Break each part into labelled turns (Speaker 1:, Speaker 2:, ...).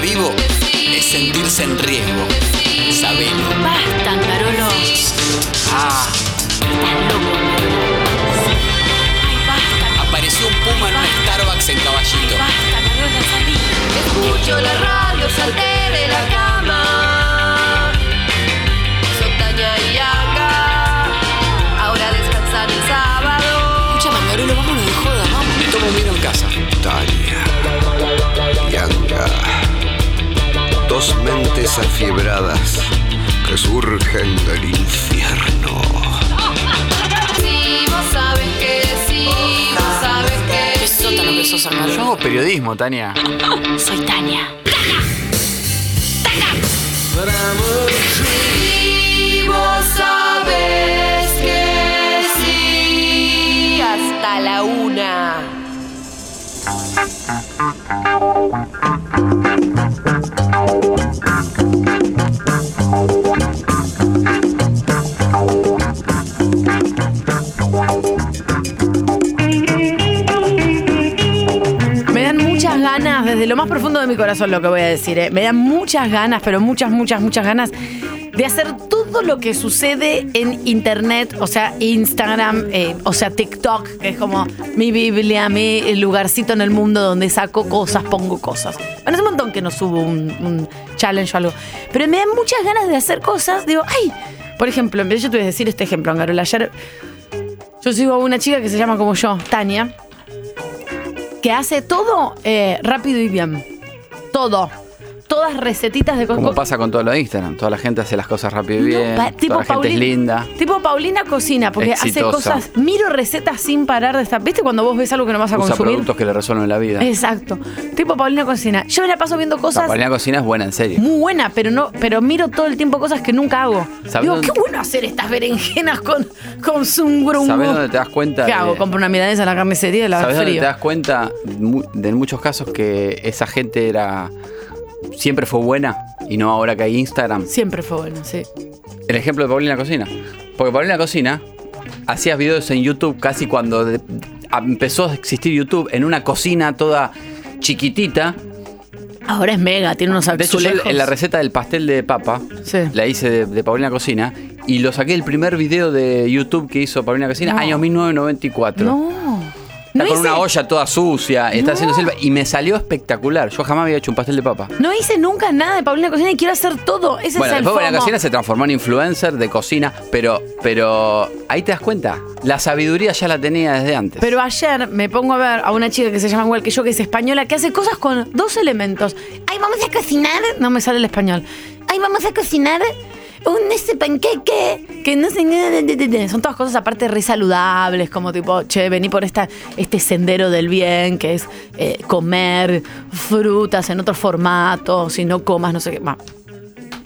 Speaker 1: vivo es sentirse en riesgo. Sabelo.
Speaker 2: Basta, Carolo.
Speaker 1: Ah,
Speaker 2: Estás loco. Ay, basta.
Speaker 1: apareció un puma en un Starbucks en Caballito.
Speaker 2: Basta, Carola, salí.
Speaker 3: Escucho la radio, salté de la cama. Sotaña y acá. Ahora descansar el sábado.
Speaker 2: Escucha, Mangarolo, vámonos de joda, vamos.
Speaker 1: Me tomo un vino en casa.
Speaker 4: Tania, Yanga, dos mentes afiebradas que surgen del infierno.
Speaker 3: Si vos sabes que sí, vos sabes que
Speaker 2: Qué sótano que sos,
Speaker 5: Yo
Speaker 2: Mangarolo.
Speaker 5: hago periodismo, Tania.
Speaker 2: Soy Tania.
Speaker 3: sí, vos sabes que sí. Hasta la una.
Speaker 6: Me dan muchas ganas, desde lo más profundo de mi corazón lo que voy a decir, ¿eh? me dan muchas ganas, pero muchas, muchas, muchas ganas de hacer todo lo que sucede en internet, o sea, Instagram, eh, o sea, TikTok, que es como mi Biblia, mi lugarcito en el mundo donde saco cosas, pongo cosas. Bueno, hace un montón que no subo un, un challenge o algo, pero me dan muchas ganas de hacer cosas, digo, ay, por ejemplo, yo te voy a decir este ejemplo, Angarola, ayer yo sigo a una chica que se llama como yo, Tania que hace todo eh, rápido y bien. Todo. Todas recetitas de
Speaker 5: Como
Speaker 6: co-
Speaker 5: pasa con todo lo de Instagram. Toda la gente hace las cosas rápido y
Speaker 6: No,
Speaker 5: bien.
Speaker 6: pa- tipo
Speaker 5: toda la gente es
Speaker 6: Paulina-
Speaker 5: linda.
Speaker 6: Tipo Paulina cocina, porque
Speaker 5: Exitosa.
Speaker 6: hace cosas. Miro recetas sin parar de estar. ¿Viste cuando vos ves algo que no vas a
Speaker 5: Usa
Speaker 6: consumir?
Speaker 5: productos que le resuelven la vida.
Speaker 6: Exacto. Tipo Paulina cocina. Yo me la paso viendo
Speaker 5: La
Speaker 6: cosas
Speaker 5: Paulina Cocina es buena, en serio.
Speaker 6: muy buenas, pero no, pero miro todo el tiempo cosas que nunca hago.
Speaker 5: ¿Sabés
Speaker 6: Digo,
Speaker 5: dónde-
Speaker 6: qué bueno hacer estas berenjenas con, con zungrungo.
Speaker 5: ¿Sabés dónde te das cuenta?
Speaker 6: ¿Qué
Speaker 5: de-
Speaker 6: hago? Compro una milanesa en la carnicería y la
Speaker 5: ¿Sabés dónde
Speaker 6: frío.
Speaker 5: te das cuenta mu- de en muchos casos que esa gente era siempre fue buena y no ahora que hay Instagram?
Speaker 6: Siempre fue bueno, sí.
Speaker 5: El ejemplo de Paulina Cocina. Porque Paulina Cocina hacías videos en YouTube casi cuando de- a- empezó a existir YouTube en una cocina toda chiquitita.
Speaker 6: Ahora es mega, tiene unos
Speaker 5: De hecho, yo
Speaker 6: azulejos.
Speaker 5: en la receta del pastel de papa
Speaker 6: Sí.
Speaker 5: la hice de, de Paulina Cocina y lo saqué el primer video de YouTube que hizo Paulina Cocina,
Speaker 6: No.
Speaker 5: año 1994.
Speaker 6: No.
Speaker 5: Está
Speaker 6: No
Speaker 5: con una
Speaker 6: hice-
Speaker 5: olla toda sucia, está haciendo selva y me salió espectacular. Yo jamás había hecho un pastel de papa.
Speaker 6: No hice nunca nada de Paulina Cocina y quiero hacer todo. Ese
Speaker 5: Bueno,
Speaker 6: es el
Speaker 5: después Paulina
Speaker 6: FOMO.
Speaker 5: Cocina se transformó en influencer de cocina, pero, pero ahí te das cuenta, la sabiduría ya la tenía desde antes.
Speaker 6: Pero ayer me pongo a ver a una chica que se llama igual que yo, que es española, que hace cosas con dos elementos. Ay, vamos a cocinar. No me sale el español. Ay, vamos a cocinar un ese panqueque que no sé. ne- ne- ne- ne- Son todas cosas aparte re saludables, como tipo, che, vení por esta, este sendero del bien, que es eh, comer frutas en otro formato, si no comas, no sé qué. Bah,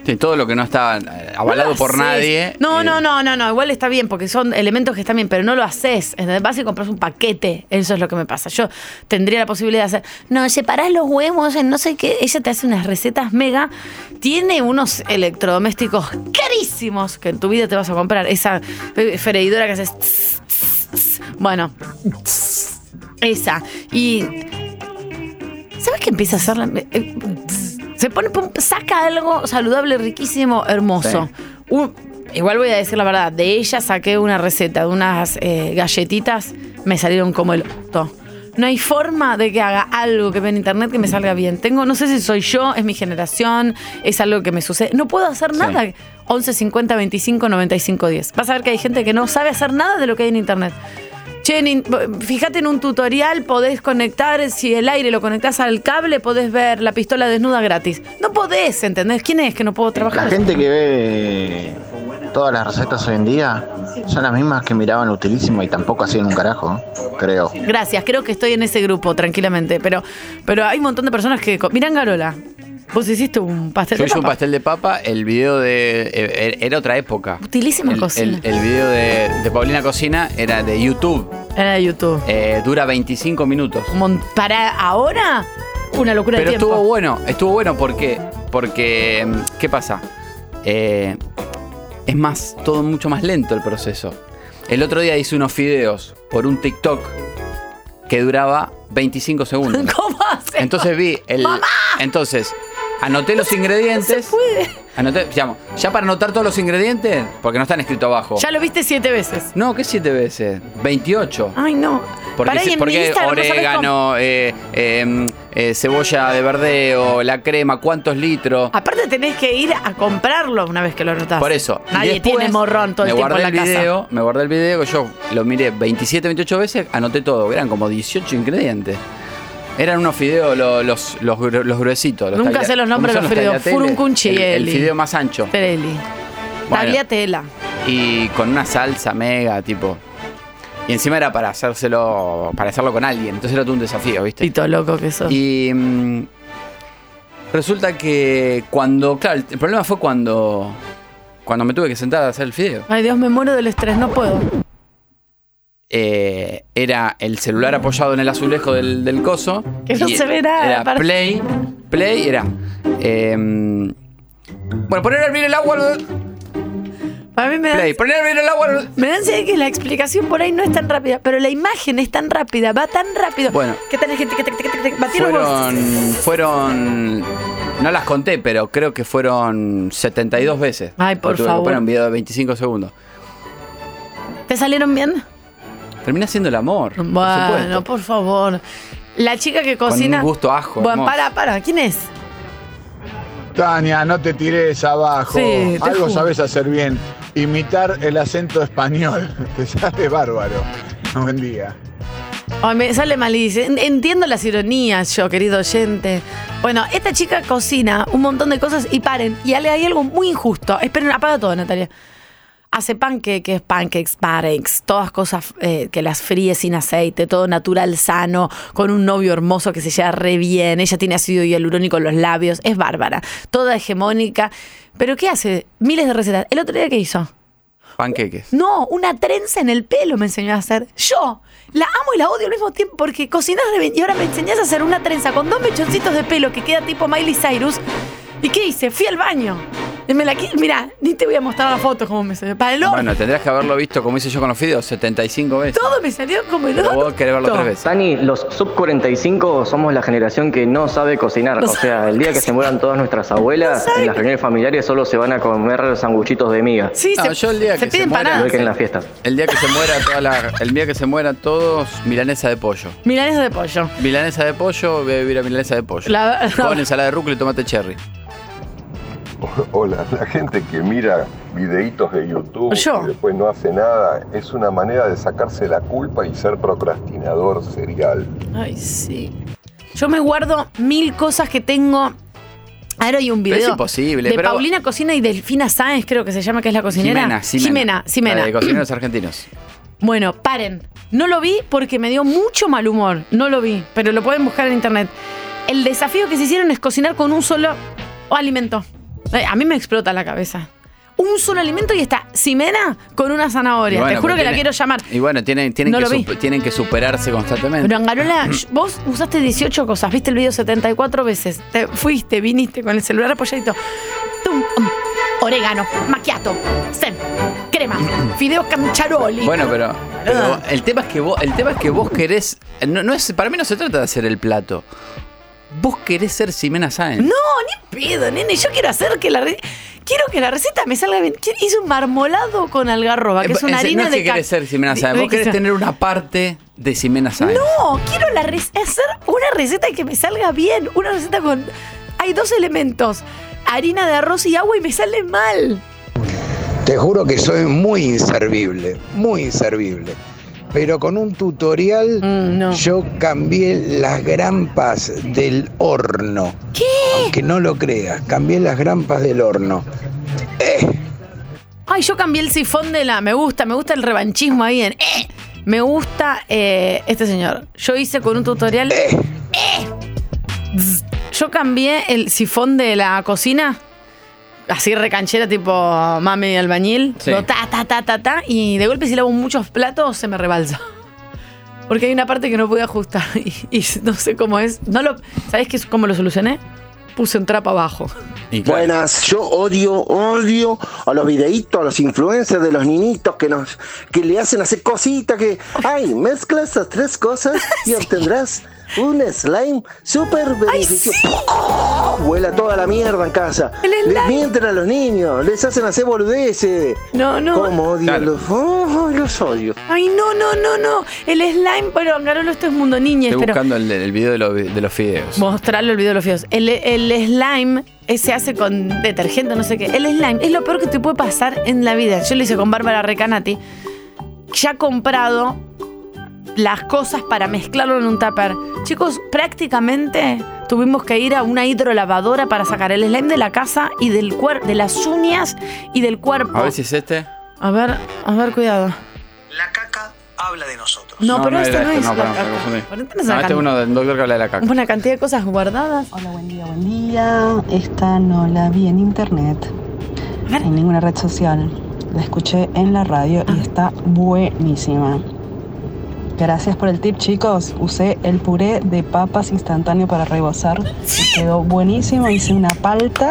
Speaker 5: Sí, todo lo que no está eh, avalado
Speaker 6: No lo
Speaker 5: por
Speaker 6: haces.
Speaker 5: nadie.
Speaker 6: No,
Speaker 5: eh,
Speaker 6: no, no, no, no. Igual está bien, porque son elementos que están bien, pero no lo haces. ¿entendés? Vas y compras un paquete. Eso es lo que me pasa. Yo tendría la posibilidad de hacer. No, separás los huevos en no sé qué. Ella te hace unas recetas mega. Tiene unos electrodomésticos carísimos que en tu vida te vas a comprar. Esa eh, freidora que haces. tss, tss, tss. Bueno. tss, Esa. Y ¿Sabes qué empieza a hacer? la- eh, Se pone, pum, saca algo saludable, riquísimo, hermoso. Un- igual voy a decir la verdad, de ella saqué una receta de unas eh, galletitas, me salieron como el to. No hay forma de que haga algo que ve en internet que me salga bien. Tengo, no sé si soy yo, es mi generación, es algo que me sucede. No puedo hacer nada. 11 50 25 95 10. Vas a ver que hay gente que no sabe hacer nada de lo que hay en internet. Che, nin- fíjate en un tutorial, podés conectar, si el aire lo conectás al cable, podés ver la pistola desnuda gratis. No podés, ¿entendés? ¿Quién es que no puedo
Speaker 7: La
Speaker 6: trabajar?
Speaker 7: gente que ve todas las recetas hoy en día son las mismas que miraban utilísimo y tampoco hacían un carajo, creo.
Speaker 6: Gracias, creo que estoy en ese grupo, tranquilamente. Pero, pero hay un montón de personas que. co- Mirá, Garola, vos hiciste un pastel
Speaker 5: Yo
Speaker 6: de
Speaker 5: hice un
Speaker 6: papa.
Speaker 5: pastel de papa, el video de. eh, Era otra época.
Speaker 6: Utilísima
Speaker 5: el,
Speaker 6: cocina.
Speaker 5: el- el video de, de Paulina Cocina era de YouTube.
Speaker 6: Era de YouTube.
Speaker 5: eh, dura 25 minutos.
Speaker 6: Mon- Para ahora, una locura
Speaker 5: Pero
Speaker 6: de tiempo.
Speaker 5: estuvo bueno, estuvo bueno porque, porque mm, ¿qué pasa? Eh, es más, todo mucho más lento el proceso. El otro día hice unos fideos por un TikTok que duraba 25 segundos.
Speaker 6: ¿Cómo hace?
Speaker 5: Entonces vi el. Entonces, Anoté los ingredientes.
Speaker 6: puede.
Speaker 5: Anoté, digamos, ya para anotar todos los ingredientes, porque no están escritos abajo.
Speaker 6: Ya lo viste siete veces.
Speaker 5: No, ¿qué siete veces? 28.
Speaker 6: Ay, no.
Speaker 5: Porque,
Speaker 6: Pará,
Speaker 5: si-
Speaker 6: y en mi
Speaker 5: porque
Speaker 6: Instagram no sabés cómo.
Speaker 5: orégano, eh, eh, eh, cebolla de verdeo, la crema, cuántos litros.
Speaker 6: Aparte tenés que ir a comprarlo una vez que lo anotás.
Speaker 5: Por eso. Y
Speaker 6: Nadie
Speaker 5: después
Speaker 6: tiene morrón todo el
Speaker 5: me
Speaker 6: tiempo en
Speaker 5: guardé
Speaker 6: la
Speaker 5: el
Speaker 6: casa.
Speaker 5: video, Me guardé el video, que yo lo miré 27, 28 veces, anoté todo. Eran como 18 ingredientes. Eran unos fideos lo- los, los, gru- los gruesitos. los
Speaker 6: Nunca
Speaker 5: taglia-
Speaker 6: sé los nombres de
Speaker 5: ¿cómo
Speaker 6: los
Speaker 5: son
Speaker 6: fideos.
Speaker 5: tagliatelle? El, el
Speaker 6: Furuncuncielli.
Speaker 5: fideo más ancho.
Speaker 6: Perelli.
Speaker 5: Bueno.
Speaker 6: Tagliatella.
Speaker 5: Y con una salsa mega, tipo. Y encima era para hacérselo, para hacerlo con alguien. Entonces era todo un desafío, ¿viste?
Speaker 6: Y todo loco que sos.
Speaker 5: Y mm, resulta que cuando, claro, el problema fue cuando cuando me tuve que sentar a hacer el fideo.
Speaker 6: Ay, Dios, me muero del estrés, no puedo.
Speaker 5: Eh, era el celular apoyado en el azulejo del, del coso.
Speaker 6: Que no
Speaker 5: y
Speaker 6: se ve nada,
Speaker 5: Era
Speaker 6: aparte.
Speaker 5: play, play, y era. eh, bueno, poner a hervir el agua.
Speaker 6: Para mí me da,
Speaker 5: Play, poner a hervir el agua.
Speaker 6: me da ansiedad que la explicación por ahí no es tan rápida, pero la imagen es tan rápida, va tan rápido.
Speaker 5: Bueno.
Speaker 6: Que tenés que tic, tic, tic, tic, tic, batir los
Speaker 5: Fueron,
Speaker 6: huevos.
Speaker 5: fueron, no las conté, pero creo que fueron 72 veces.
Speaker 6: Ay, por
Speaker 5: Lo tuve que
Speaker 6: favor.
Speaker 5: poner un video de 25 segundos.
Speaker 6: ¿Te salieron bien?
Speaker 5: Termina siendo el amor. por
Speaker 6: Bueno,
Speaker 5: supuesto.
Speaker 6: por favor. La chica que
Speaker 5: un
Speaker 6: cocina.
Speaker 5: gusto a ajo,
Speaker 6: Bueno,
Speaker 5: hermoso.
Speaker 6: para, para. ¿Quién es?
Speaker 8: Tania, no te tires abajo.
Speaker 6: Sí, te
Speaker 8: Algo
Speaker 6: juro.
Speaker 8: sabes hacer bien. Imitar el acento español. Te sale bárbaro. Ah, Buen día.
Speaker 6: Ay, me sale mal y dice, "En- entiendo las ironías yo, querido oyente. Bueno, esta chica cocina un montón de cosas y paren, y ale- hay algo muy injusto. Esperen, apaga todo, Natalia. Hace panqueques, pancakes, pancakes, todas cosas eh, que las fríe sin aceite, todo natural, sano, con un novio hermoso que se lleva re bien, ella tiene ácido hialurónico en los labios, es bárbara, toda hegemónica. Pero ¿qué hace? Miles de recetas. ¿El otro día qué hizo?
Speaker 5: Panqueques.
Speaker 6: No, una trenza en el pelo me enseñó a hacer. Yo la amo y la odio al mismo tiempo porque cocinas re bien. y ahora me enseñás a hacer una trenza con dos mechoncitos de pelo que queda tipo Miley Cyrus. ¿Y qué hice? Fui al baño. Y me la qui- Mirá, ni te voy a mostrar la foto como me salió. Para el horno.
Speaker 5: Bueno, tendrías que haberlo visto, como hice yo con los fideos, 75 veces.
Speaker 6: Todo me salió como el
Speaker 5: Pero
Speaker 6: horno.
Speaker 5: vos querés verlo tres veces.
Speaker 9: Dani, los sub 45 somos la generación que no sabe cocinar.
Speaker 6: No
Speaker 9: o sea,
Speaker 6: sabe
Speaker 9: el día que se mueran todas nuestras abuelas,
Speaker 6: No sabe
Speaker 9: en las
Speaker 6: co-
Speaker 9: reuniones familiares solo se van a comer sanguchitos de miga.
Speaker 6: Sí,
Speaker 5: No,
Speaker 6: se,
Speaker 5: yo el día
Speaker 6: se
Speaker 5: que se
Speaker 6: piden
Speaker 5: muera,
Speaker 9: Igual
Speaker 6: empanadas.
Speaker 9: que en las fiestas.
Speaker 5: El día que se muera toda la- el día que se muera todos, milanesa de pollo.
Speaker 6: Milanesa de pollo.
Speaker 5: Milanesa de pollo, voy a vivir a milanesa de pollo.
Speaker 6: La-
Speaker 5: Con ensalada de rúcula y tomate cherry.
Speaker 10: Hola, la gente que mira videitos de YouTube
Speaker 6: Yo.
Speaker 10: y después no hace nada, es una manera de sacarse la culpa y ser procrastinador serial.
Speaker 6: Ay, sí. Yo me guardo mil cosas que tengo. Ahora hay un
Speaker 5: Pero
Speaker 6: video.
Speaker 5: es imposible,
Speaker 6: De
Speaker 5: pero-
Speaker 6: Paulina Cocina y Delfina Sáenz, creo que se llama, que es la cocinera.
Speaker 5: Jimena,
Speaker 6: Jimena. Jimena.
Speaker 5: La de cocineros argentinos.
Speaker 6: Bueno, paren. No lo vi porque me dio mucho mal humor. No lo vi, pero lo pueden buscar en internet. El desafío que se hicieron es cocinar con un solo alimento. Eh, A mí me explota la cabeza. Un solo alimento y está Ximena con una
Speaker 5: Y
Speaker 6: zanahoria.
Speaker 5: bueno,
Speaker 6: Te juro
Speaker 5: pero
Speaker 6: que la
Speaker 5: tiene-
Speaker 6: quiero llamar.
Speaker 5: Y bueno, tienen, tienen,
Speaker 6: No
Speaker 5: que,
Speaker 6: lo vi.
Speaker 5: sup- tienen que superarse constantemente.
Speaker 6: Pero Angarola, sh- vos usaste 18 cosas, viste el video 74 veces. Te fuiste, viniste con el celular apoyadito. Tum, um, orégano, macchiato, sem, crema, fideos cancharoli.
Speaker 5: Bueno, pero, pero el tema es que vos, el tema es que vos querés. No, no es, para mí no se trata de hacer el plato. Vos querés ser Ximena Sáenz.
Speaker 6: No, ni pedo, nene. Yo quiero hacer que la re- quiero que la receta me salga bien. ¿Quién hizo un marmolado con algarroba? Que es
Speaker 5: En
Speaker 6: una
Speaker 5: serio,
Speaker 6: harina
Speaker 5: Eh, no es
Speaker 6: de
Speaker 5: que querés
Speaker 6: ca-
Speaker 5: ser Ximena Sáenz, vos
Speaker 6: de-
Speaker 5: querés tener una parte de Ximena Sáenz.
Speaker 6: No, quiero la re- hacer una receta que me salga bien, una receta con hay dos elementos, harina de arroz y agua y me sale mal.
Speaker 11: Te juro que soy muy inservible, muy inservible. Pero con un tutorial
Speaker 6: no.
Speaker 11: yo cambié las grampas del horno. ¿Qué? Aunque no lo creas, cambié las grampas del horno.
Speaker 6: Ay, yo cambié el sifón de la. Me gusta, me gusta el revanchismo ahí en. eh. Me gusta eh, este señor. Yo hice con un tutorial. eh. Bzz. Yo cambié el sifón de la cocina. Así recanchera, tipo mami albañil.
Speaker 5: Sí.
Speaker 6: Lo ta, ta, ta, ta, ta. Y de golpe, si lavo muchos platos, se me rebalsa. Porque hay una parte que no pude ajustar. Y, y no sé cómo es. No lo, ¿Sabés qué, es- cómo lo solucioné? Puse un trapo abajo.
Speaker 5: Y claro,
Speaker 12: Buenas, yo odio, odio a los videitos, a los influencers de los ninitos que nos, que le hacen hacer cositas que, ay, mezcla estas tres cosas y obtendrás
Speaker 13: un slime súper beneficioso. Vuela toda la mierda en casa. Les mienten a los niños, les hacen hacer boludeces.
Speaker 6: No, no.
Speaker 13: ¿Cómo odio a los, oh, los odio?
Speaker 6: Ay, no, no, no, no. El slime, bueno, Angarolo, esto es mundo niñez,
Speaker 5: Estoy
Speaker 6: pero
Speaker 5: buscando el, el video de, los- de los fideos.
Speaker 6: mostrarle el video de los fios. El, el slime eh, se hace con detergente, no sé qué. El slime es lo peor que te puede pasar en la vida. Yo lo hice con Bárbara Recanati. Ya ha comprado las cosas para mezclarlo en un tupper. Chicos, prácticamente tuvimos que ir a una hidrolavadora para sacar el slime de la casa y del cuerpo, de las uñas y del cuerpo.
Speaker 5: A ver si es este.
Speaker 6: A ver, a ver, cuidado.
Speaker 7: Habla de nosotros.
Speaker 6: No, pero este
Speaker 5: era
Speaker 6: no es
Speaker 5: este,
Speaker 6: la
Speaker 5: perdón,
Speaker 6: caca.
Speaker 5: me confundí.
Speaker 6: Pero este
Speaker 5: No,
Speaker 6: no es
Speaker 5: este
Speaker 6: la
Speaker 5: es
Speaker 6: caca.
Speaker 5: uno del doctor que habla de la caca.
Speaker 6: Una cantidad de cosas guardadas.
Speaker 14: Hola, buen día, buen día. Esta no la vi en internet, en ninguna red social. La escuché en la radio
Speaker 6: Ah.
Speaker 14: y está buenísima. Gracias por el tip, chicos. Usé el puré de papas instantáneo para rebozar. y Quedó buenísimo. Hice una palta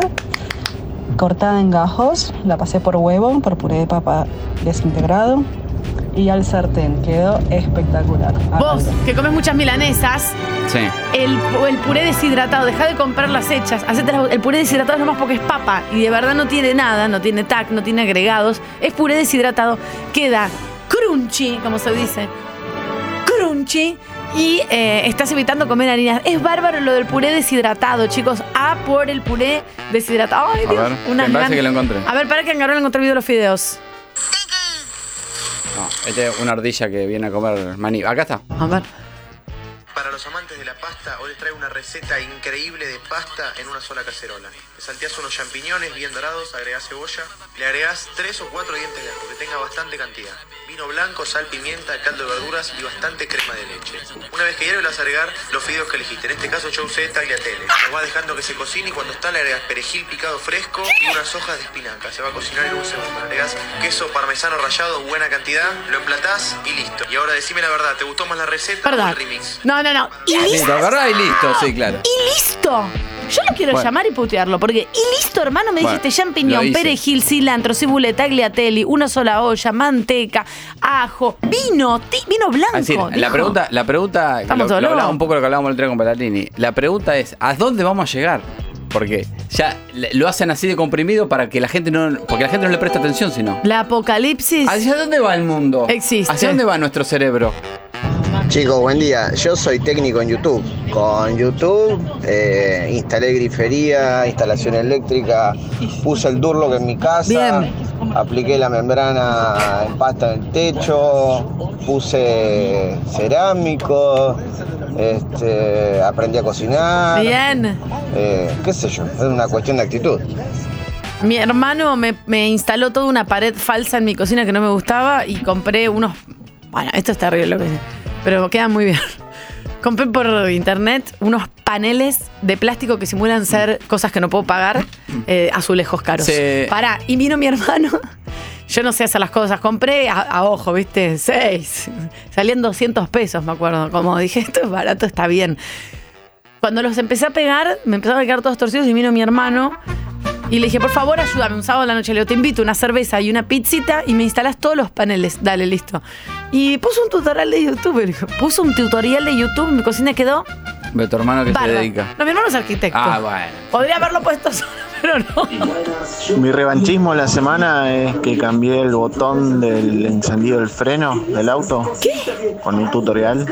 Speaker 14: cortada en gajos. La pasé por huevo, por puré de papa desintegrado. Y al sartén. Quedó espectacular.
Speaker 6: Vos, que comes muchas milanesas,
Speaker 5: Sí.
Speaker 6: el, pu- el puré deshidratado, deja de comprar las hechas. hacete las- el puré deshidratado es nomás porque es papa y de verdad no tiene nada, no tiene tac, no tiene agregados. Es puré deshidratado, queda crunchy, como se dice, crunchy. Y eh, estás evitando comer harinas. Es bárbaro lo del puré deshidratado, chicos. A por el puré deshidratado. Ay,
Speaker 5: A
Speaker 6: Dios,
Speaker 5: ver,
Speaker 6: unas
Speaker 5: me parece
Speaker 6: ganas.
Speaker 5: que lo encontré.
Speaker 6: A ver, para que Angarón encontré el video de los fideos.
Speaker 5: No, este es una ardilla que viene a comer maní. Acá está.
Speaker 6: A ver.
Speaker 7: Para los amantes de la pasta, hoy les traigo una receta increíble de pasta en una sola cacerola. Le salteás unos champiñones bien dorados, agregás cebolla, le agregás tres o cuatro dientes de ajo, que tenga bastante cantidad. Vino blanco, sal, pimienta, caldo de verduras y bastante crema de leche. Una vez que hierve, le vas a agregar los fideos que elegiste. En este caso yo usé tagliatelle. Lo vas dejando que se cocine y cuando está le agregas perejil picado fresco y unas hojas de espinaca. Se va a cocinar en un segundo. Le agregás queso parmesano rallado, buena cantidad, lo emplatás y listo. Y ahora decime la verdad, ¿te gustó más la receta o
Speaker 6: Perdón.
Speaker 7: el remix?
Speaker 6: No, no, no. Y
Speaker 5: Sí,
Speaker 6: listo.
Speaker 5: lo agarrás y listo, sí, claro.
Speaker 6: Y listo. Yo lo quiero
Speaker 5: Bueno.
Speaker 6: llamar y putearlo, porque y listo, hermano, me
Speaker 5: Bueno,
Speaker 6: dijiste
Speaker 5: lo
Speaker 6: champiñón,
Speaker 5: hice.
Speaker 6: perejil, cilantro, cibule, tagliatelle, una sola olla, manteca, ajo, vino, ti- vino blanco.
Speaker 5: Es decir, Ah, la
Speaker 6: dijo.
Speaker 5: pregunta, la pregunta lo,
Speaker 6: Estamos
Speaker 5: lo
Speaker 6: todos
Speaker 5: hablaba
Speaker 6: locos.
Speaker 5: un poco lo que hablábamos el otro día con Patatini. La pregunta es, ¿a dónde vamos a llegar? Porque ya le- lo hacen así de comprimido para que la gente no, porque la gente no le presta atención, sino.
Speaker 6: La apocalipsis.
Speaker 5: ¿Hacia dónde va el mundo?
Speaker 6: Existe.
Speaker 5: ¿Hacia dónde va nuestro cerebro?
Speaker 15: Chicos, buen día. Yo soy técnico en YouTube. Con YouTube eh, instalé grifería, instalación eléctrica, puse el durlock en mi casa, apliqué la membrana en pasta en el techo, puse cerámico, este, aprendí a cocinar.
Speaker 6: Bien.
Speaker 15: Eh, qué sé yo, es una cuestión de actitud.
Speaker 6: Mi hermano me, me instaló toda una pared falsa en mi cocina que no me gustaba y compré unos. Bueno, esto es terrible lo que sé, pero queda muy bien. Compré por internet unos paneles de plástico que simulan ser cosas que no puedo pagar, eh, azulejos caros.
Speaker 5: Sí.
Speaker 6: Pará, y vino mi hermano. Yo no sé hacer las cosas. Compré a, a ojo, ¿viste? Seis. Salían 200 pesos, me acuerdo. Como dije, esto es barato, está bien. Cuando los empecé a pegar, me empezaron a quedar todos torcidos y vino mi hermano. Y le dije, por favor, ayúdame. Un sábado a la noche le digo, te invito una cerveza y una pizzita y me instalas todos los paneles. Dale, listo. Y puso un tutorial de YouTube. le digo, Puso un tutorial de YouTube. Mi cocina quedó.
Speaker 5: De tu hermano que
Speaker 6: Bárbaro.
Speaker 5: se dedica.
Speaker 6: No, mi hermano es arquitecto.
Speaker 5: Ah, bueno.
Speaker 6: Podría haberlo puesto solo, pero no.
Speaker 10: Mi revanchismo de la semana es que cambié el botón del encendido del freno del auto con un tutorial.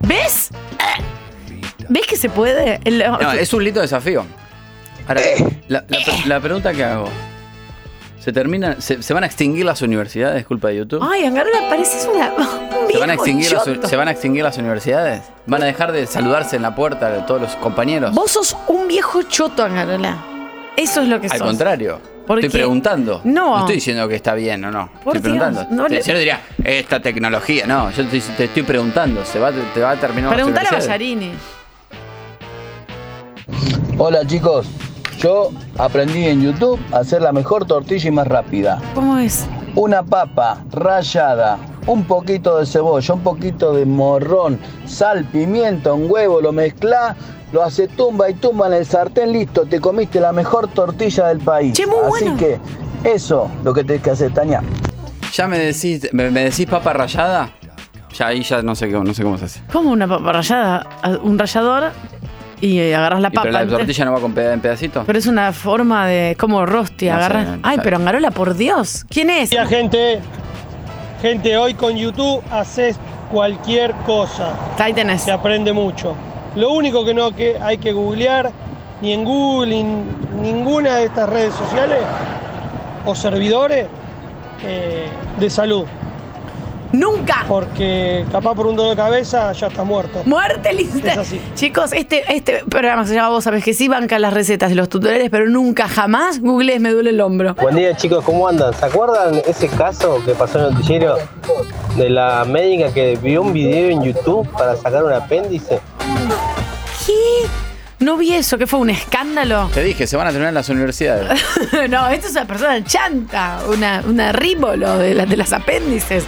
Speaker 6: ¿Ves? Eh, ¿Ves que se puede? El-
Speaker 5: No, es un lindo desafío. Ahora, la, la pre- la pregunta que hago. ¿Se termina, se, se van a extinguir las universidades? Es culpa de YouTube.
Speaker 6: Ay, Angarola, pareces una. un
Speaker 5: ¿Se van, a
Speaker 6: viejo
Speaker 5: extinguir las,
Speaker 6: choto.
Speaker 5: ¿Se van a extinguir las universidades? ¿Van a dejar de saludarse en la puerta de todos los compañeros?
Speaker 6: Vos sos un viejo choto, Angarola. Eso es lo que
Speaker 5: Al
Speaker 6: sos.
Speaker 5: contrario.
Speaker 6: ¿Por
Speaker 5: estoy
Speaker 6: qué?
Speaker 5: preguntando.
Speaker 6: No.
Speaker 5: estoy diciendo que está bien o no.
Speaker 6: Por
Speaker 5: estoy
Speaker 6: Dios,
Speaker 5: preguntando.
Speaker 6: no le-
Speaker 5: Si no diría, esta tecnología. No, yo te, te estoy preguntando. ¿se va, ¿Te va a terminar las
Speaker 6: Preguntale a
Speaker 5: universidades?
Speaker 6: Ballarini.
Speaker 16: Hola chicos, yo aprendí en YouTube a hacer la mejor tortilla y más rápida.
Speaker 6: ¿Cómo es?
Speaker 16: Una papa rallada, un poquito de cebolla, un poquito de morrón, sal, pimiento, un huevo, lo mezcla, lo hace tumba y tumba en el sartén, listo, te comiste la mejor tortilla del país. Así que eso lo que tenés que hacer, Tania.
Speaker 5: ¿Ya me decís, me, me decís papa rayada? Ya ahí ya no sé, qué- no sé cómo se hace.
Speaker 6: Como una papa rallada, a- un rallador y eh, agarras la
Speaker 5: Y,
Speaker 6: papa.
Speaker 5: pero la
Speaker 6: entonces-
Speaker 5: tortilla no va con peda- en pedacitos.
Speaker 6: Pero es una forma de. como rosti,
Speaker 5: No sé,
Speaker 6: agarras.
Speaker 5: no
Speaker 6: Ay,
Speaker 5: sé.
Speaker 6: pero Angarola, por Dios. ¿Quién es?
Speaker 14: gente. Gente, hoy con YouTube haces cualquier cosa.
Speaker 6: Ahí tenés.
Speaker 14: Se aprende mucho. Lo único que no que hay que googlear, ni en Google, ni en ninguna de estas redes sociales o servidores eh, de salud.
Speaker 6: ¡Nunca!
Speaker 14: Porque capaz por un dolor de cabeza ya estás muerto.
Speaker 6: Muerte lista.
Speaker 14: Es así.
Speaker 6: Chicos, este, este programa que se llama Vos sabés que sí banca las recetas y los tutoriales, pero nunca jamás googlees me duele el hombro.
Speaker 17: Buen día chicos, ¿cómo andan? ¿Se acuerdan ese caso que pasó en el noticiero de la médica que vio un video en YouTube para sacar un apéndice?
Speaker 6: ¿Qué? No vi eso, que fue un escándalo.
Speaker 5: Te dije, se van a terminar en las universidades.
Speaker 6: no, esto es una persona chanta, una, una ríbolo de, la- de las apéndices.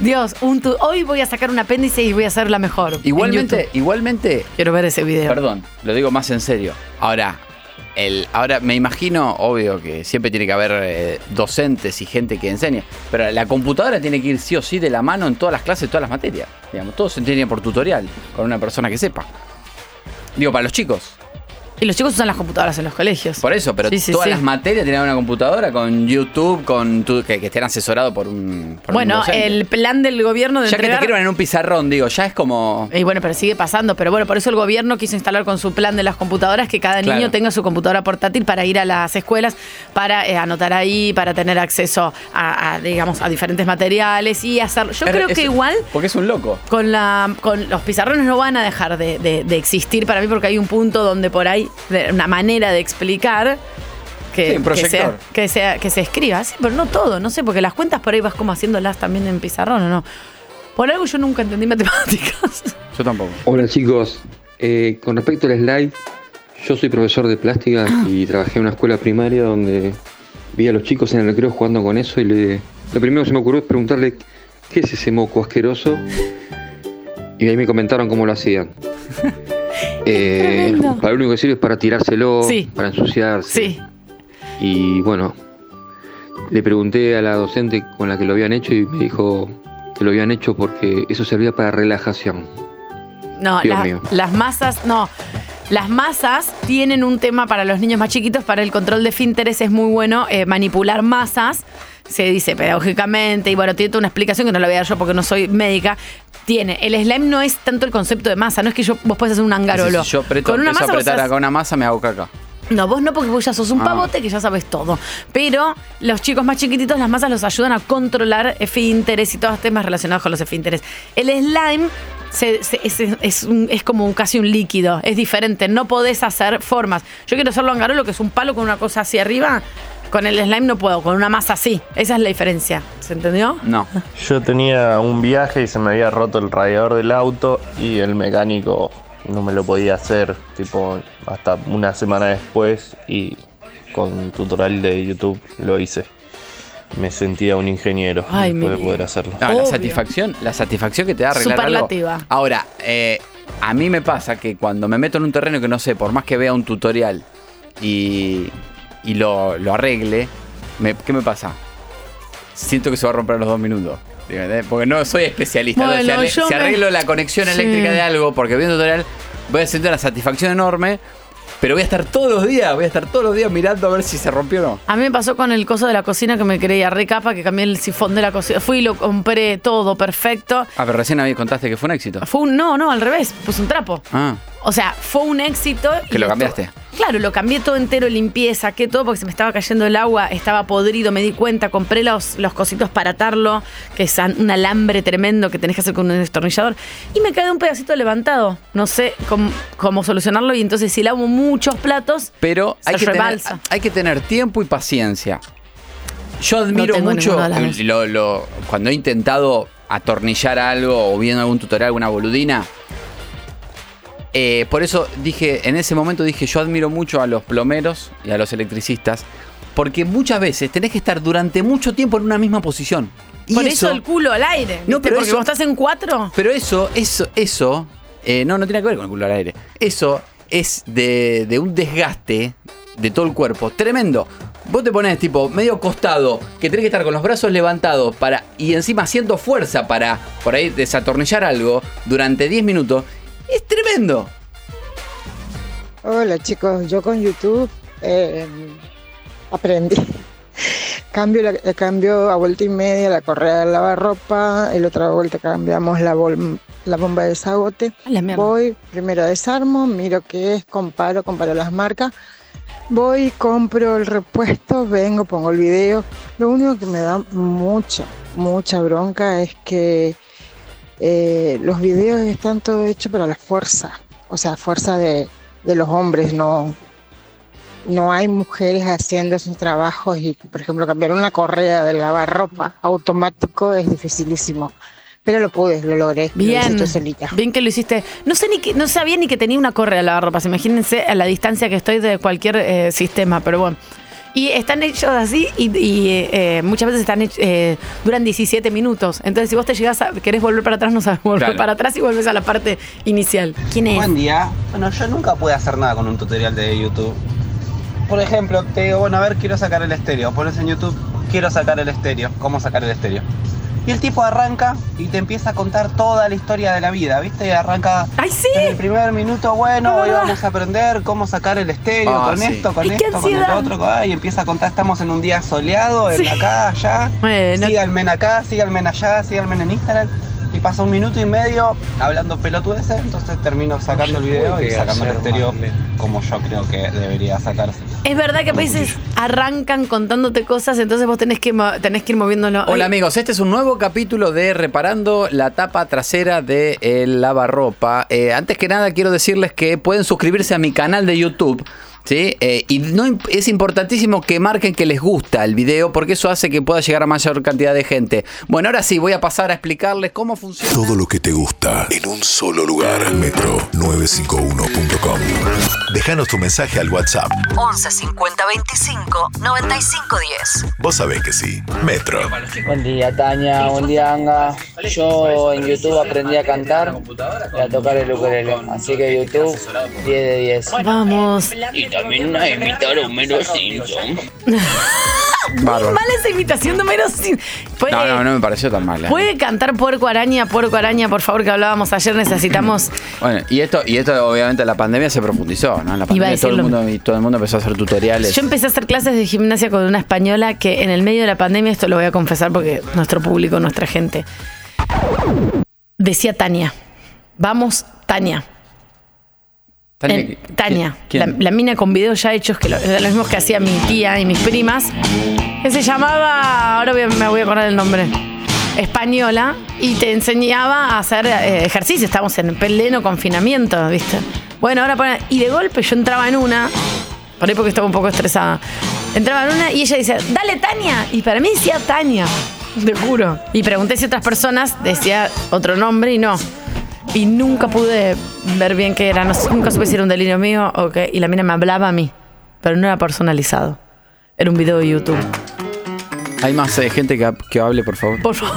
Speaker 6: Dios, un tu- hoy voy a sacar un apéndice y voy a hacerla mejor. en
Speaker 5: Igualmente,
Speaker 6: YouTube.
Speaker 5: igualmente.
Speaker 6: Quiero ver ese video.
Speaker 5: Perdón, lo digo más en serio. Ahora, el, ahora me imagino, obvio que siempre tiene que haber eh, docentes y gente que enseñe, pero la computadora tiene que ir sí o sí de la mano en todas las clases, todas las materias. Digamos, todo se entiende por tutorial, con una persona que sepa. Digo, para los chicos.
Speaker 6: Y los chicos usan las computadoras en los colegios.
Speaker 5: Por eso, pero
Speaker 6: Sí, sí,
Speaker 5: todas
Speaker 6: sí.
Speaker 5: las materias tienen una computadora con YouTube, con tu- que, que estén asesorado por un. por un
Speaker 6: Bueno,
Speaker 5: docente.
Speaker 6: el plan del gobierno de
Speaker 5: Ya que te
Speaker 6: entregar-
Speaker 5: escriban en un pizarrón, digo, ya es como.
Speaker 6: Y bueno, pero sigue pasando. Pero bueno, por eso el gobierno quiso instalar con su plan de las computadoras que cada
Speaker 5: Claro.
Speaker 6: niño tenga su computadora portátil para ir a las escuelas, para eh, anotar ahí, para tener acceso a, a, digamos, a diferentes materiales y hacerlo. Yo
Speaker 5: Es-
Speaker 6: creo
Speaker 5: es-
Speaker 6: que igual
Speaker 5: Porque es un loco.
Speaker 6: con, la, con los pizarrones no van a dejar de, de- de existir para mí porque hay un punto donde por ahí, de- una manera de explicar.
Speaker 5: Sí,
Speaker 6: Que,
Speaker 5: un
Speaker 6: que, sea,
Speaker 5: proyector.
Speaker 6: que, sea- que se escriba, sí, pero no todo, no sé, porque las cuentas por ahí vas como haciéndolas también en pizarrón o no. Por algo yo nunca entendí matemáticas.
Speaker 5: Yo tampoco.
Speaker 18: Hola chicos, Eh, con respecto al slide, yo soy profesor de plástica y trabajé en una escuela primaria donde vi a los chicos en el recreo jugando con eso y le- lo primero que se me ocurrió es preguntarle qué es ese moco asqueroso y ahí me comentaron cómo lo hacían. Eh,
Speaker 6: tremendo.
Speaker 18: para lo único que sirve es para tirárselo,
Speaker 6: Sí.
Speaker 18: para ensuciarse.
Speaker 6: Sí.
Speaker 18: Y bueno, le pregunté a la docente con la que lo habían hecho y me dijo que lo habían hecho porque eso servía para relajación.
Speaker 6: No,
Speaker 18: Dios
Speaker 6: la-
Speaker 18: mío.
Speaker 6: las masas, no. Las masas tienen un tema para los niños más chiquitos, para el control de finteres es muy bueno eh, manipular masas, se dice pedagógicamente, y bueno, tiene toda una explicación que no la voy a dar yo porque no soy médica. Tiene, el slime no es tanto el concepto de masa, no es que yo, vos puedes hacer un
Speaker 5: Entonces,
Speaker 6: angarolo.
Speaker 5: Si Ah, yo aprieto,
Speaker 6: con una
Speaker 5: empiezo
Speaker 6: masa
Speaker 5: a
Speaker 6: vos
Speaker 5: apretar
Speaker 6: haces-
Speaker 5: acá una masa, me hago caca.
Speaker 6: no, vos no, porque vos ya sos un
Speaker 5: Ah.
Speaker 6: pavote que ya sabes todo. Pero los chicos más chiquititos, las masas los ayudan a controlar esfínteres y todos los temas relacionados con los esfínteres. El slime se- se- es, es un- es como un- casi un líquido, es diferente, no podés hacer formas. Yo quiero hacerlo angarolo, que es un palo con una cosa así arriba. Con el slime no puedo, con una masa así. Esa es la diferencia. ¿Se entendió?
Speaker 5: No.
Speaker 19: Yo tenía un viaje y se me había roto el radiador del auto y el mecánico no me lo podía hacer, tipo, hasta una semana después y con un tutorial de YouTube lo hice. Me sentía un ingeniero
Speaker 5: Ay, mi
Speaker 19: después de
Speaker 5: vida.
Speaker 19: poder hacerlo.
Speaker 5: No, la satisfacción, la satisfacción que te da arreglar algo.
Speaker 6: Superlativa.
Speaker 5: Ahora, eh, a mí me pasa que cuando me meto en un terreno que no sé, por más que vea un tutorial y, y lo, lo arregle, me- ¿qué me pasa? Siento que se va a romper a los dos minutos. ¿entendés? Porque no soy especialista. ¿no?
Speaker 20: Bueno,
Speaker 5: si, arre-
Speaker 20: yo
Speaker 5: si
Speaker 20: me-
Speaker 5: arreglo la conexión
Speaker 20: Sí.
Speaker 5: eléctrica de algo, porque viendo un tutorial, voy a sentir una satisfacción enorme, pero voy a estar todos los días, voy a estar todos los días mirando a ver si se rompió o no.
Speaker 6: A mí me pasó con el coso de la cocina que me creía recapa, que cambié el sifón de la cocina. Fui y lo compré todo perfecto.
Speaker 5: Ah, pero recién ahí contaste que fue un éxito.
Speaker 20: Ah,
Speaker 6: Fue un, no, no, al revés, puse un trapo.
Speaker 5: Ah,
Speaker 6: O sea, fue un éxito.
Speaker 5: que
Speaker 6: y
Speaker 5: lo
Speaker 6: esto-
Speaker 5: cambiaste.
Speaker 6: Claro, lo cambié todo entero, limpié, saqué todo porque se me estaba cayendo el agua, estaba podrido, me di cuenta, compré los, los cositos para atarlo, que es an- un alambre tremendo que tenés que hacer con un destornillador, y me quedé un pedacito levantado. No sé cómo, cómo solucionarlo y entonces si lavo muchos platos,
Speaker 5: Pero
Speaker 6: Se
Speaker 5: hay que, tener,
Speaker 6: rebalsa.
Speaker 5: hay que tener tiempo y paciencia. Yo admiro
Speaker 6: tengo
Speaker 5: mucho
Speaker 6: ninguna de las dos.
Speaker 5: lo- lo- cuando he intentado atornillar algo o viendo algún tutorial, alguna boludina. eh, por eso dije, en ese momento dije, yo admiro mucho a los plomeros y a los electricistas, porque muchas veces tenés que estar durante mucho tiempo en una misma posición. Y
Speaker 6: por eso, el culo al aire.
Speaker 5: No,
Speaker 6: ¿viste?
Speaker 5: pero
Speaker 6: porque
Speaker 5: eso-
Speaker 6: vos estás en cuatro.
Speaker 5: Pero eso, eso, eso, eh, no, no tiene que ver con el culo al aire. Eso es de, de un desgaste de todo el cuerpo tremendo. Vos te pones tipo medio costado, que tenés que estar con los brazos levantados para y encima haciendo fuerza para por ahí desatornillar algo durante 10 minutos. Es tremendo.
Speaker 20: Hola chicos, yo con YouTube eh, aprendí. Cambio, la, eh, cambio a vuelta y media la correa de lavarropa y la otra vuelta cambiamos la, bol- la bomba de desagote. Voy, primero desarmo, miro qué es, comparo, comparo las marcas. Voy, compro el repuesto, vengo, pongo el video. Lo único que me da mucha, mucha bronca es que eh, los videos están todo hechos para la fuerza, o sea, fuerza de, de los hombres, no, no hay mujeres haciendo esos trabajos y, por ejemplo, cambiar una correa de lavarropa automático es dificilísimo. Pero lo pude, lo logré. lo hice
Speaker 6: Bien.
Speaker 20: yo solita.
Speaker 6: Bien que lo hiciste. No sé ni que, no sabía ni que tenía una correa de lavarropas. Imagínense a la distancia que estoy de cualquier eh, sistema, pero bueno. Y están hechos así y, y, eh, eh, muchas veces están hech- eh, duran 17 minutos. Entonces, si vos te llegás a, querés volver para atrás, no sabes volver
Speaker 21: Claro.
Speaker 6: para atrás y volvés a la parte inicial. ¿Quién es?
Speaker 21: Buen día. Bueno, yo nunca pude hacer nada con un tutorial de YouTube. Por ejemplo, te digo, bueno, a ver, quiero sacar el estéreo. Pones en YouTube, quiero sacar el estéreo. ¿Cómo sacar el estéreo? Y el tipo arranca y te empieza a contar toda la historia de la vida, ¿viste? Arranca en el primer minuto, bueno, hoy vamos a aprender cómo sacar el estéreo
Speaker 5: Ah,
Speaker 21: con
Speaker 5: sí.
Speaker 21: esto, con
Speaker 5: ¡Ay, qué
Speaker 21: esto, con el
Speaker 5: ansiedad!
Speaker 21: otro, con- ah, y empieza a contar, estamos en un día soleado, en acá, allá, síganme en acá, síganme en allá, síganme en Instagram. Y pasa un minuto y medio hablando pelotudeces, entonces termino sacando el video Tuve y que sacando el hacer estéreo como yo creo que debería sacarse.
Speaker 6: Es verdad que a veces arrancan contándote cosas, entonces vos tenés que, mo- tenés que ir moviéndolo.
Speaker 5: Hola amigos, este es un nuevo capítulo de Reparando la tapa trasera de el lavarropa. Eh, antes que nada quiero decirles que pueden suscribirse a mi canal de YouTube. ¿Sí? Eh, y no, imp- es importantísimo que marquen que les gusta el video porque eso hace que pueda llegar a mayor cantidad de gente. Bueno, ahora sí, voy a pasar a explicarles cómo funciona.
Speaker 22: Todo lo que te gusta en un solo lugar. Metro951.com. Déjanos tu mensaje al WhatsApp.
Speaker 23: 11 50 25 95 10.
Speaker 22: Vos sabés que sí. Metro.
Speaker 24: Buen día, Tania. Buen día, Anga. Yo en YouTube aprendí a cantar y a tocar el ukelele. Así que YouTube, 10 de 10.
Speaker 6: Vamos.
Speaker 24: Y también una invitar a Homero Simpson.
Speaker 5: Bárbaro.
Speaker 6: Mala esa imitación de Homero Sim- Puede-
Speaker 5: No, no, no me pareció tan mal. ¿eh?
Speaker 6: ¿Puede cantar Puerco Araña, Puerco Araña, por favor, que hablábamos ayer? Necesitamos.
Speaker 5: Bueno, y esto, y esto obviamente la pandemia se profundizó, ¿no? En la
Speaker 6: Iba a
Speaker 5: pandemia todo el,
Speaker 6: decirlo.
Speaker 5: mundo, y todo el mundo empezó a hacer tutoriales.
Speaker 6: Yo empecé a hacer clases de gimnasia con una española que en el medio de la pandemia, esto lo voy a confesar porque nuestro público, nuestra gente, decía Tania. Vamos, Tania.
Speaker 5: Tania,
Speaker 6: En- Tania, la,
Speaker 5: quién?
Speaker 6: la mina con videos ya hechos, que lo, eran los mismos que hacía mi tía y mis primas, que se llamaba, ahora voy a- me voy a acordar el nombre, española, y te enseñaba a hacer eh, ejercicio, estábamos en pleno confinamiento, ¿viste? Bueno, ahora pone- y de golpe yo entraba en una, por ahí porque estaba un poco estresada, entraba en una y ella decía, dale Tania, y para mí decía Tania, te juro. Y pregunté si otras personas decía otro nombre y no. Y nunca pude ver bien qué era. No sé, nunca supe si era un delirio mío o qué. Y la mina me hablaba a mí, pero no era personalizado. Era un video de YouTube.
Speaker 5: Hay más eh, gente que, que hable, por favor.
Speaker 6: Por favor.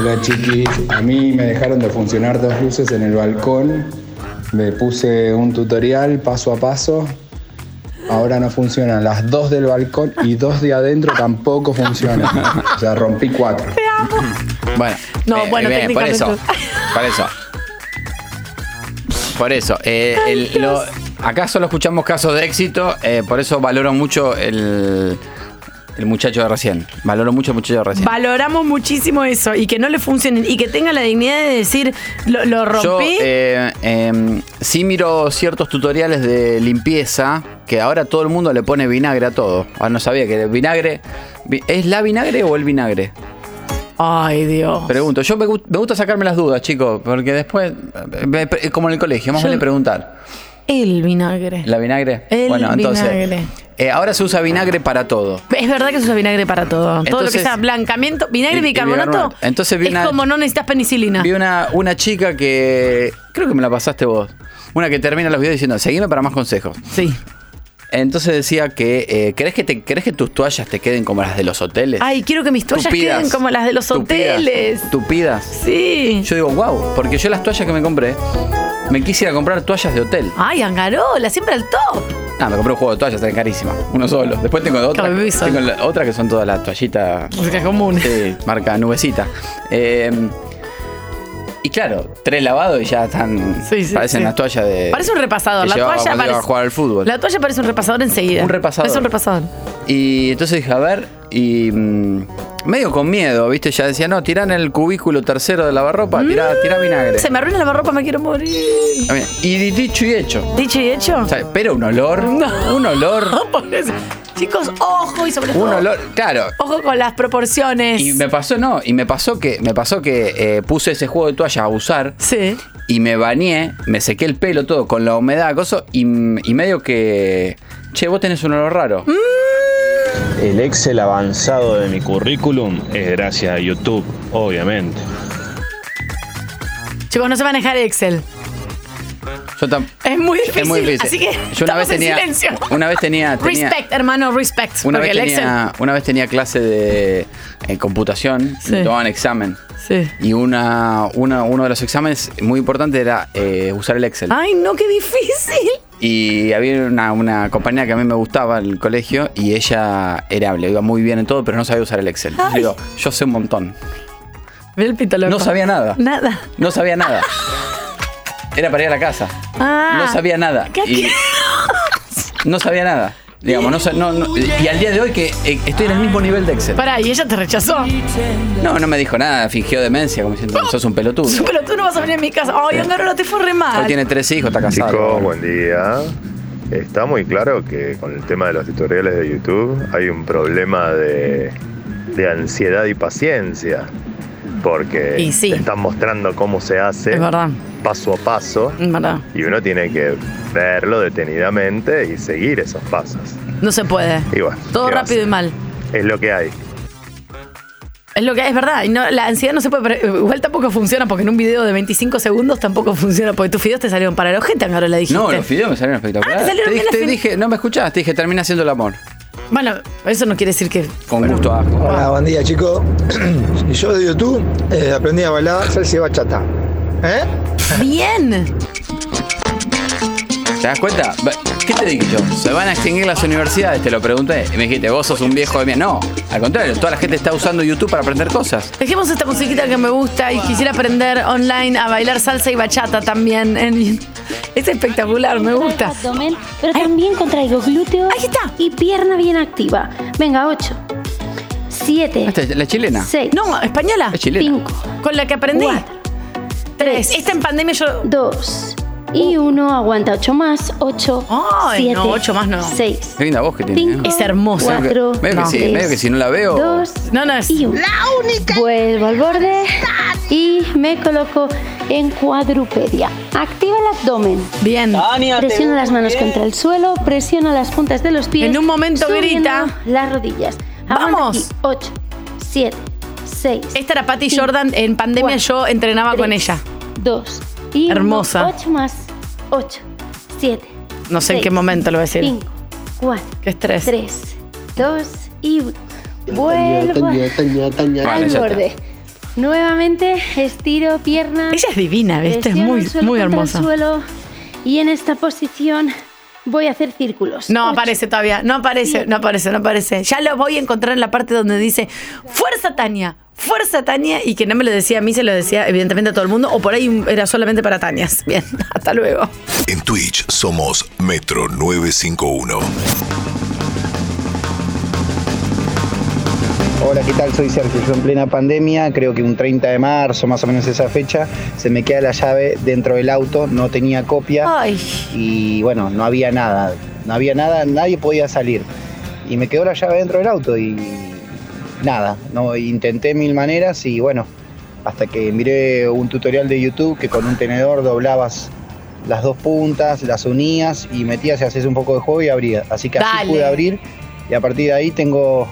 Speaker 25: Hola chiquis, a mí me dejaron de funcionar dos luces en el balcón, me puse un tutorial paso a paso, ahora no funcionan, las dos del balcón y dos de adentro tampoco funcionan, o sea, rompí cuatro.
Speaker 5: Bueno, eh,
Speaker 6: No, bueno,
Speaker 5: bien, por
Speaker 6: técnicamente- Ah.
Speaker 5: eso. Por eso. Por eso. eh, el- lo- acá solo escuchamos casos de éxito, eh, por eso valoro mucho el, el muchacho de recién. Valoro mucho el muchacho de recién.
Speaker 6: Valoramos muchísimo eso y que no le funcionen y que tenga la dignidad de decir, lo, lo
Speaker 5: Yo
Speaker 6: rompí.
Speaker 5: eh, eh, sí miro ciertos tutoriales de limpieza que ahora todo el mundo le pone vinagre a todo. Ah, no sabía que el vinagre. vi- ¿Es la vinagre o el vinagre?
Speaker 6: Ay, Dios.
Speaker 5: Pregunto. Yo me, gust- me gusta sacarme las dudas, chicos, porque después, eh, me pre- como en el colegio, más
Speaker 6: Yo-
Speaker 5: vale preguntar.
Speaker 6: El vinagre.
Speaker 5: ¿La vinagre?
Speaker 6: El
Speaker 5: bueno, entonces.
Speaker 6: vinagre.
Speaker 5: eh, ahora se usa vinagre para todo.
Speaker 6: Es verdad que se usa vinagre para todo. todo lo que
Speaker 5: Entonces-
Speaker 6: sea blancamiento, vinagre y
Speaker 5: Y- y
Speaker 6: bicarbonato.
Speaker 5: bicarbonato. Entonces vi
Speaker 6: es
Speaker 5: una-
Speaker 6: como no necesitas penicilina.
Speaker 5: Vi una, una chica que. Creo que me la pasaste vos. Una que termina los videos diciendo, seguime para más consejos.
Speaker 6: Sí.
Speaker 5: Entonces decía que. eh, ¿crees, que te, ¿Crees que tus toallas te queden como las de los hoteles?
Speaker 6: Ay, quiero que mis toallas
Speaker 5: Tupidas.
Speaker 6: queden como las de los
Speaker 5: Tupidas.
Speaker 6: hoteles.
Speaker 5: ¿Tupidas?
Speaker 6: Sí.
Speaker 5: Yo digo, wow, porque yo las toallas que me compré Me quisiera comprar toallas de hotel.
Speaker 6: Ay, Angarola, siempre al top.
Speaker 5: Ah, me compré un juego de toallas, sale carísima. Uno solo. Después tengo otra. Tengo la- otra que son todas las toallitas.
Speaker 6: comunes.
Speaker 5: Sí, marca nubecita. Eh, y claro, tres lavados y ya están. parecen
Speaker 6: sí.
Speaker 5: las toallas de.
Speaker 6: Parece un repasador.
Speaker 5: Eh, que
Speaker 6: La
Speaker 5: llevaba
Speaker 6: toalla
Speaker 5: cuando iba a
Speaker 6: parece.
Speaker 5: jugar al fútbol.
Speaker 6: La toalla parece un repasador enseguida.
Speaker 5: Un repasador.
Speaker 6: Es un repasador.
Speaker 5: Y entonces dije, a ver, y mm, medio con miedo, ¿viste? Ya decía, no, tirá en el cubículo tercero de lavarropa, tirá, tirá vinagre.
Speaker 6: Mm. Se me arruina la barropa, me quiero morir.
Speaker 5: Ah, bien. Y di- dicho y hecho.
Speaker 6: Dicho y hecho.
Speaker 5: O sea, pero un olor, un olor,
Speaker 6: Chicos, ojo y sobre todo.
Speaker 5: un olor, claro.
Speaker 6: Ojo con las proporciones.
Speaker 5: Y me pasó, no, y me pasó que, me pasó que eh, puse ese juego de toalla a usar.
Speaker 6: Sí.
Speaker 5: Y me bañé, me sequé el pelo todo con la humedad, coso, y, y medio que. Che, vos tenés un olor raro.
Speaker 6: Mm.
Speaker 1: El Excel avanzado de mi currículum es gracias a YouTube, obviamente.
Speaker 6: Chicos, no se manejar Excel.
Speaker 5: Yo tam-
Speaker 6: Es muy difícil.
Speaker 5: Es muy difícil.
Speaker 6: Así
Speaker 5: Yo
Speaker 6: que
Speaker 5: una vez
Speaker 6: estamos en
Speaker 5: tenía.
Speaker 6: silencio.
Speaker 5: Una vez tenía. Ah, tenía-
Speaker 6: Respect, hermano, respect.
Speaker 5: Una
Speaker 6: porque
Speaker 5: vez,
Speaker 6: el
Speaker 5: tenía, una vez tenía clase de eh, computación,
Speaker 6: Sí.
Speaker 5: me tomaban examen.
Speaker 6: Sí.
Speaker 5: Y una, una- uno de los exámenes muy importante era eh, usar el Excel.
Speaker 6: Excel. Ay, no, qué difícil.
Speaker 5: Y había una, una compañera que a mí me gustaba en el colegio y ella era, le iba muy bien en todo, pero no sabía usar el Excel. Yo digo, yo sé un montón.
Speaker 6: Mira el pito loco.
Speaker 5: No sabía nada.
Speaker 6: Nada.
Speaker 5: No sabía nada. Era para ir a la casa.
Speaker 6: Ah.
Speaker 5: No sabía nada. Y no sabía nada. Digamos, no, sa- no- no- y al día de hoy que eh, estoy en el mismo nivel de Excel.
Speaker 6: Pará, y ella te rechazó.
Speaker 5: No, no me dijo nada, fingió demencia, como diciendo, sos un pelotudo.
Speaker 6: Sí, Pero tú no vas a venir a mi casa. Ay, Angarola, te fue re
Speaker 5: Hoy
Speaker 6: mal.
Speaker 5: tiene tres hijos, está casado.
Speaker 2: Chicos, buen día. Está muy claro que con el tema de los tutoriales de YouTube hay un problema de, de ansiedad y paciencia. Porque
Speaker 6: Y sí.
Speaker 2: te están mostrando cómo se hace
Speaker 6: Es verdad.
Speaker 2: paso a paso.
Speaker 6: verdad.
Speaker 2: Y uno tiene que verlo detenidamente y seguir esos pasos.
Speaker 6: No se puede.
Speaker 2: Y bueno,
Speaker 6: Todo
Speaker 2: ¿qué va a
Speaker 6: rápido y mal.
Speaker 2: hacer? Es lo que hay.
Speaker 6: Es lo que es verdad. Y no, la ansiedad no se puede. pre- Igual tampoco funciona porque en un video de 25 segundos tampoco funciona porque tus videos te salieron para la gente, Angarola, dijiste.
Speaker 5: No, los videos me salieron espectaculares.
Speaker 6: Ah, te salieron
Speaker 5: Te
Speaker 6: bien
Speaker 5: dije-
Speaker 6: al
Speaker 5: te dije, no me escuchás, te dije, termina haciendo el amor.
Speaker 6: Bueno, eso no quiere decir que.
Speaker 5: Con gusto a asco.
Speaker 3: Hola, buen día, chicos. Yo de YouTube eh, aprendí a bailar salsa y bachata. ¿Eh?
Speaker 6: Bien.
Speaker 5: ¿Te das cuenta? Ve- ¿Qué te dije yo? ¿Se van a extinguir las universidades? Te lo pregunté. Y me dijiste, vos sos un viejo de mierda. No, al contrario, toda la gente está usando YouTube para aprender cosas.
Speaker 6: Dejemos esta musiquita que me gusta y quisiera aprender online a bailar salsa y bachata también. en- Es espectacular, me gusta.
Speaker 4: pero también contraigo glúteo y pierna bien activa. Venga, 8, 7,
Speaker 5: Esta es la chilena.
Speaker 4: 6.
Speaker 6: No, española.
Speaker 5: Es chilena.
Speaker 6: Con la que aprendí. Tres. Esta en pandemia yo.
Speaker 4: Dos. Y uno aguanta 8 más, 8,
Speaker 6: Ay,
Speaker 4: 7,
Speaker 6: no, ocho más no.
Speaker 4: 6.
Speaker 5: Qué linda voz que tiene. ¿eh?
Speaker 6: Es hermosa.
Speaker 5: Medio que, medio que
Speaker 4: No.
Speaker 5: sí, medio que si no la veo.
Speaker 4: Dos.
Speaker 6: No, no es.
Speaker 4: Y un. Vuelvo al borde y me coloco en cuadrupedia. Activa el abdomen.
Speaker 6: Bien.
Speaker 4: Presiona
Speaker 6: te veo
Speaker 4: las manos
Speaker 6: bien.
Speaker 4: contra el suelo, presiona las puntas de los pies.
Speaker 6: En un momento
Speaker 4: subiendo
Speaker 6: grita.
Speaker 4: Las rodillas.
Speaker 6: Vamos.
Speaker 4: 8, 7, 6.
Speaker 6: Esta era Patty Jordan. En pandemia yo entrenaba con ella.
Speaker 4: Dos. Y
Speaker 6: Hermosa.
Speaker 4: 8 más. 8, 7.
Speaker 6: No sé en qué momento lo voy a decir.
Speaker 4: 5, 4.
Speaker 6: Qué estrés.
Speaker 4: 3, 2 y vuelvo al borde. Nuevamente estiro pierna.
Speaker 6: Ella es divina, ¿viste? Es
Speaker 4: presiono
Speaker 6: muy-
Speaker 4: el suelo
Speaker 6: muy
Speaker 4: contra el
Speaker 6: hermosa.
Speaker 4: suelo, y en esta posición voy a hacer círculos.
Speaker 6: No aparece todavía, no aparece, no aparece, no aparece. Ya lo voy a encontrar en la parte donde dice Fuerza Tania, Fuerza Tania, y que no me lo decía a mí, se lo decía evidentemente a todo el mundo, o por ahí era solamente para Tanias. Bien, hasta luego.
Speaker 22: En Twitch somos Metro 951.
Speaker 8: Hola, ¿qué tal? Soy Sergio. Yo en plena pandemia, creo que un 30 de marzo, más o menos esa fecha, se me queda la llave dentro del auto, no tenía copia. Y bueno, no había nada. No había nada, nadie podía salir. Y me quedó la llave dentro del auto y nada. No, intenté mil maneras y bueno, hasta que miré un tutorial de YouTube que con un tenedor doblabas las dos puntas, las unías y metías y hacías un poco de juego y abrías. Así que así
Speaker 6: Dale.
Speaker 8: pude abrir y a partir de ahí tengo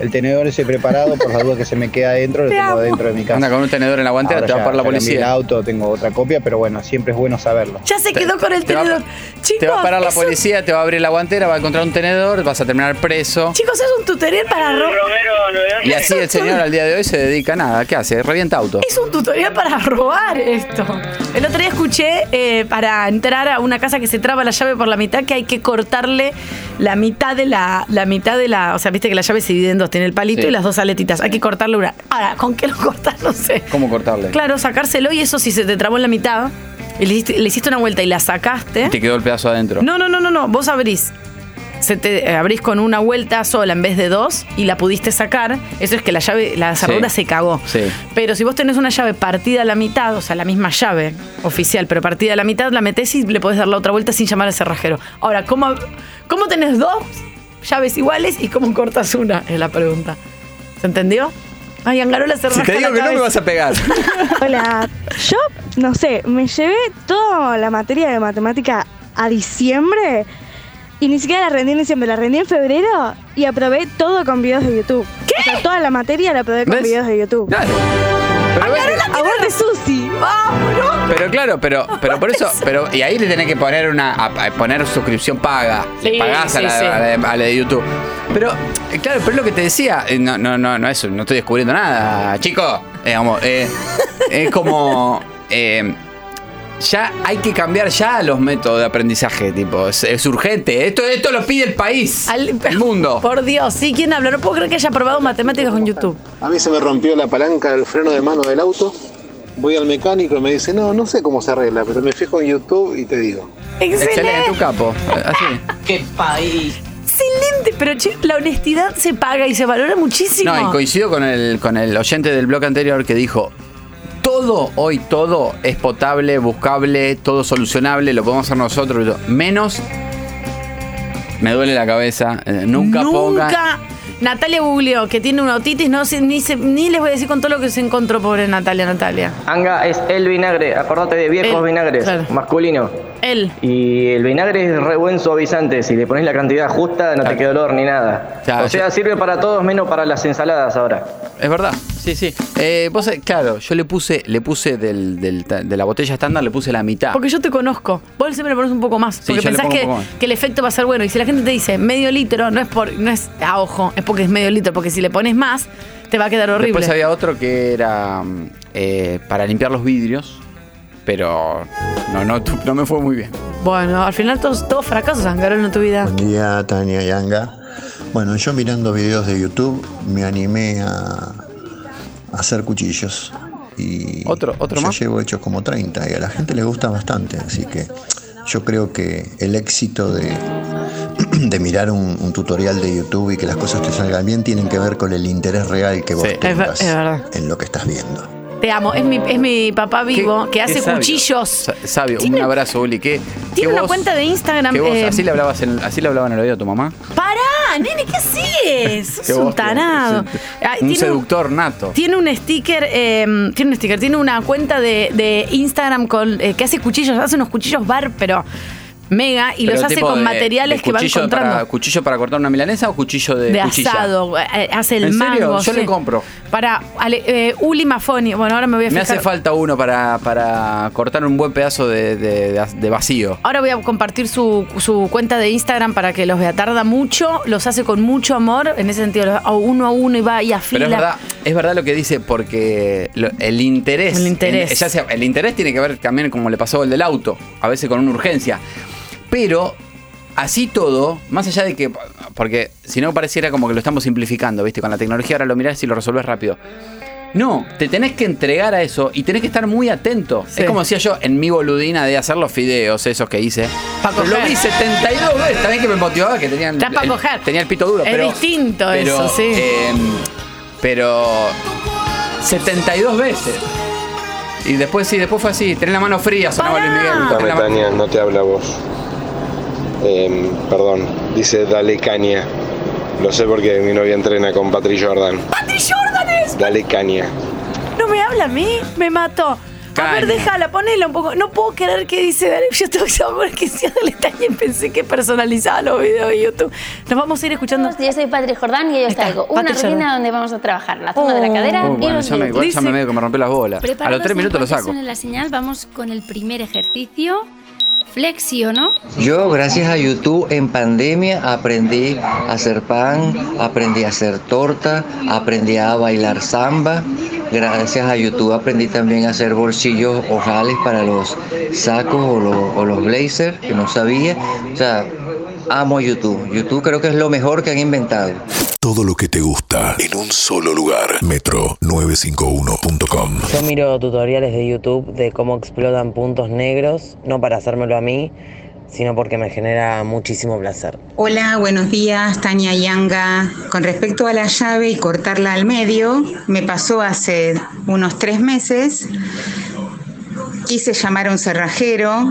Speaker 8: el tenedor ese preparado, por la duda que se me queda adentro, lo
Speaker 5: Te
Speaker 8: tengo
Speaker 5: amo.
Speaker 8: dentro de mi casa.
Speaker 5: Anda con un tenedor en la guantera,
Speaker 8: Ahora
Speaker 5: te va
Speaker 8: ya-
Speaker 5: a parar la
Speaker 8: ya cambié el
Speaker 5: policía.
Speaker 8: auto, tengo otra copia, pero bueno, siempre es bueno saberlo.
Speaker 6: Ya se quedó con el
Speaker 5: te va-
Speaker 6: tenedor. Chicos,
Speaker 5: Te va a parar la
Speaker 6: eso-
Speaker 5: policía, te va a abrir la guantera, va a encontrar un tenedor, vas a terminar preso.
Speaker 6: Chicos, es un tutorial para ro-
Speaker 5: Y así el señor al día de hoy se dedica a nada. ¿Qué hace? Revienta autos.
Speaker 6: Es un tutorial para robar esto. El otro día escuché eh, para entrar a una casa que se traba la llave por la mitad que hay que cortarle la mitad de la, la mitad de la, o sea, viste que la llave se divide en dos, tiene el palito
Speaker 5: Sí.
Speaker 6: y las dos aletitas. Hay que cortarle una. Ahora, ¿con qué lo cortas? No sé.
Speaker 5: ¿Cómo cortarle?
Speaker 6: Claro, sacárselo y eso si se te trabó en la mitad y le hiciste, le hiciste una vuelta y la sacaste.
Speaker 5: Y te quedó el pedazo adentro.
Speaker 6: No, no, no, no, no. Vos abrís. Se te eh, abrís con una vuelta sola en vez de dos y la pudiste sacar. Eso es que la llave, la cerradura se cagó.
Speaker 5: Sí.
Speaker 6: Pero si vos tenés una llave partida a la mitad, o sea, la misma llave oficial, pero partida a la mitad, la metés y le podés dar la otra vuelta sin llamar al cerrajero. Ahora, ¿cómo, ab- cómo tenés dos llaves iguales y cómo cortas una? Es la pregunta. ¿Se entendió? Ay, Angarola se
Speaker 5: Si
Speaker 6: rasca
Speaker 5: te digo
Speaker 6: la
Speaker 5: que no me
Speaker 6: cabeza.
Speaker 5: vas a pegar.
Speaker 9: Hola. Yo, no sé, me llevé toda la materia de matemática a diciembre y ni siquiera la rendí en diciembre, la rendí en febrero y aprobé todo con videos de YouTube. ¿Qué? O sea, toda la materia la aprobé con
Speaker 5: ¿Ves?
Speaker 9: videos de YouTube.
Speaker 5: Claro.
Speaker 9: Aguante Susi.
Speaker 5: Pero claro, pero, pero por eso, pero y ahí le tenés que poner una a- a poner suscripción paga, le
Speaker 6: Sí,
Speaker 5: pagás a,
Speaker 6: sí,
Speaker 5: la,
Speaker 6: sí.
Speaker 5: a la- a la de YouTube. Pero eh, claro, pero es lo que te decía, eh, no no no no es, no estoy descubriendo nada, chicos. Digamos, eh, es como eh, ya hay que cambiar ya los métodos de aprendizaje, tipo, es, es urgente. Esto esto lo pide el país, el mundo.
Speaker 6: Por Dios, sí, ¿quién habla? No puedo creer que haya probado matemáticas con YouTube.
Speaker 10: A mí se me rompió la palanca del freno de mano del auto. Voy al mecánico y me dice, no, no sé cómo se arregla, pero me fijo en YouTube y te digo.
Speaker 5: Excelente, un capo. Así.
Speaker 10: ¡Qué país!
Speaker 6: Excelente, pero che, la honestidad se paga y se valora muchísimo.
Speaker 5: No, y coincido con el, con el oyente del blog anterior que dijo, todo, hoy todo es potable, buscable, todo solucionable, lo podemos hacer nosotros, y todo. menos... Me duele la cabeza, eh, nunca, pongan...
Speaker 6: Nunca. Natalia googleó que tiene una otitis, no sé, ni, se- ni les voy a decir con todo lo que se encontró, pobre Natalia, Natalia.
Speaker 10: Anga es el vinagre, acordate de viejos
Speaker 6: El,
Speaker 10: vinagres,
Speaker 6: claro.
Speaker 10: masculino.
Speaker 6: Él.
Speaker 10: Y el vinagre es re buen suavizante, si le pones la cantidad justa no te queda olor ni nada. o sea, sirve para todos menos para las ensaladas ahora.
Speaker 5: Es verdad, sí, sí. Eh, vos sabés, claro, yo le puse, le puse del- del- de la botella estándar, le puse la mitad.
Speaker 6: Porque yo te conozco. Vos siempre le pones un poco más.
Speaker 5: Sí,
Speaker 6: Porque
Speaker 5: yo le
Speaker 6: pensás
Speaker 5: pongo un
Speaker 6: que,
Speaker 5: poco más.
Speaker 6: que el efecto va a ser bueno. Y si la gente te dice medio litro, no es por, no es a ojo, es porque es medio litro, porque si le pones más, te va a quedar horrible.
Speaker 5: Después había otro que era mm, eh, para limpiar los vidrios, pero no, no, tu- no me fue muy bien.
Speaker 6: Bueno, al final todos, todos fracasos, Angarol, en tu vida.
Speaker 11: Buen día, Tania Yanga. Bueno, yo mirando videos de YouTube me animé a, a hacer cuchillos. Y
Speaker 5: otro, otro
Speaker 11: ya
Speaker 5: más.
Speaker 11: llevo hechos como 30 y a la gente le gusta bastante. Así que yo creo que el éxito de, de mirar un, un tutorial de YouTube y que las cosas te salgan bien tienen que ver con el interés real que vos
Speaker 6: Es ver-
Speaker 11: tengas
Speaker 6: es verdad.
Speaker 11: en lo que estás viendo.
Speaker 6: Te amo. Es mi, es mi papá vivo que
Speaker 5: qué
Speaker 6: hace
Speaker 5: sabio.
Speaker 6: cuchillos.
Speaker 5: Sa- Sabio, un abrazo, Uli. ¿Qué,
Speaker 6: Tiene una cuenta de Instagram.
Speaker 5: que vos
Speaker 6: eh,
Speaker 5: así le hablabas en, así le hablaban en el oído a tu mamá.
Speaker 6: ¡Pará! Nene, ¿qué haces? Sos
Speaker 5: Que
Speaker 6: un
Speaker 5: vos, que- eh,
Speaker 6: tarado. Ah,
Speaker 5: un
Speaker 6: tiene un-
Speaker 5: seductor nato.
Speaker 6: Tiene un sticker, eh, tiene un sticker, tiene una cuenta de, de Instagram con eh, que hace cuchillos, hace unos cuchillos bar, pero mega, y
Speaker 5: Pero
Speaker 6: los hace
Speaker 5: tipo
Speaker 6: con
Speaker 5: de-
Speaker 6: materiales
Speaker 5: de
Speaker 6: que va
Speaker 5: cuchillo
Speaker 6: encontrando.
Speaker 5: Para, ¿Cuchillo para cortar una milanesa o cuchillo de,
Speaker 6: de
Speaker 5: cuchilla?
Speaker 6: asado, eh, hace el
Speaker 5: ¿En
Speaker 6: mango.
Speaker 5: serio? Yo
Speaker 6: sí.
Speaker 5: le compro.
Speaker 6: Para Ale- eh, Uli Mafoni. Bueno, ahora me voy a
Speaker 5: Me
Speaker 6: fijar.
Speaker 5: hace falta uno para, para cortar un buen pedazo de, de- de- de vacío.
Speaker 6: Ahora voy a compartir su, su cuenta de Instagram para que los vea. Tarda mucho, los hace con mucho amor. En ese sentido, los- a uno a uno y va y afila.
Speaker 5: Pero es verdad, es verdad lo que dice, porque lo- el interés.
Speaker 6: El interés.
Speaker 5: en- ya sea- el interés tiene que ver también como le pasó el del auto, a veces con una urgencia. Pero, así todo, más allá de que. Porque si no pareciera como que lo estamos simplificando, ¿viste? Con la tecnología ahora lo mirás y lo resolvés rápido. No, te tenés que entregar a eso y tenés que estar muy atento. Es como decía yo en mi boludina de hacer los fideos, esos que hice. Pero lo
Speaker 6: coger.
Speaker 5: vi 72 veces, también que me motivaba que tenían.
Speaker 6: Está pa'
Speaker 5: el-
Speaker 6: coger.
Speaker 5: Tenía el pito duro,
Speaker 6: Es
Speaker 5: pero.
Speaker 6: distinto Oh, eso, sí.
Speaker 5: em, pero 72 veces. Y después sí, después fue así, tenés la mano fría, sonaba Luis Miguel. tenés la
Speaker 12: Dame
Speaker 5: mano-
Speaker 12: caña, no te habla vos. Em, perdón, dice dale caña. Lo sé porque mi novia entrena con Patrick Jordan.
Speaker 6: ¡Patrick Jordan es!
Speaker 12: Dale caña.
Speaker 6: No me habla a mí, me mato. A ver, déjala, ponela un poco. No puedo creer que dice Dale, yo tengo que sea de detalle. Pensé que personalizaba los videos de YouTube. Nos vamos a ir escuchando.
Speaker 4: Yo soy Patri Jordán y ellos traigo una
Speaker 6: Patri Jordán.
Speaker 4: rutina donde vamos a trabajar la zona de la cadera
Speaker 5: Uh,
Speaker 4: y
Speaker 5: bueno,
Speaker 4: los
Speaker 5: ya me, igual ya me medio que me rompió las bolas. A los tres minutos lo saco.
Speaker 4: la señal, vamos con el primer ejercicio. Flexiono.
Speaker 24: Yo, gracias a YouTube, en pandemia aprendí a hacer pan, aprendí a hacer torta, aprendí a bailar samba. Gracias a YouTube aprendí también a hacer bolsillos ojales para los sacos o, lo- o los blazers, que no sabía. O sea, amo YouTube. YouTube creo que es lo mejor que han inventado.
Speaker 22: Todo lo que te gusta en un solo lugar. Metro951.com.
Speaker 7: Yo miro tutoriales de YouTube de cómo explotan puntos negros, no para hacérmelo a mí, sino porque me genera muchísimo placer.
Speaker 26: Hola, buenos días, Tania Yanga. Con respecto a la llave y cortarla al medio, me pasó hace unos tres meses. Quise llamar a un cerrajero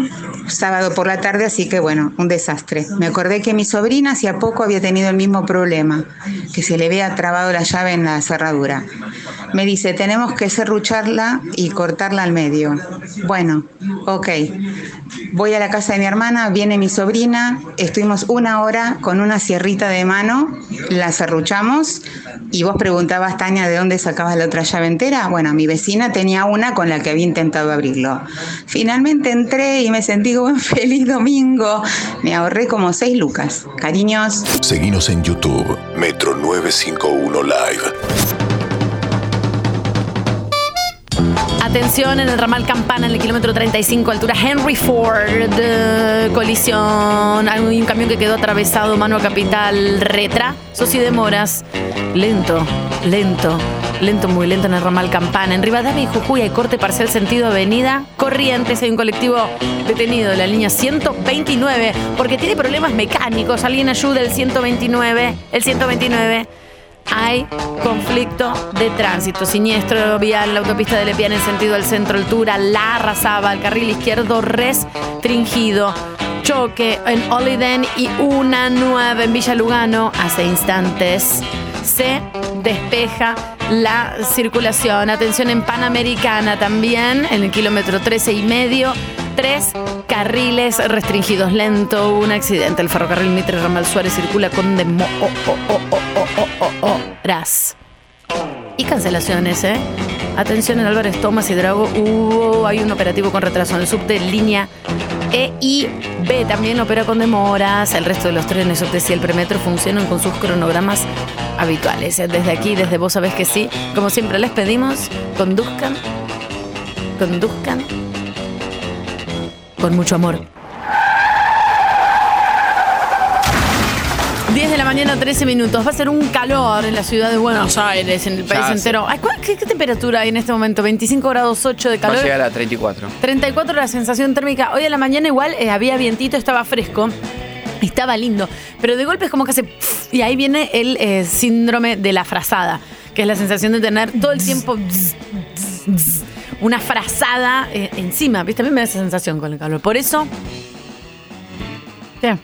Speaker 26: sábado por la tarde, así que bueno, un desastre. Me acordé que mi sobrina hacía poco había tenido el mismo problema, que se le había trabado la llave en la cerradura. Me dice, tenemos que serrucharla y cortarla al medio. Bueno, ok. Voy a la casa de mi hermana, viene mi sobrina, estuvimos una hora con una sierrita de mano, la serruchamos y vos preguntabas, Tania, ¿de dónde sacabas la otra llave entera? Bueno, mi vecina tenía una con la que había intentado abrirlo. Finalmente entré y me sentí como un feliz domingo. Me ahorré como seis lucas. Cariños.
Speaker 22: Seguinos en YouTube. Metro951 Live.
Speaker 6: Atención en el ramal Campana, en el kilómetro 35, altura Henry Ford. eh, colisión. Hay un camión que quedó atravesado, mano a capital, retra. Eso sí, demoras. Lento, lento, lento, muy lento en el ramal Campana. En Rivadavia y Jujuy hay corte parcial sentido avenida Corrientes. Hay un colectivo detenido de la línea 129 porque tiene problemas mecánicos. Alguien ayuda el 129, el 129 hay conflicto de tránsito. Siniestro vial, la autopista de Lepian en sentido al centro, altura, la arrasaba, el carril izquierdo restringido. Choque en Oliden y una nueva en Villa Lugano hace instantes. Se despeja la circulación. Atención en Panamericana también, en el kilómetro 13 y medio. Tres carriles restringidos. Lento, un accidente. El ferrocarril Mitre Ramal Suárez circula con demo. oh, oh, oh, oh, oh, oh, oh, oh, ras. Y cancelaciones, ¿eh? Atención en Álvarez Thomas y Drago. Hubo, hay un operativo con retraso en el subte línea E y B. También opera con demoras. El resto de los trenes subtes y el premetro funcionan con sus cronogramas habituales. ¿eh? Desde aquí, desde vos sabés que sí. Como siempre les pedimos, conduzcan, conduzcan con mucho amor. 10 de la mañana, 13 minutos. Va a ser un calor en la ciudad de Buenos Aires, en el
Speaker 5: Ya
Speaker 6: país
Speaker 5: hace.
Speaker 6: entero. Ay, ¿cuál- qué, qué temperatura hay en este momento? 25 grados 8 de
Speaker 5: Va a
Speaker 6: calor.
Speaker 5: llegar a 34.
Speaker 6: 34 la sensación térmica. Hoy a la mañana igual eh, había vientito, estaba fresco. Estaba lindo. Pero de golpe es como que hace... pf, Y ahí viene el eh, síndrome de la frazada, que es la sensación de tener todo el tiempo bzz, bzz, bzz, una frazada eh, encima. ¿Viste? A mí me da esa sensación con el calor. Por eso... ¿Qué?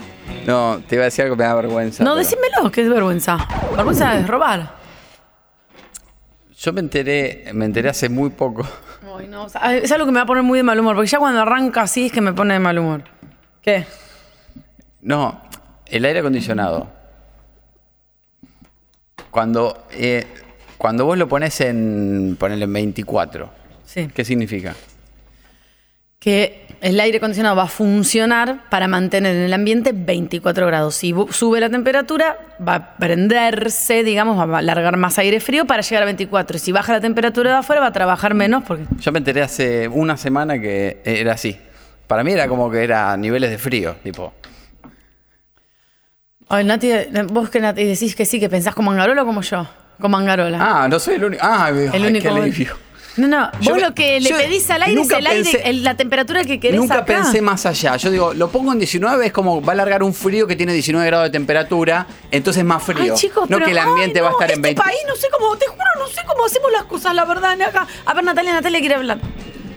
Speaker 5: No, te iba a decir algo que me da vergüenza.
Speaker 6: No,
Speaker 5: pero-
Speaker 6: decímelo, que es vergüenza. Vergüenza es robar.
Speaker 5: Yo me enteré, me enteré hace muy poco.
Speaker 6: Ay, no, o sea, es algo que me va a poner muy de mal humor, porque ya cuando arranca así es que me pone de mal humor. ¿Qué?
Speaker 5: No, el aire acondicionado. Cuando, eh, cuando vos lo pones en, ponele en 24,
Speaker 6: Sí.
Speaker 5: ¿qué significa?
Speaker 6: Que el aire acondicionado va a funcionar para mantener en el ambiente 24 grados. Si bu- sube la temperatura, va a prenderse, digamos, va a largar más aire frío para llegar a 24. Y si baja la temperatura de afuera, va a trabajar menos porque...
Speaker 5: Yo me enteré hace una semana que era así. Para mí era como que era niveles de frío, tipo.
Speaker 6: Ay, Nati, eh, vos que Nati decís que sí, que pensás como Angarola o como yo. Como Angarola.
Speaker 5: Ah, no soy el único. Ah, el
Speaker 6: El único-
Speaker 5: qué alivio.
Speaker 6: No, no, vos
Speaker 5: Yo-
Speaker 6: lo que le
Speaker 5: yo
Speaker 6: pedís al aire es
Speaker 5: nunca
Speaker 6: el aire,
Speaker 5: pensé-
Speaker 6: el- la temperatura que querés
Speaker 5: Nunca
Speaker 6: acá.
Speaker 5: pensé más allá. Yo digo, lo pongo en 19, es como va a largar un frío que tiene 19 grados de temperatura, entonces más frío.
Speaker 6: Ay, chicos,
Speaker 5: no
Speaker 6: pero-
Speaker 5: que el
Speaker 6: ay,
Speaker 5: ambiente va a
Speaker 6: no,
Speaker 5: estar en
Speaker 6: este
Speaker 5: 20.
Speaker 6: país no sé cómo, te juro, no sé cómo hacemos las cosas, la verdad, ni acá. A ver, Natalia, Natalia quiere hablar.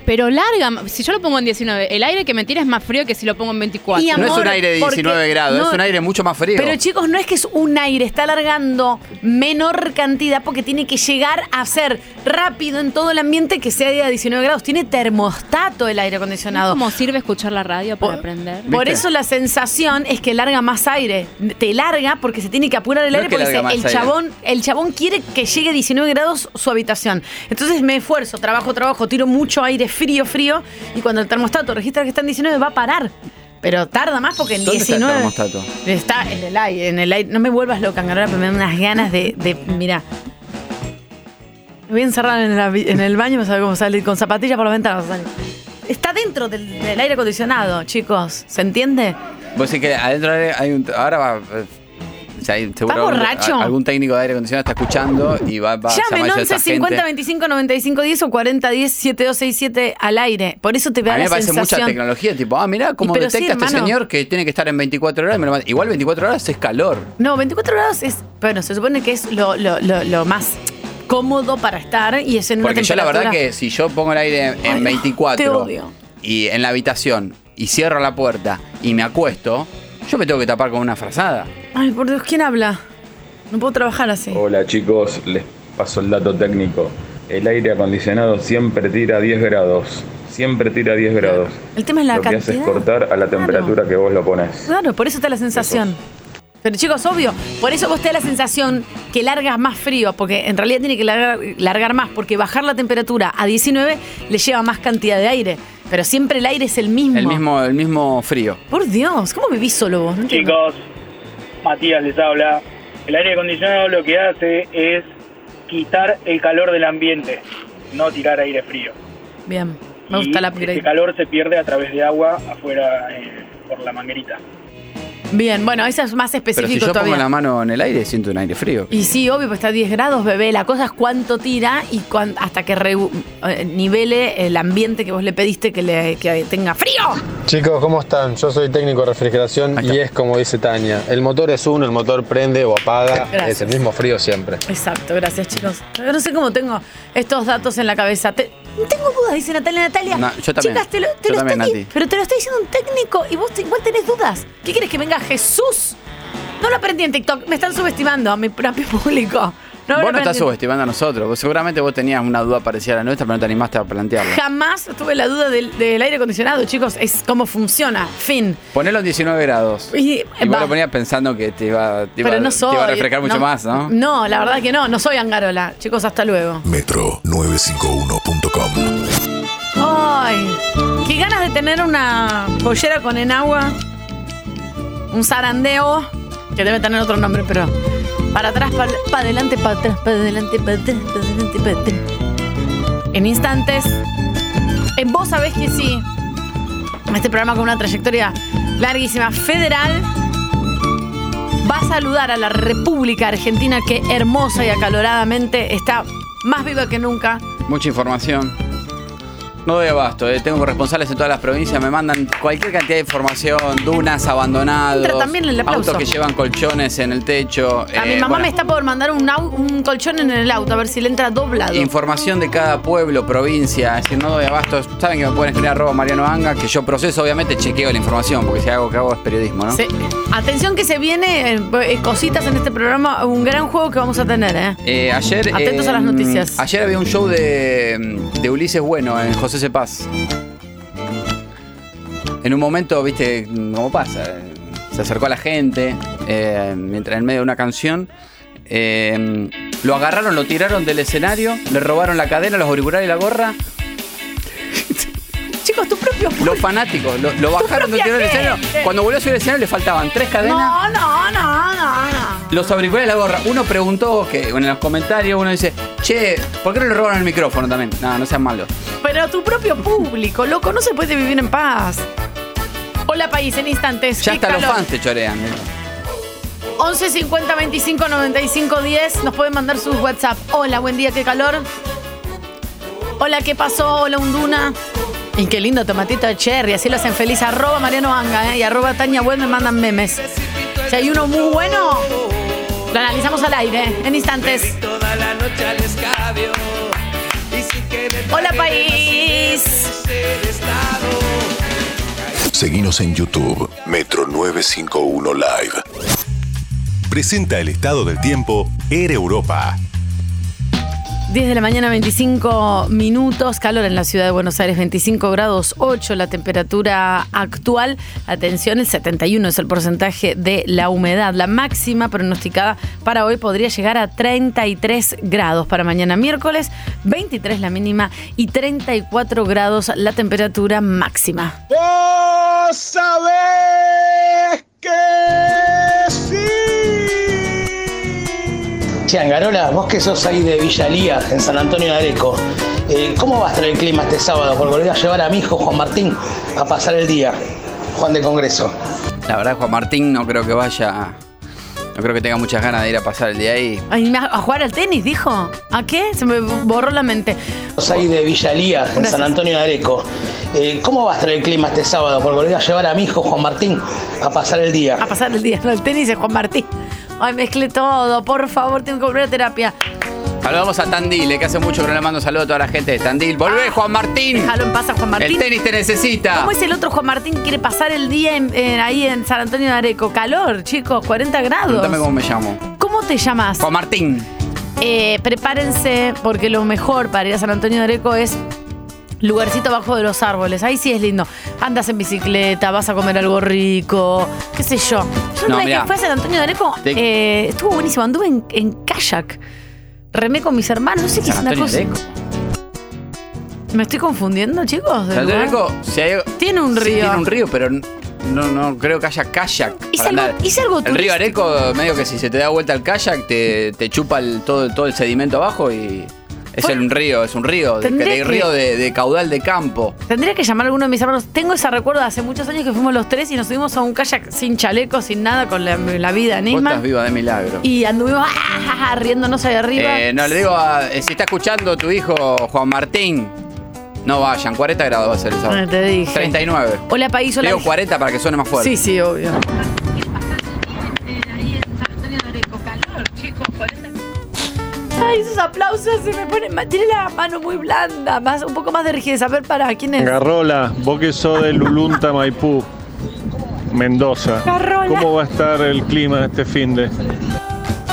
Speaker 27: Pero larga, si yo lo pongo en 19, el aire que me tira es más frío que si lo pongo en 24.
Speaker 5: no es un aire de 19 grados,
Speaker 6: no-
Speaker 5: es un aire mucho más frío.
Speaker 6: Pero chicos, no es que es un aire, está alargando menor cantidad porque tiene que llegar a ser rápido en todo el ambiente que sea día de 19 grados. Tiene termostato el aire acondicionado.
Speaker 27: ¿Cómo sirve escuchar la radio para aprender?
Speaker 6: Por eso la sensación es que larga más aire. Te larga porque se tiene que apurar el
Speaker 27: No
Speaker 6: aire
Speaker 27: es que
Speaker 6: porque dice,
Speaker 27: larga más
Speaker 6: el
Speaker 27: aire.
Speaker 6: chabón, el chabón quiere que llegue 19 grados su habitación. Entonces me esfuerzo, trabajo, trabajo, tiro mucho aire frío, frío y cuando el termostato registra que está en 19 va a parar. Pero tarda más porque en
Speaker 5: ¿Dónde está el
Speaker 6: 19
Speaker 5: termostato?
Speaker 6: está en el aire, en el aire. No me vuelvas loca, ahora me dan unas ganas de, de mira. Me voy a encerrar en, la vi- en el baño, ¿sabes cómo salir? Con zapatillas por la ventana. vas a salir. Está dentro del, del aire acondicionado, chicos. ¿Se entiende?
Speaker 5: Vos decís que adentro hay hay un. Ahora va. eh, o sea, hay seguro
Speaker 6: ¿Va
Speaker 5: algún-
Speaker 6: borracho?
Speaker 5: a- algún técnico de aire acondicionado está escuchando y va, va a
Speaker 6: Llamen
Speaker 5: llamar a esa
Speaker 6: 11
Speaker 5: gente.
Speaker 6: 50 25 95 10 o 40 10 7267 al aire. Por eso te
Speaker 5: a
Speaker 6: da
Speaker 5: mí
Speaker 6: la
Speaker 5: me parece mucha
Speaker 6: sensación.
Speaker 5: tecnología, tipo, ah, mirá cómo
Speaker 6: Y pero
Speaker 5: detecta
Speaker 6: sí,
Speaker 5: este
Speaker 6: hermano.
Speaker 5: señor que tiene que estar en 24 horas. y me lo manda. Igual 24 horas es calor.
Speaker 6: No, 24 grados es. Bueno, se supone que es lo, lo- lo- lo más cómodo para estar y es en
Speaker 5: Porque
Speaker 6: una
Speaker 5: yo la verdad
Speaker 6: temperatura-
Speaker 5: que si yo pongo el aire en, en 24
Speaker 6: te odio.
Speaker 5: y en la habitación y cierro la puerta y me acuesto, yo me tengo que tapar con una frazada.
Speaker 6: Ay, por Dios, ¿quién habla? No puedo trabajar así.
Speaker 15: Hola chicos, les paso el dato técnico. El aire acondicionado siempre tira 10 grados. Siempre tira 10 grados.
Speaker 6: El tema es la
Speaker 15: lo que hace es
Speaker 6: cantidad. Ah,
Speaker 15: cortar a la temperatura que vos lo pones.
Speaker 6: Claro, por eso está la sensación. Pero chicos, obvio, por eso vos te da la sensación que largas más frío, porque en realidad tiene que largar, largar más, porque bajar la temperatura a 19 le lleva más cantidad de aire. Pero siempre el aire es el mismo.
Speaker 5: El mismo, el mismo frío.
Speaker 6: Por Dios, ¿cómo vivís solo vos? No entiendo.
Speaker 28: Chicos, Matías les habla. El aire acondicionado lo que hace es quitar el calor del ambiente, no tirar aire frío.
Speaker 6: Bien, me gusta
Speaker 28: Y
Speaker 6: la
Speaker 28: ese
Speaker 6: upgrade.
Speaker 28: calor se pierde a través de agua afuera eh, por la manguerita.
Speaker 6: Bien, bueno, eso es más
Speaker 5: Pero
Speaker 6: específico
Speaker 5: si yo
Speaker 6: todavía.
Speaker 5: pongo la mano en el aire, siento un aire frío.
Speaker 6: Y sí, obvio, pues está a 10 grados, bebé. La cosa es cuánto tira y cuán- hasta que re- eh, nivele el ambiente que vos le pediste que, le, que tenga frío.
Speaker 14: Chicos, ¿cómo están? Yo soy técnico de refrigeración y es como dice Tania, el motor es uno, el motor prende o apaga,
Speaker 6: Gracias.
Speaker 14: es el mismo frío siempre.
Speaker 6: Exacto, gracias chicos. Yo no sé cómo tengo estos datos en la cabeza. Te- tengo dudas, dice Natalia. Natalia,
Speaker 5: No, yo también.
Speaker 6: chicas, te lo, te
Speaker 5: Yo
Speaker 6: lo
Speaker 5: también,
Speaker 6: está aquí-
Speaker 5: Nati.
Speaker 6: pero te lo está diciendo un técnico y vos te- igual tenés dudas. ¿Qué quieres que venga Jesús? No lo aprendí en TikTok, me están subestimando a mi propio público. No lo
Speaker 5: vos no estás
Speaker 6: aprendí.
Speaker 5: subestimando a nosotros. Vos- seguramente vos tenías una duda parecida a la nuestra, pero no te animaste a plantearla.
Speaker 6: Jamás tuve la duda del, del aire acondicionado, chicos. Es cómo funciona. Fin.
Speaker 5: Ponelo en 19 grados.
Speaker 6: Y- eh,
Speaker 5: Y vos
Speaker 6: va.
Speaker 5: lo ponías pensando que te iba, te iba-
Speaker 6: Pero no
Speaker 5: te
Speaker 6: soy.
Speaker 5: iba a refrescar mucho más, ¿no?
Speaker 6: No, la verdad que no. No soy Angarola. Chicos, hasta luego.
Speaker 22: Metro951.com.
Speaker 6: Ay, qué ganas de tener una pollera con enagua. Un zarandeo. Que debe tener otro nombre, pero. Para atrás, para adelante, para atrás, para adelante, para atrás, para adelante, para atrás. En instantes. eh, vos sabés que sí. Este programa con una trayectoria larguísima, federal. va a saludar a la República Argentina que hermosa y acaloradamente está más viva que nunca.
Speaker 5: Mucha información. No doy abasto, eh. tengo corresponsales en todas las provincias, me mandan cualquier cantidad de información, dunas abandonados,
Speaker 6: Entra también el aplauso.
Speaker 5: autos que llevan colchones en el techo.
Speaker 6: A mi
Speaker 5: eh,
Speaker 6: mamá
Speaker 5: bueno,
Speaker 6: me está por mandar un, au- un colchón en el auto, a ver si le entra doblado.
Speaker 5: Información de cada pueblo, provincia, es decir, no doy abasto. Saben que me pueden escribir arroba Mariano Anga, que yo proceso, obviamente chequeo la información, porque si hago que hago es periodismo, ¿no?
Speaker 6: Sí. Atención que se viene eh, eh, cositas en este programa, un gran juego que vamos a tener, ¿eh?
Speaker 5: Eh, ayer,
Speaker 6: Atentos a las noticias.
Speaker 5: Ayer había un show de, de Ulises Bueno en José C. Paz. En un momento, viste, cómo pasa. eh, Se acercó a la gente, eh, mientras en medio de una canción. eh, lo agarraron, lo tiraron del escenario, le robaron la cadena, los auriculares y la gorra.
Speaker 6: Chicos, tu propio.
Speaker 5: Los fanáticos, lo, lo bajaron, lo
Speaker 6: propia
Speaker 5: tiraron del escenario.
Speaker 6: gente.
Speaker 5: Cuando volvió a subir al escenario le faltaban tres cadenas.
Speaker 6: No, no, no, no, no.
Speaker 5: Los auriculares de la gorra. Uno preguntó, que en los comentarios uno dice, che, ¿por qué no le robaron el micrófono también? No, no sean malos.
Speaker 6: Pero tu propio público, loco, no se puede vivir en paz. Hola, país, en instantes.
Speaker 5: Ya
Speaker 6: Qué
Speaker 5: hasta los
Speaker 6: calor.
Speaker 5: fans te chorean. ¿eh?
Speaker 6: 11 50 25 95 10. Nos pueden mandar sus WhatsApp. Hola, buen día, qué calor. Hola, ¿qué pasó? Hola, Unduna. Y qué lindo tomatito de cherry. Así lo hacen feliz. Arroba Mariano Anga ¿eh? y arroba Tania Web me mandan memes. Si hay uno muy bueno, lo analizamos al aire ¿eh? en instantes.
Speaker 17: Toda la noche al escabio.
Speaker 6: Hola país.
Speaker 22: Seguinos en YouTube, Metro 951 Live.
Speaker 17: Presenta el estado del tiempo Air Europa.
Speaker 6: 10 de la mañana, 25 minutos, calor en la ciudad de Buenos Aires, 25 grados 8 la temperatura actual. Atención, el 71 es el porcentaje de la humedad. La máxima pronosticada para hoy podría llegar a 33 grados. Para mañana miércoles, 23 la mínima y 34 grados la temperatura máxima.
Speaker 18: Vos sabés que sí.
Speaker 19: Che, Angarola, vos que sos ahí de Villalía, en San Antonio de Areco, eh, ¿cómo va a estar el clima este sábado? Porque volví a llevar a mi hijo Juan Martín a pasar el día, Juan del Congreso.
Speaker 5: La verdad, Juan Martín no creo que vaya. No creo que tenga muchas ganas de ir a pasar el día ahí.
Speaker 6: Ay, ¿me- ¿A jugar al tenis, dijo? ¿A qué? Se me borró la mente.
Speaker 19: Sos ahí de Villalía, en San Antonio de Areco, eh, ¿cómo va a estar el clima este sábado? Porque volví a llevar a mi hijo Juan Martín a pasar el día.
Speaker 6: A pasar el día, no, el tenis es Juan Martín. Ay, mezclé todo, por favor, tengo que volver a terapia.
Speaker 5: Saludamos a Tandil, eh, que hace mucho que no le mando saludo a toda la gente de Tandil. ¡Volvé, Juan Martín!
Speaker 6: Ah, Déjalo en paz a Juan Martín.
Speaker 5: El tenis te necesita.
Speaker 6: ¿Cómo es el otro Juan Martín que quiere pasar el día en- en- ahí en San Antonio de Areco? Calor, chicos, 40 grados.
Speaker 5: Pregúntame cómo me llamo.
Speaker 6: ¿Cómo te llamas?
Speaker 5: Juan Martín.
Speaker 6: Eh, prepárense, porque lo mejor para ir a San Antonio de Areco es lugarcito bajo de los árboles. Ahí sí es lindo. Andas en bicicleta, vas a comer algo rico, qué sé yo. Yo
Speaker 5: No,
Speaker 6: una vez
Speaker 5: mirá.
Speaker 6: que fui a San Antonio de Areco,
Speaker 5: Te-
Speaker 6: eh, estuvo buenísimo. Anduve en, en kayak. Remé con mis hermanos, no sé qué es
Speaker 5: San
Speaker 6: una
Speaker 5: Antonio
Speaker 6: cosa.
Speaker 5: de Areco.
Speaker 6: ¿Me estoy confundiendo, chicos? del
Speaker 5: San Antonio de
Speaker 6: lugar?
Speaker 5: Areco, si hay-
Speaker 6: Tiene un
Speaker 5: sí,
Speaker 6: río.
Speaker 5: tiene un río, pero n- no, no creo que haya kayak.
Speaker 6: Hice
Speaker 5: para
Speaker 6: algo-
Speaker 5: andar.
Speaker 6: hice algo
Speaker 5: El río
Speaker 6: turístico.
Speaker 5: Areco, medio que si se te da vuelta el kayak, te, te chupa el- todo, todo el sedimento abajo y. Es el- un río, es un río. De,
Speaker 6: Tendré
Speaker 5: de
Speaker 6: que-
Speaker 5: río de, de caudal de campo.
Speaker 6: Tendría que llamar a alguno de mis hermanos. Tengo ese recuerdo de hace muchos años que fuimos los tres y nos subimos a un kayak sin chaleco, sin nada, con la, la vida en
Speaker 5: Vos estás
Speaker 6: Isma.
Speaker 5: viva de milagro.
Speaker 6: Y anduvimos ah, ah, ah, riéndonos ahí arriba.
Speaker 5: Eh, no, le digo a- eh, si está escuchando tu hijo Juan Martín, no vayan, 40 grados va a ser el sábado.
Speaker 6: Ah, te dije.
Speaker 5: 39.
Speaker 6: Hola, país, hola.
Speaker 5: Le digo 40 para que suene más fuerte.
Speaker 6: Sí, sí, obvio. Ay, esos aplausos se me ponen. ma- Tiene la mano muy blanda, más, un poco más de rigidez. A ver, para, ¿quién es?
Speaker 20: Garrola, vos que sos de Lulunta, Maipú, Mendoza.
Speaker 6: Garrola.
Speaker 20: ¿Cómo va a estar el clima este fin de?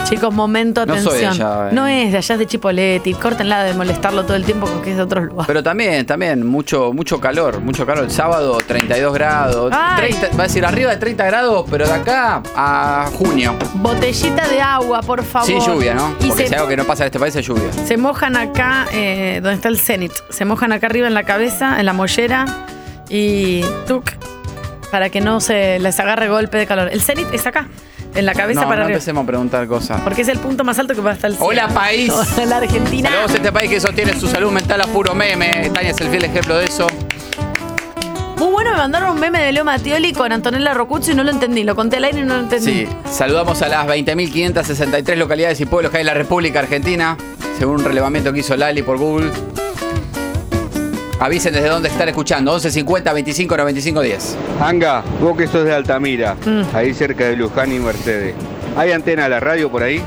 Speaker 6: Chicos, momento,
Speaker 20: No
Speaker 6: atención.
Speaker 20: soy de allá, eh.
Speaker 6: No es de allá, es de Chipoletti. Córtenla de molestarlo todo el tiempo porque es de otros lugares.
Speaker 5: Pero también, también, mucho, mucho calor, mucho calor. El sábado 32 grados,
Speaker 6: Ay.
Speaker 5: 30, va a decir arriba de 30 grados, pero de acá a junio.
Speaker 6: Botellita de agua, por favor.
Speaker 5: Sin lluvia, ¿no?
Speaker 6: Y
Speaker 5: Porque
Speaker 6: se,
Speaker 5: si algo que no pasa en este país es lluvia.
Speaker 6: se mojan acá, eh, donde está el Zenit. Se mojan acá arriba en la cabeza, en la mollera. Y tuc, para que no se les agarre golpe de calor. El Zenit es acá, en la cabeza
Speaker 5: no,
Speaker 6: para
Speaker 5: no
Speaker 6: arriba.
Speaker 5: empecemos a preguntar cosas.
Speaker 6: Porque es el punto más alto que va hasta el cielo.
Speaker 5: Hola, país.
Speaker 6: Toda la Argentina.
Speaker 5: Saludamos a este país que sostiene su salud mental a puro meme. Tania es el fiel ejemplo de eso.
Speaker 6: Muy bueno, me mandaron un meme de Leo Mattioli con Antonella Rocucci y no lo entendí. Lo conté al aire y no lo entendí.
Speaker 5: Sí, saludamos a las 20.563 localidades y pueblos que hay en la República Argentina, según un relevamiento que hizo Lali por Google. Avisen desde dónde están escuchando, 1150 25 95 10.
Speaker 21: Anga, vos que sos de Altamira,
Speaker 6: Mm.
Speaker 21: ahí cerca de Luján y Mercedes. ¿Hay antena de la radio por ahí?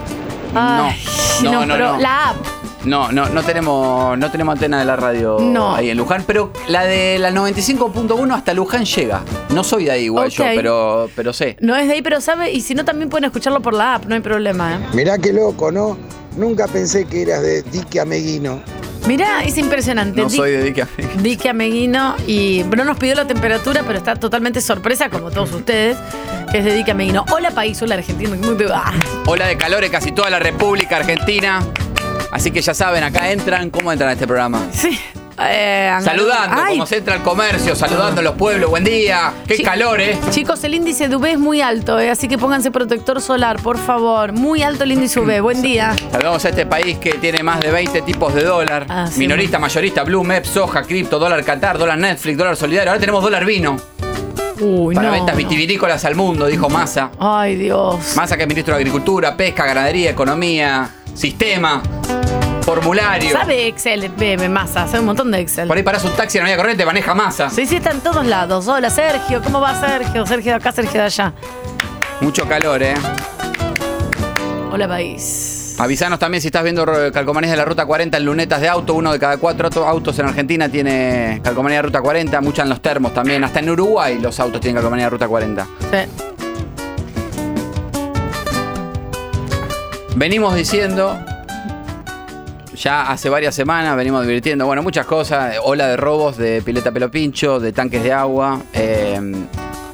Speaker 6: Ay,
Speaker 5: No, no,
Speaker 6: pero
Speaker 5: no.
Speaker 6: La app.
Speaker 5: No, no, no tenemos, no tenemos antena de la radio
Speaker 6: No.
Speaker 5: ahí en Luján, pero la de la 95.1 hasta Luján llega. No soy de ahí igual yo,
Speaker 6: Ok.
Speaker 5: pero, pero sé.
Speaker 6: No es de ahí, pero sabe. Y si no, también pueden escucharlo por la app, no hay problema. ¿eh?
Speaker 23: Mirá qué loco, ¿no? Nunca pensé que eras de Dique Ameguino.
Speaker 6: Mirá, es impresionante. Di-
Speaker 5: dedica
Speaker 6: Dique Ameguino y no nos pidió la temperatura, pero está totalmente sorpresa, como todos ustedes, que es de Dique Ameguino. Hola, país, hola, Argentina. Muy bien. Ah.
Speaker 5: Ola de calor en casi toda la República Argentina. Así que ya saben, acá entran, ¿cómo entran a este programa?
Speaker 6: Sí. Eh,
Speaker 5: Saludando,
Speaker 6: Ay,
Speaker 5: como se entra al comercio, saludando a los pueblos, buen día, qué
Speaker 6: Chi-
Speaker 5: calor, eh.
Speaker 6: Chicos, el índice de UV es muy alto, eh, así que pónganse protector solar, por favor. Muy alto el índice UV. Buen día.
Speaker 5: Saludamos a este país que tiene más de 20 tipos de dólar.
Speaker 6: Ah, sí.
Speaker 5: Minorista, mayorista, Blue, MEP, soja, cripto, dólar Qatar, dólar Netflix, dólar solidario. Ahora tenemos dólar vino
Speaker 6: Uy,
Speaker 5: para
Speaker 6: no.
Speaker 5: ventas vitivinícolas al mundo, dijo Massa.
Speaker 6: Ay, Dios.
Speaker 5: Massa que es ministro de Agricultura, Pesca, Ganadería, Economía, Sistema, Formulario.
Speaker 6: Sabe Excel, bebe, masa, sabe un montón de Excel.
Speaker 5: Por ahí parás un taxi en la vía corriente, maneja Massa.
Speaker 6: Sí, sí, está en todos lados. Hola, Sergio, ¿cómo va Sergio? Sergio de acá, Sergio de allá.
Speaker 5: Mucho calor, eh.
Speaker 6: Hola, país.
Speaker 5: Avisanos también si estás viendo eh, Calcomanías de la Ruta 40 en lunetas de auto. Uno de cada cuatro auto- autos en Argentina tiene Calcomanía de Ruta 40. Muchas en los termos también. Hasta en Uruguay los autos tienen Calcomanía de Ruta 40. Venimos diciendo, ya hace varias semanas, venimos divirtiendo, bueno, muchas cosas, eh, ola de robos, de pileta pelo pincho, de tanques de agua. eh,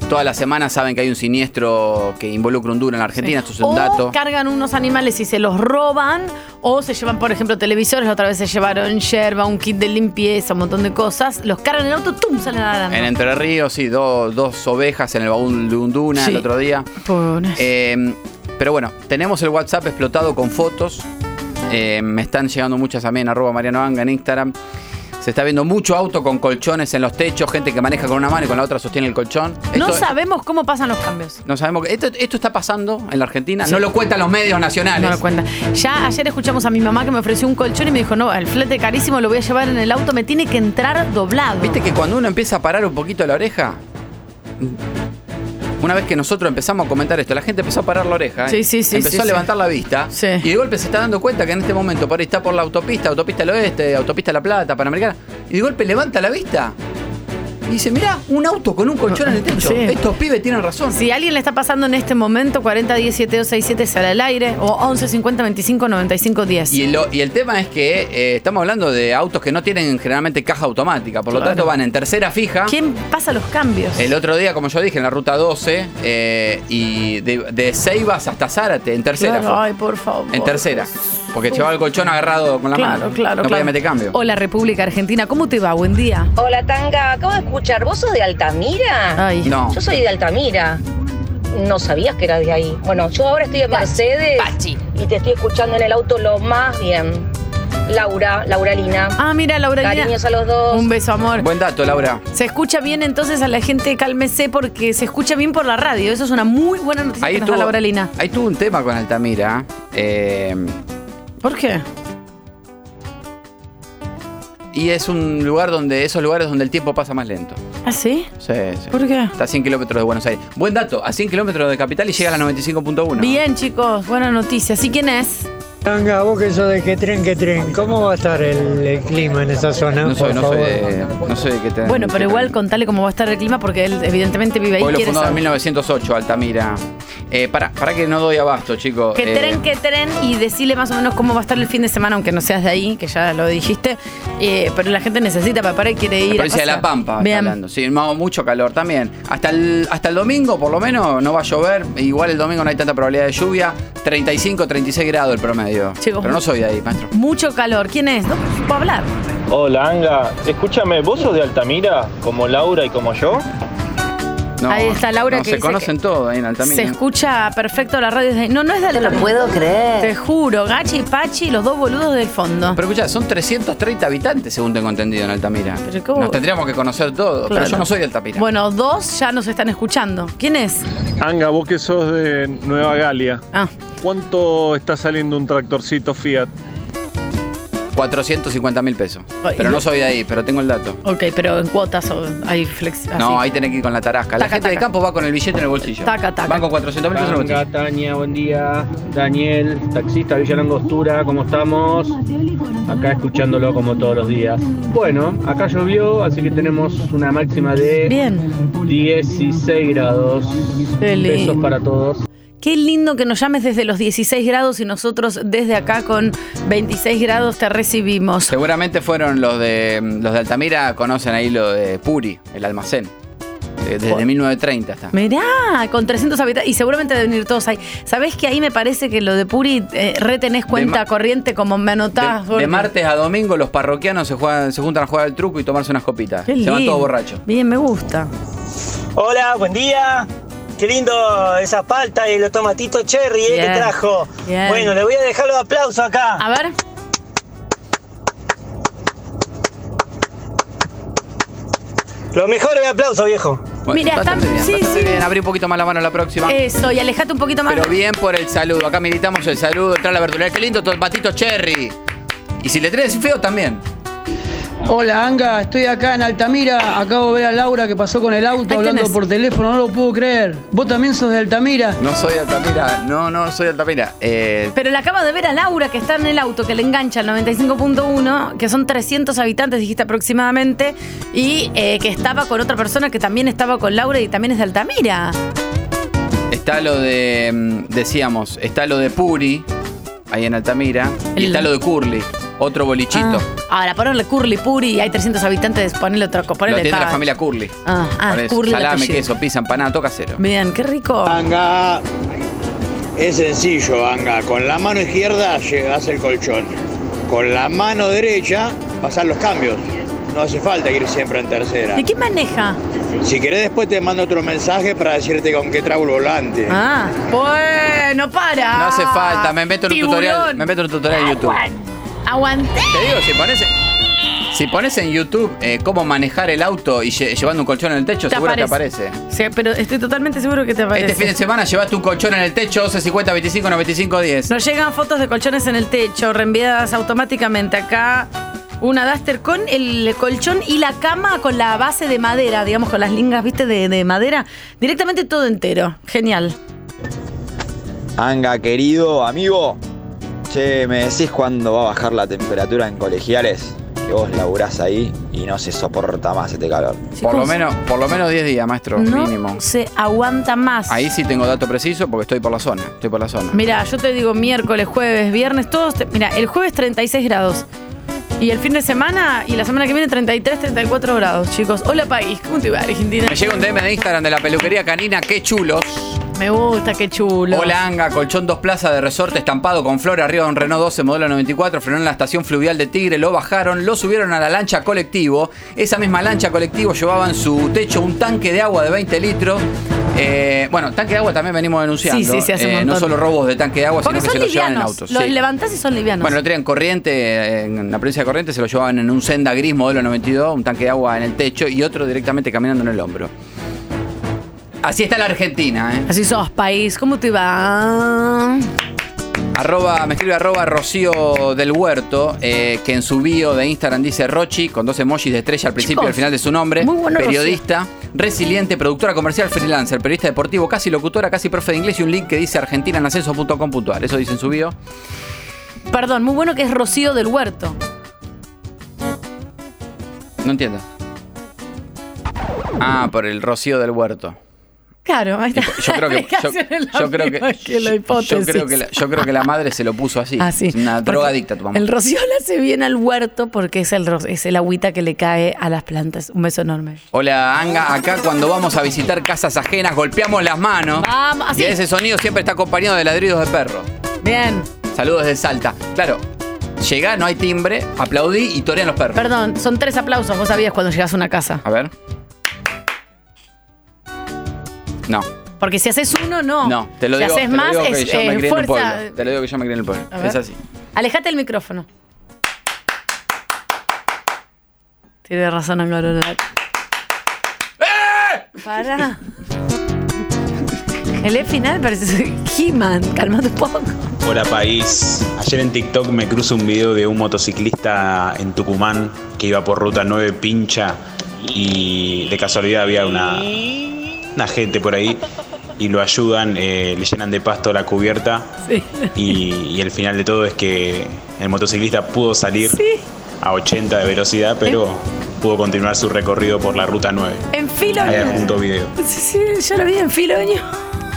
Speaker 5: todas las semanas saben que hay un siniestro que involucra un duro en la Argentina, esto es un
Speaker 6: o
Speaker 5: dato.
Speaker 6: cargan unos animales y se los roban, o se llevan, por ejemplo, televisores, la otra vez se llevaron yerba, un kit de limpieza, un montón de cosas, los cargan en el auto, ¡tum! salen nadando.
Speaker 5: En Entre Ríos, sí, do- dos ovejas en el baúl de un duna
Speaker 6: Sí.
Speaker 5: el otro día. Eh, pero bueno, tenemos el WhatsApp explotado con fotos. Eh, me están llegando muchas también, arroba Mariano Anga en Instagram. Se está viendo mucho auto con colchones en los techos, gente que maneja con una mano y con la otra sostiene el colchón.
Speaker 6: No
Speaker 5: Esto-
Speaker 6: sabemos cómo pasan los cambios.
Speaker 5: no sabemos. que- Esto, esto está pasando en la Argentina. No lo cuentan los medios nacionales.
Speaker 6: No lo cuentan. Ya ayer escuchamos a mi mamá que me ofreció un colchón y me dijo, no, el flete carísimo lo voy a llevar en el auto, me tiene que entrar doblado.
Speaker 5: Viste que cuando uno empieza a parar un poquito la oreja. Una vez que nosotros empezamos a comentar esto, la gente empezó a parar la oreja. ¿eh?
Speaker 6: Sí, sí, sí,
Speaker 5: Empezó
Speaker 6: sí,
Speaker 5: a
Speaker 6: sí.
Speaker 5: levantar la vista. Y de golpe se está dando cuenta que en este momento por ahí está por la autopista, autopista del oeste, autopista La Plata, Panamericana. Y de golpe levanta la vista. Y dice, mirá, un auto con un colchón en el techo.
Speaker 6: Sí.
Speaker 5: Estos pibes tienen razón.
Speaker 6: Si a alguien le está pasando en este momento, 40 17 267 sale al aire o 11 50 25 95 10.
Speaker 5: Y, lo- y el tema es que eh, estamos hablando de autos que no tienen generalmente caja automática, por lo
Speaker 6: Claro.
Speaker 5: tanto van en tercera fija.
Speaker 6: ¿Quién pasa los cambios?
Speaker 5: El otro día, como yo dije, en la ruta 12, eh, y de, de Ceibas hasta Zárate, en tercera.
Speaker 6: Claro,
Speaker 5: fue.
Speaker 6: ay, por favor.
Speaker 5: en tercera. Porque llevaba el colchón agarrado con la
Speaker 6: claro,
Speaker 5: mano.
Speaker 6: Claro,
Speaker 5: no
Speaker 6: claro.
Speaker 5: podía meter cambio.
Speaker 6: Hola, República Argentina. ¿Cómo te va? Buen día.
Speaker 1: Hola Tanga, acabo de escuchar, ¿vos sos de Altamira?
Speaker 6: Ay.
Speaker 5: No.
Speaker 1: Yo soy de Altamira. No sabías que eras de ahí. Bueno, yo ahora estoy en Mercedes y te estoy escuchando en el auto lo más bien. Laura, Lauralina.
Speaker 6: Ah, mira, Lauralina.
Speaker 1: Cariños a los dos.
Speaker 6: Un beso, amor.
Speaker 5: Buen dato, Laura.
Speaker 6: Se escucha bien entonces a la gente, cálmese, porque se escucha bien por la radio. Eso es una muy buena noticia
Speaker 5: Ahí
Speaker 6: que nos da
Speaker 5: tuvo,
Speaker 6: Laura Lina.
Speaker 5: ahí tuvo un tema con Altamira. eh,
Speaker 6: ¿Por qué?
Speaker 5: y es un lugar donde, esos lugares donde el tiempo pasa más lento.
Speaker 6: ¿Ah, sí?
Speaker 5: Sí, sí.
Speaker 6: ¿Por qué?
Speaker 5: Está a 100 kilómetros de Buenos Aires. Buen dato, a 100 kilómetros de Capital y llega a la 95.1.
Speaker 6: Bien, chicos, buena noticia. ¿Sí quién es?
Speaker 2: Tanga, vos que sos de que tren, que tren, ¿cómo va a estar el, el clima en esa zona?
Speaker 5: No soy,
Speaker 2: por
Speaker 5: no soy
Speaker 2: favor?
Speaker 5: de, no soy de qué te-
Speaker 6: Bueno, pero igual contale cómo va a estar el clima, porque él evidentemente vive ahí.
Speaker 5: Pueblo
Speaker 6: quiere
Speaker 5: fundado en
Speaker 6: saber.
Speaker 5: 1908, Altamira. Eh, para, para que no doy abasto, chicos.
Speaker 6: Que
Speaker 5: Eh,
Speaker 6: tren, que tren, y decirle más o menos cómo va a estar el fin de semana, aunque no seas de ahí, que ya lo dijiste. Eh, pero la gente necesita papá y quiere ir.
Speaker 5: La
Speaker 6: a
Speaker 5: provincia de La
Speaker 6: pasear.
Speaker 5: Pampa, está
Speaker 6: Bien.
Speaker 5: hablando. Sí, no, mucho calor también. Hasta el, hasta el domingo, por lo menos, no va a llover. Igual el domingo no hay tanta probabilidad de lluvia. 35, 36 grados el promedio.
Speaker 6: Chicos.
Speaker 5: Pero no soy de ahí, maestro.
Speaker 6: Mucho calor. ¿Quién es? No puedo hablar.
Speaker 3: Hola, Anga. Escúchame, ¿vos sos de Altamira? ¿Como Laura y como yo?
Speaker 5: No,
Speaker 6: Ahí está Laura
Speaker 5: no,
Speaker 6: que
Speaker 5: se
Speaker 6: dice
Speaker 5: conocen
Speaker 6: que
Speaker 5: todos ahí en Altamira.
Speaker 6: Se escucha perfecto la radio. desde- No, no es de No lo puedo creer. Te juro, Gachi y Pachi, los dos boludos del fondo.
Speaker 5: Pero escuchá, son 330 habitantes, según tengo entendido, en Altamira.
Speaker 6: Pero ¿cómo?
Speaker 5: Nos tendríamos que conocer todos,
Speaker 6: Claro.
Speaker 5: pero yo no soy de Altamira.
Speaker 6: Bueno, dos ya nos están escuchando. ¿Quién es?
Speaker 20: Anga, vos que sos de Nueva Galia.
Speaker 6: Ah.
Speaker 20: ¿Cuánto está saliendo un tractorcito Fiat?
Speaker 5: 450 mil pesos.
Speaker 6: Ay.
Speaker 5: Pero no soy de ahí, pero tengo el dato.
Speaker 6: Ok, pero en cuotas o hay flex.
Speaker 5: No, ahí tenés que ir con la tarasca. La
Speaker 6: Taca,
Speaker 5: gente de
Speaker 6: taca.
Speaker 5: campo va con el billete en el bolsillo.
Speaker 6: Taca, taca.
Speaker 5: Van con 400 mil pesos en el bolsillo.
Speaker 8: Tanga, Tania, buen día. Daniel, taxista Villa Langostura, ¿cómo estamos? Acá escuchándolo como todos los días. Bueno, acá llovió, así que tenemos una máxima de 16 grados.
Speaker 6: Qué lindo.
Speaker 8: Besos para todos.
Speaker 6: Qué lindo que nos llames desde los 16 grados y nosotros desde acá con 26 grados te recibimos.
Speaker 5: Seguramente fueron los de los de Altamira, conocen ahí lo de Puri, el almacén. Eh, Desde 1930 está.
Speaker 6: Mirá, con 300 habitantes y seguramente deben ir todos ahí. ¿Sabés que ahí me parece que lo de Puri eh, retenés cuenta corriente como me anotás?
Speaker 5: De
Speaker 6: Gorka?
Speaker 5: martes a domingo los parroquianos se, juegan, se juntan a jugar al truco y tomarse unas copitas.
Speaker 6: Qué
Speaker 5: Se van
Speaker 6: lindo.
Speaker 5: todos borrachos.
Speaker 6: Bien, me gusta.
Speaker 9: Hola, buen día. Qué lindo esa palta y los tomatitos cherry eh,
Speaker 6: Bien,
Speaker 9: que trajo.
Speaker 6: bien.
Speaker 9: Bueno, le voy a dejar los aplausos acá. A
Speaker 6: ver.
Speaker 9: Lo mejor es el aplauso, viejo.
Speaker 6: Mira,
Speaker 5: bastante
Speaker 6: está-
Speaker 5: bien,
Speaker 6: sí,
Speaker 5: bastante
Speaker 6: sí. Eh,
Speaker 5: bien. Abrí un poquito más la mano la próxima.
Speaker 6: Eso, y alejate un poquito más.
Speaker 5: Pero bien por el saludo. Acá militamos el saludo. Trae la verdulería. Qué lindo, patito cherry. Y si le traes feo también.
Speaker 4: Hola Anga, estoy acá en Altamira, acabo de ver a Laura que pasó con el auto hablando por teléfono, no lo puedo creer. Vos también sos de Altamira.
Speaker 5: No soy Altamira, no, no soy Altamira. Eh,
Speaker 6: Pero la acabo de ver a Laura que está en el auto, que le engancha el 95.1, que son 300 habitantes, dijiste aproximadamente, y eh, que estaba con otra persona que también estaba con Laura y también es de Altamira.
Speaker 5: está lo de, mm, decíamos, está lo de Puri, ahí en Altamira, y está lo de Curly, otro bolichito.
Speaker 6: Ahora, ponerle Curly Puri, hay 300 habitantes, ponele otro,
Speaker 5: lo
Speaker 6: ponele
Speaker 5: tiene la
Speaker 6: pa-
Speaker 5: familia Curly.
Speaker 6: Ah, ah,
Speaker 5: Por eso,
Speaker 6: Curly el
Speaker 5: Salame,
Speaker 6: apellido.
Speaker 5: queso, pizza, empanada, todo casero.
Speaker 6: Bien, qué rico.
Speaker 10: Anga. Es sencillo, Anga. Con la mano izquierda llegas el colchón. Con la mano derecha pasar los cambios. No hace falta ir siempre en tercera.
Speaker 6: ¿Y quién maneja?
Speaker 10: Si querés después te mando otro mensaje para decirte con qué trago el volante.
Speaker 6: Ah, bueno, para.
Speaker 5: No hace falta, me meto en un
Speaker 6: Tiburón.
Speaker 5: tutorial. Me meto en un tutorial
Speaker 6: Ah,
Speaker 5: en YouTube.
Speaker 6: Aguanté.
Speaker 5: Te digo, si pones. Si pones en YouTube eh, cómo manejar el auto y lle- llevando un colchón en el techo,
Speaker 6: Te
Speaker 5: seguro te
Speaker 6: aparece.
Speaker 5: aparece.
Speaker 6: Sí, pero estoy totalmente seguro que te aparece.
Speaker 5: Este fin de semana llevaste un colchón en el techo, 11, 50, 25, 95, 10.
Speaker 6: Nos llegan fotos de colchones en el techo, reenviadas automáticamente acá. Una Duster con el colchón y la cama con la base de madera, digamos, con las lingas, viste, de, de madera. Directamente todo entero. Genial.
Speaker 11: Anga, querido amigo. Che, ¿me decís cuándo va a bajar la temperatura en colegiales? Que vos laburás ahí y no se soporta más este calor.
Speaker 5: Por lo menos, por lo menos 10 días, maestro,
Speaker 6: No
Speaker 5: mínimo.
Speaker 6: se aguanta más.
Speaker 5: Ahí sí tengo dato preciso porque estoy por la zona. Estoy por la zona.
Speaker 6: Mira, yo te digo miércoles, jueves, viernes, todos. te- Mira, el jueves 36 grados. Y el fin de semana y la semana que viene 33, 34 grados, chicos. Hola país, ¿cómo te va Argentina?
Speaker 5: Me llega un DM de Instagram de la peluquería canina, qué chulos.
Speaker 6: Me gusta, qué chulo.
Speaker 5: Hola Anga, colchón dos plazas de resorte estampado con flor arriba de un Renault 12 modelo 94, frenó en la estación fluvial de Tigre, lo bajaron, lo subieron a la lancha colectivo. Esa misma lancha colectivo llevaba en su techo un tanque de agua de 20 litros. Eh, bueno, tanque de agua también venimos denunciando. eh,
Speaker 6: Sí, sí, sí, hace un
Speaker 5: no
Speaker 6: montón.
Speaker 5: solo robos de tanque de agua,
Speaker 6: Porque
Speaker 5: sino que
Speaker 6: son
Speaker 5: se lo llevan en
Speaker 6: livianos.
Speaker 5: autos.
Speaker 6: Los
Speaker 5: sí.
Speaker 6: levantás y son livianos.
Speaker 5: Bueno, lo tenían Corriente, eh, en la provincia de Corriente, se lo llevaban en un senda gris modelo 92, un tanque de agua en el techo y otro directamente caminando en el hombro. Así está la Argentina, ¿eh?
Speaker 6: Así sos, país. ¿Cómo te va?
Speaker 5: Arroba, me escribe arroba Rocío del Huerto, eh, que en su bio de Instagram dice Rochi, con dos emojis de estrella al principio y al
Speaker 6: Chicos,
Speaker 5: final de su nombre.
Speaker 6: muy bueno,
Speaker 5: periodista, resiliente, productora comercial, freelancer, periodista deportivo, casi locutora, casi profe de inglés y un link que dice argentinanascenso.com.ar. Eso dice en su bio.
Speaker 6: Perdón, muy bueno que es Rocío del Huerto.
Speaker 5: No entiendo. Ah, por el Rocío del Huerto.
Speaker 6: Claro, ahí está.
Speaker 5: Yo creo que, yo, yo creo que,
Speaker 6: la hipótesis.
Speaker 5: yo creo que la, yo creo que la madre se lo puso así.
Speaker 6: Ah, sí.
Speaker 5: Es Una
Speaker 6: Porque
Speaker 5: drogadicta tu mamá.
Speaker 6: El rocío le hace bien al huerto porque es el, ro- es el agüita que le cae a las plantas. Un beso enorme.
Speaker 5: Hola, Anga. Acá cuando vamos a visitar casas ajenas golpeamos las manos.
Speaker 6: Vamos, así.
Speaker 5: Y ese sonido siempre está acompañado de ladridos de perro.
Speaker 6: Bien.
Speaker 5: Saludos de Salta. Claro, llegá, no hay timbre, aplaudí y torean los perros.
Speaker 6: Perdón, son tres aplausos. Vos sabías cuando llegas a una casa.
Speaker 5: A ver. No,
Speaker 6: Porque si haces uno, no.
Speaker 5: no, te lo
Speaker 6: si
Speaker 5: digo.
Speaker 6: haces
Speaker 5: te lo
Speaker 6: más,
Speaker 5: digo que yo
Speaker 6: es
Speaker 5: me
Speaker 6: eh,
Speaker 5: crié en un
Speaker 6: fuerza.
Speaker 5: pueblo. Te lo digo que yo me crié en el pueblo.
Speaker 6: A ver.
Speaker 5: Es así.
Speaker 6: Alejate del micrófono. Tiene razón, Angarola.
Speaker 5: ¡Eh!
Speaker 6: Para. El E final parece He-Man. Calmate un poco.
Speaker 12: Hola país. Ayer en TikTok me cruzo un video de un motociclista en Tucumán que iba por ruta 9 pincha y de casualidad había una, una gente por ahí y lo ayudan, eh, le llenan de pasto la cubierta
Speaker 6: Sí.
Speaker 12: y, y el final de todo es que el motociclista pudo salir a 80 de velocidad pero pudo continuar su recorrido por la ruta 9.
Speaker 6: En filo.
Speaker 12: Ahí adjunto video.
Speaker 6: Sí, sí, yo lo vi en Filoño.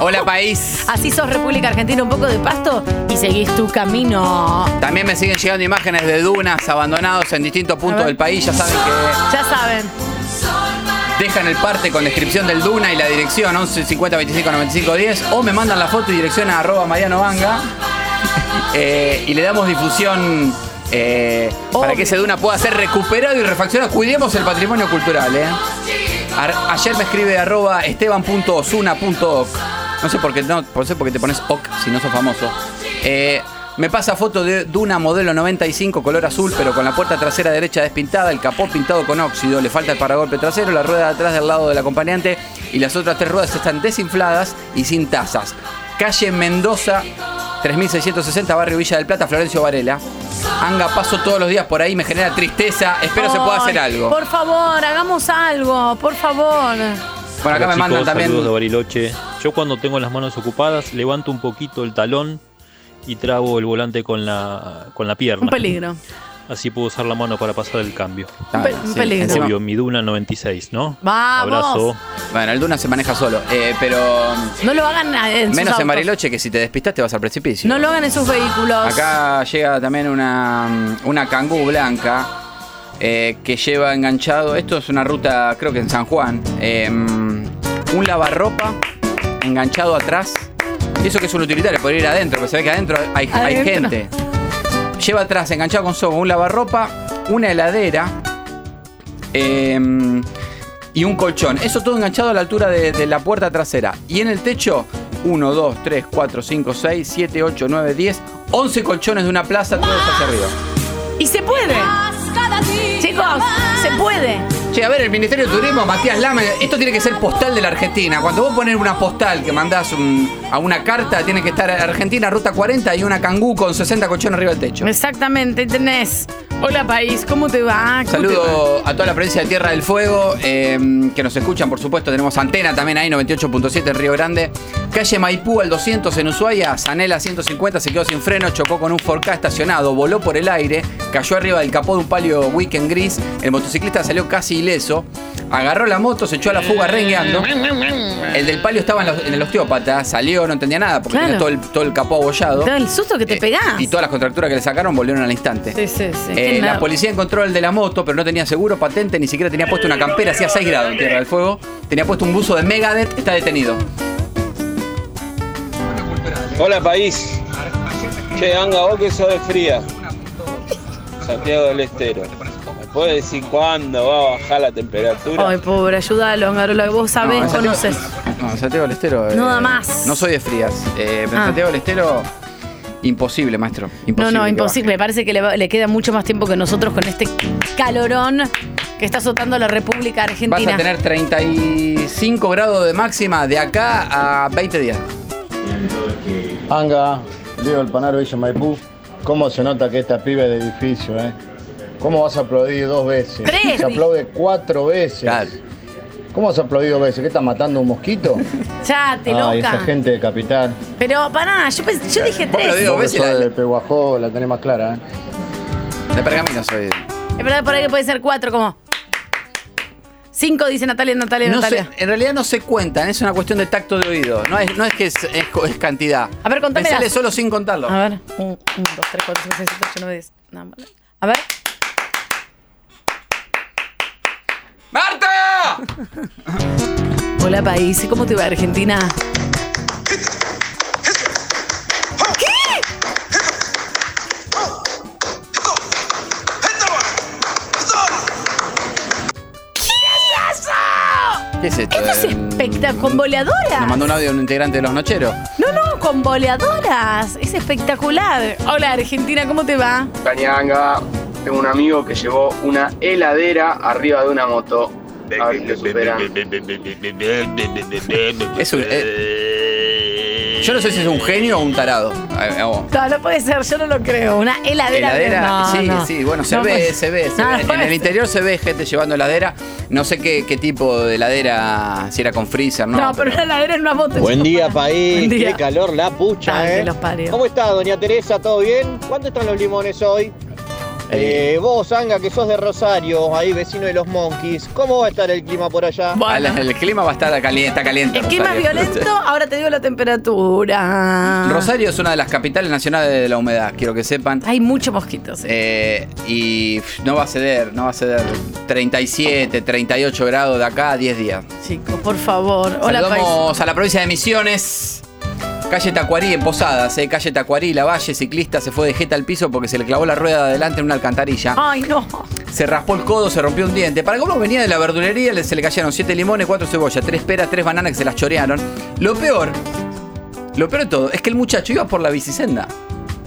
Speaker 5: Hola, país.
Speaker 6: Así sos República Argentina, un poco de pasto y seguís tu camino.
Speaker 5: También me siguen llegando imágenes de dunas abandonados en distintos puntos del país. Ya saben que
Speaker 6: Ya saben.
Speaker 5: dejan el parte con descripción del duna y la dirección 11 50 25 95 10 o me mandan la foto y dirección a arroba Mariano Vanga eh, y le damos difusión eh, para que ese duna pueda ser recuperado y refaccionado. Cuidemos el patrimonio cultural. eh. Ar- ayer me escribe arroba esteban.osuna.oc. No sé por qué no, no sé por qué te pones oc si no sos famoso. Eh, me pasa foto de Duna modelo 95 color azul, pero con la puerta trasera derecha despintada, el capó pintado con óxido, le falta el paragolpe trasero, la rueda de atrás del lado del acompañante y las otras tres ruedas están desinfladas y sin tazas. Calle Mendoza 3660, barrio Villa del Plata, Florencio Varela. Anga, paso todos los días por ahí, me genera tristeza. Espero se pueda
Speaker 6: Ay,
Speaker 5: hacer algo.
Speaker 6: Por favor, hagamos algo, por favor.
Speaker 5: Bueno, acá
Speaker 7: Hola,
Speaker 5: me mandan
Speaker 7: chicos,
Speaker 5: también-
Speaker 7: Saludos de Bariloche. Yo cuando tengo las manos ocupadas levanto un poquito el talón y trabo el volante con la, con la pierna.
Speaker 6: Un peligro.
Speaker 7: Así puedo usar la mano para pasar el cambio.
Speaker 6: Un pe- un sí. peligro.
Speaker 7: Obvio, mi Duna 96, ¿no?
Speaker 6: Vamos.
Speaker 7: Abrazo.
Speaker 5: Bueno, el Duna se maneja solo, eh, pero
Speaker 6: No lo hagan en sus
Speaker 5: menos
Speaker 6: autos.
Speaker 5: en Bariloche que si te despistas te vas al precipicio.
Speaker 6: No lo hagan en sus vehículos.
Speaker 5: Acá llega también una, una cangú blanca eh, que lleva enganchado, esto es una ruta creo que en San Juan, eh, un lavarropa enganchado atrás. Y eso que es un utilitario, por ir adentro, porque se ve que adentro hay, hay
Speaker 6: Adentro.
Speaker 5: gente. Lleva atrás, enganchado con sobo, un lavarropa, una heladera eh, y un colchón. Eso todo enganchado a la altura de, de la puerta trasera. Y en el techo, 1, 2, 3, 4, 5, 6, 7, 8, 9, 10, 11 colchones de una plaza, todos hacia arriba.
Speaker 6: Y se puede. Chicos, se puede.
Speaker 5: Che, a ver, el Ministerio de Turismo, Matías Lama, esto tiene que ser postal de la Argentina. Cuando vos pones una postal que mandás un- a una carta, tiene que estar Argentina, ruta 40 y una cangú con 60 colchones arriba del techo.
Speaker 6: Exactamente, tenés. Hola país, ¿cómo te va? ¿Cómo te va?
Speaker 5: Saludo a toda la provincia de Tierra del Fuego, eh, que nos escuchan, por supuesto. Tenemos antena también ahí, 98.7 en Río Grande. Calle Maipú al 200 en Ushuaia. Zanela 150 se quedó sin freno, chocó con un 4K estacionado, voló por el aire, cayó arriba del capó de un palio weekend gris. El motociclista salió casi ileso. Agarró la moto, se echó a la fuga rengueando. El del palio estaba en, los- en el osteópata, salió, no entendía nada porque
Speaker 6: Claro.
Speaker 5: tenía todo el, todo el capó abollado.
Speaker 6: Todo el susto que te pegás.
Speaker 5: Eh, Y todas las contracturas que le sacaron volvieron al instante.
Speaker 6: Sí, sí, sí.
Speaker 5: Eh,
Speaker 6: Qué
Speaker 5: la
Speaker 6: nerv-
Speaker 5: policía encontró el de la moto, pero no tenía seguro, patente, ni siquiera tenía puesto una campera, hacía 6 grados en Tierra del Fuego. Tenía puesto un buzo de Megadeth, está detenido.
Speaker 8: Hola país. Che, Anga, vos que sos de fría. Santiago del Estero. ¿Me podés decir cuándo va a bajar la temperatura?
Speaker 6: Ay, pobre, ayúdalo, Garola, vos sabés,
Speaker 5: No, en serio.
Speaker 6: conoces.
Speaker 5: No, Santiago del Estero. eh,
Speaker 6: No da más.
Speaker 5: No soy de frías. eh, pero
Speaker 6: Ah.
Speaker 5: Santiago del Estero, imposible, maestro.
Speaker 6: No,
Speaker 5: Imposible
Speaker 6: no,
Speaker 5: que
Speaker 6: imposible. Me parece que le, va- le queda mucho más tiempo que nosotros con este calorón que está azotando la República
Speaker 5: baje. Vas
Speaker 6: Argentina.
Speaker 5: a tener 35 grados de máxima de acá a 20 días.
Speaker 26: Anga, Diego el Panar Villa Maipú, ¿cómo se nota que esta pibe es de edificio, eh? ¿Cómo vas a aplaudir dos veces?
Speaker 6: Tres.
Speaker 26: Se aplaude cuatro veces. ¿Cómo vas a aplaudir dos veces? ¿Qué estás matando un mosquito?
Speaker 6: Chate,
Speaker 26: Ay,
Speaker 6: loca.
Speaker 26: esa gente de Capital.
Speaker 6: Pero pará, yo, pensé- yo dije tres.
Speaker 26: Vos que sos de Pehuajó, la tenés más clara, eh.
Speaker 5: De pergamino soy.
Speaker 6: Es verdad, por ahí que puede ser cuatro, como. Cinco, dice Natalia, Natalia,
Speaker 5: No
Speaker 6: Natalia.
Speaker 5: sé, en realidad no se cuentan, es una cuestión de tacto de oído. No es, no es que es, es- es cantidad.
Speaker 6: A ver, contame.
Speaker 5: Me sale
Speaker 6: las-
Speaker 5: solo sin contarlo.
Speaker 6: A ver. Un, un, dos, tres, cuatro, cinco, seis, siete, ocho, nueve, diez. No, vale. a ver.
Speaker 5: ¡Marta!
Speaker 6: Hola, país. ¿Cómo te va, Argentina? ¿Qué? ¿Qué es eso?
Speaker 5: ¿Qué es esto?
Speaker 6: Esto es
Speaker 5: Eh,
Speaker 6: espectacular. ¿Con boleadoras?
Speaker 5: Nos mandó un audio un integrante de los Nocheros.
Speaker 6: No, no, con boleadoras. Es espectacular. Hola, Argentina, ¿cómo te va?
Speaker 27: Cañanga, tengo un amigo que llevó una heladera arriba de una moto. A ver si lo superan.
Speaker 5: Es un- eh, yo no sé si es un genio o un tarado. A ver, vamos.
Speaker 6: No, no puede ser, yo no lo creo. Una heladera.
Speaker 5: Heladera,
Speaker 6: no,
Speaker 5: sí,
Speaker 6: no.
Speaker 5: sí, bueno, se
Speaker 6: No pues,
Speaker 5: ve,
Speaker 6: puede-
Speaker 5: se ve, se
Speaker 6: No,
Speaker 5: ve.
Speaker 6: no
Speaker 5: En
Speaker 6: puede
Speaker 5: el interior se ve gente llevando heladera. No sé qué, qué tipo de heladera, si era con freezer, ¿no?
Speaker 6: No, pero una heladera en una moto.
Speaker 15: Buen día, país.
Speaker 6: Buen día.
Speaker 15: Qué calor la pucha,
Speaker 6: Ay, que
Speaker 15: eh.
Speaker 6: los parió.
Speaker 15: ¿Cómo está, doña Teresa? ¿Todo bien? ¿Cuánto están los limones hoy? Eh, vos, Anga, que sos de Rosario, ahí vecino de los Monkeys, ¿cómo va a estar el clima por allá?
Speaker 5: Ah, El, el clima va a estar caliente, está caliente.
Speaker 6: El clima es
Speaker 5: Rosario.
Speaker 6: violento, ah. ahora te digo la temperatura.
Speaker 5: Rosario es una de las capitales nacionales de la humedad, quiero que sepan.
Speaker 6: Hay muchos mosquitos.
Speaker 5: Eh, y pf, no va a ceder, no va a ceder. 37, 38 grados de acá a 10 días.
Speaker 6: Chicos, por favor. Hola, país.
Speaker 5: Saludamos a la provincia de Misiones. Calle Tacuarí en Posadas, eh, calle Tacuarí, la valle, ciclista se fue de jeta al piso porque se le clavó la rueda de adelante en una alcantarilla.
Speaker 6: Ay, no.
Speaker 5: Se raspó el codo, se rompió un diente. Para cómo venía de la verdulería, le- se le cayeron 7 limones, 4 cebollas, 3 peras, 3 bananas que se las chorearon. Lo peor, lo peor de todo, es que el muchacho iba por la bicicenda.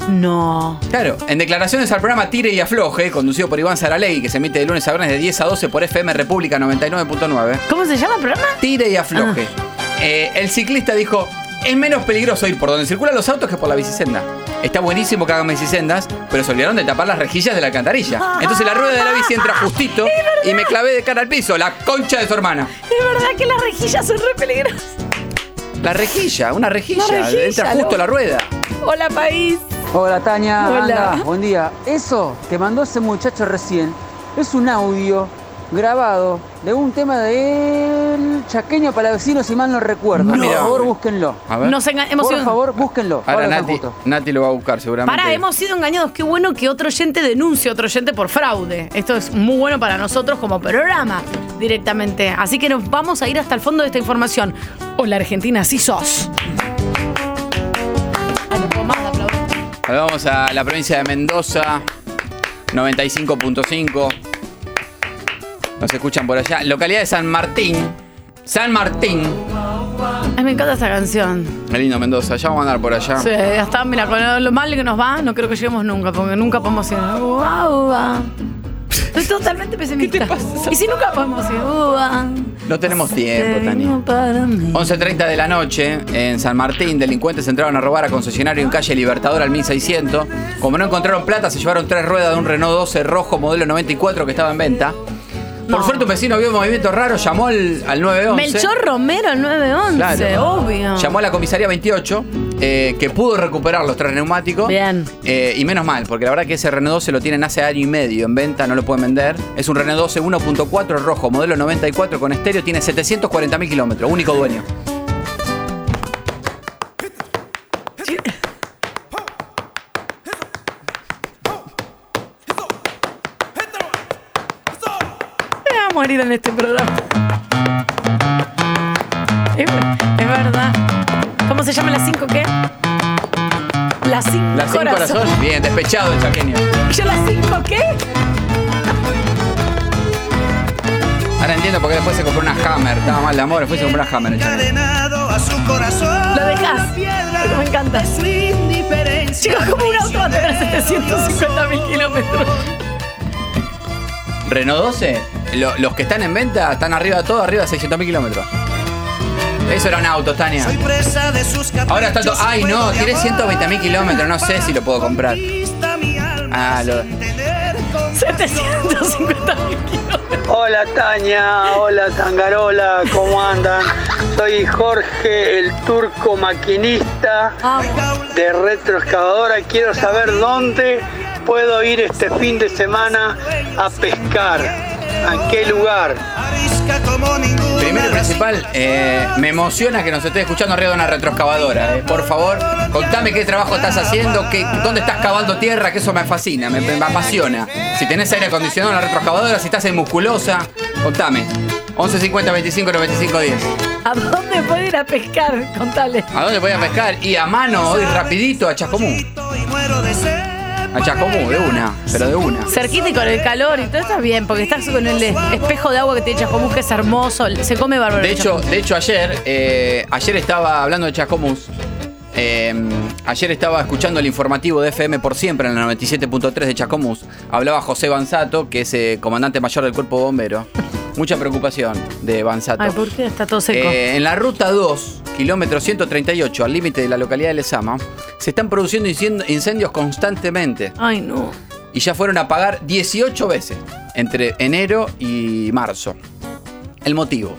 Speaker 6: No.
Speaker 5: Claro, en declaraciones al programa Tire y Afloje, conducido por Iván Saralegui, que se emite de lunes a viernes de 10 a 12 por FM República 99.9.
Speaker 6: ¿Cómo se llama el programa?
Speaker 5: Tire y afloje. Eh, el ciclista dijo, Es menos peligroso ir por donde circulan los autos que por la bicisenda. Está buenísimo que hagan bicisendas, pero se olvidaron de tapar las rejillas de la alcantarilla. Entonces la rueda de la bici entra justito y me clavé de cara al piso, la concha de su hermana.
Speaker 6: Ah, Es verdad que las rejillas son re peligrosas.
Speaker 5: La rejilla, una rejilla,
Speaker 6: Una rejilla,
Speaker 5: entra justo
Speaker 6: loco.
Speaker 5: la rueda.
Speaker 6: Hola, país.
Speaker 28: Hola Tania,
Speaker 6: Hola.
Speaker 28: Anda, buen día. Eso que mandó ese muchacho recién es un audio grabado de un tema del chaqueño para vecinos, si mal no recuerdo.
Speaker 5: No.
Speaker 28: Por favor, búsquenlo.
Speaker 5: Ah, A ver. Nos
Speaker 6: enga- hemos
Speaker 28: Por
Speaker 6: sido-
Speaker 28: favor, búsquenlo.
Speaker 5: Ahora
Speaker 28: Ahora lo
Speaker 5: Nati, Nati lo va a buscar seguramente.
Speaker 6: Pará, hemos sido engañados. Qué bueno que otro oyente denuncie a otro oyente por fraude. Esto es muy bueno para nosotros como programa directamente. Así que nos vamos a ir hasta el fondo de esta información. Hola Argentina, sí sos. Ay, no puedo más de aplaudir.
Speaker 5: Ahora vamos a la provincia de Mendoza, 95.5. Nos escuchan por allá. Localidad de San Martín. San Martín.
Speaker 6: Ay, me encanta esta canción.
Speaker 5: Qué lindo Mendoza, ya vamos a andar por allá.
Speaker 6: Sí, hasta, mira, con lo mal que nos va, no creo que lleguemos nunca, porque nunca podemos ir. Ua, ua. Estoy totalmente pesimista. Y si nunca podemos ir. Ua.
Speaker 5: No tenemos tiempo, Tani.
Speaker 6: Para mí.
Speaker 5: 11.30 de la noche, en San Martín, delincuentes entraron a robar a concesionario en calle Libertador al 1600. Como no encontraron plata, se llevaron tres ruedas de un Renault 12 rojo modelo 94 que estaba en venta. Por suerte, un vecino vio un movimiento raro, llamó al, al 911.
Speaker 6: Melchor Romero, el 911,
Speaker 5: Claro.
Speaker 6: obvio.
Speaker 5: Llamó a la comisaría 28, eh, que pudo recuperar los tres neumáticos.
Speaker 6: Bien.
Speaker 5: Eh, y menos mal, porque la verdad que ese Renault 12 lo tienen hace año y medio en venta, no lo pueden vender. Es un Renault 12 1.4 rojo, modelo 94 con estéreo, tiene 740.000 kilómetros, único dueño.
Speaker 6: Me voy a morir en este programa. Es, ver- es verdad. ¿Cómo se llama la 5 qué? La 5
Speaker 5: Las 5 horas
Speaker 6: corazón.
Speaker 5: son. Bien, despechado el chaqueño.
Speaker 6: ¿Yo la 5 qué?
Speaker 5: Ahora entiendo por qué después se compró una Hammer. Estaba mal de amor, después se compró una Hammer. el chaqueño.
Speaker 14: a su corazón.
Speaker 6: Lo dejas. Me encanta. Chicos, como un auto va a tener 750 mil kilómetros.
Speaker 5: Renault 12, lo- los que están en venta están arriba de todo, arriba de 600.000 kilómetros. Eso era un auto, Tania.
Speaker 14: Presa de sus
Speaker 5: Ahora está todo. Ay, no, tiene 120.000 kilómetros, no sé si lo puedo comprar. Ah, lo.
Speaker 6: 750
Speaker 17: Hola Tania, hola Tangarola, ¿cómo andan? Soy Jorge, el turco maquinista de retroexcavadora. Quiero saber dónde puedo ir este fin de semana a pescar. ¿A qué lugar?
Speaker 5: Primero y principal, eh, me emociona que nos estés escuchando arriba de una retroexcavadora. eh. Por favor, contame qué trabajo estás haciendo, qué, dónde estás cavando tierra, que eso me fascina, me, me apasiona. Si tenés aire acondicionado en la retroexcavadora, si estás en musculosa, contame. 11 50 25 95 10.
Speaker 6: ¿A dónde puede ir a pescar? Contale.
Speaker 5: ¿A dónde voy a pescar? Y a mano, hoy rapidito, a Chascomú. A Chascomú, de una, pero de una.
Speaker 6: Cerquita y con el calor y todo está bien, porque estás con el espejo de agua que te echas como que es hermoso, se come bárbaro.
Speaker 5: De
Speaker 6: el
Speaker 5: hecho,
Speaker 6: chacomús.
Speaker 5: de hecho ayer, eh, ayer estaba hablando de Chascomús. eh, ayer estaba escuchando el informativo de FM por siempre en la 97.3 de Chascomús. Hablaba José Banzato, que es eh, comandante mayor del cuerpo bombero. Mucha preocupación de Banzato.
Speaker 6: Ay, ¿por qué está todo seco?
Speaker 5: Eh, en la ruta 2, kilómetro 138, al límite de la localidad de Lezama, se están produciendo incien- incendios constantemente.
Speaker 6: Ay, no.
Speaker 5: Y ya fueron a apagar 18 veces entre enero y marzo. El motivo.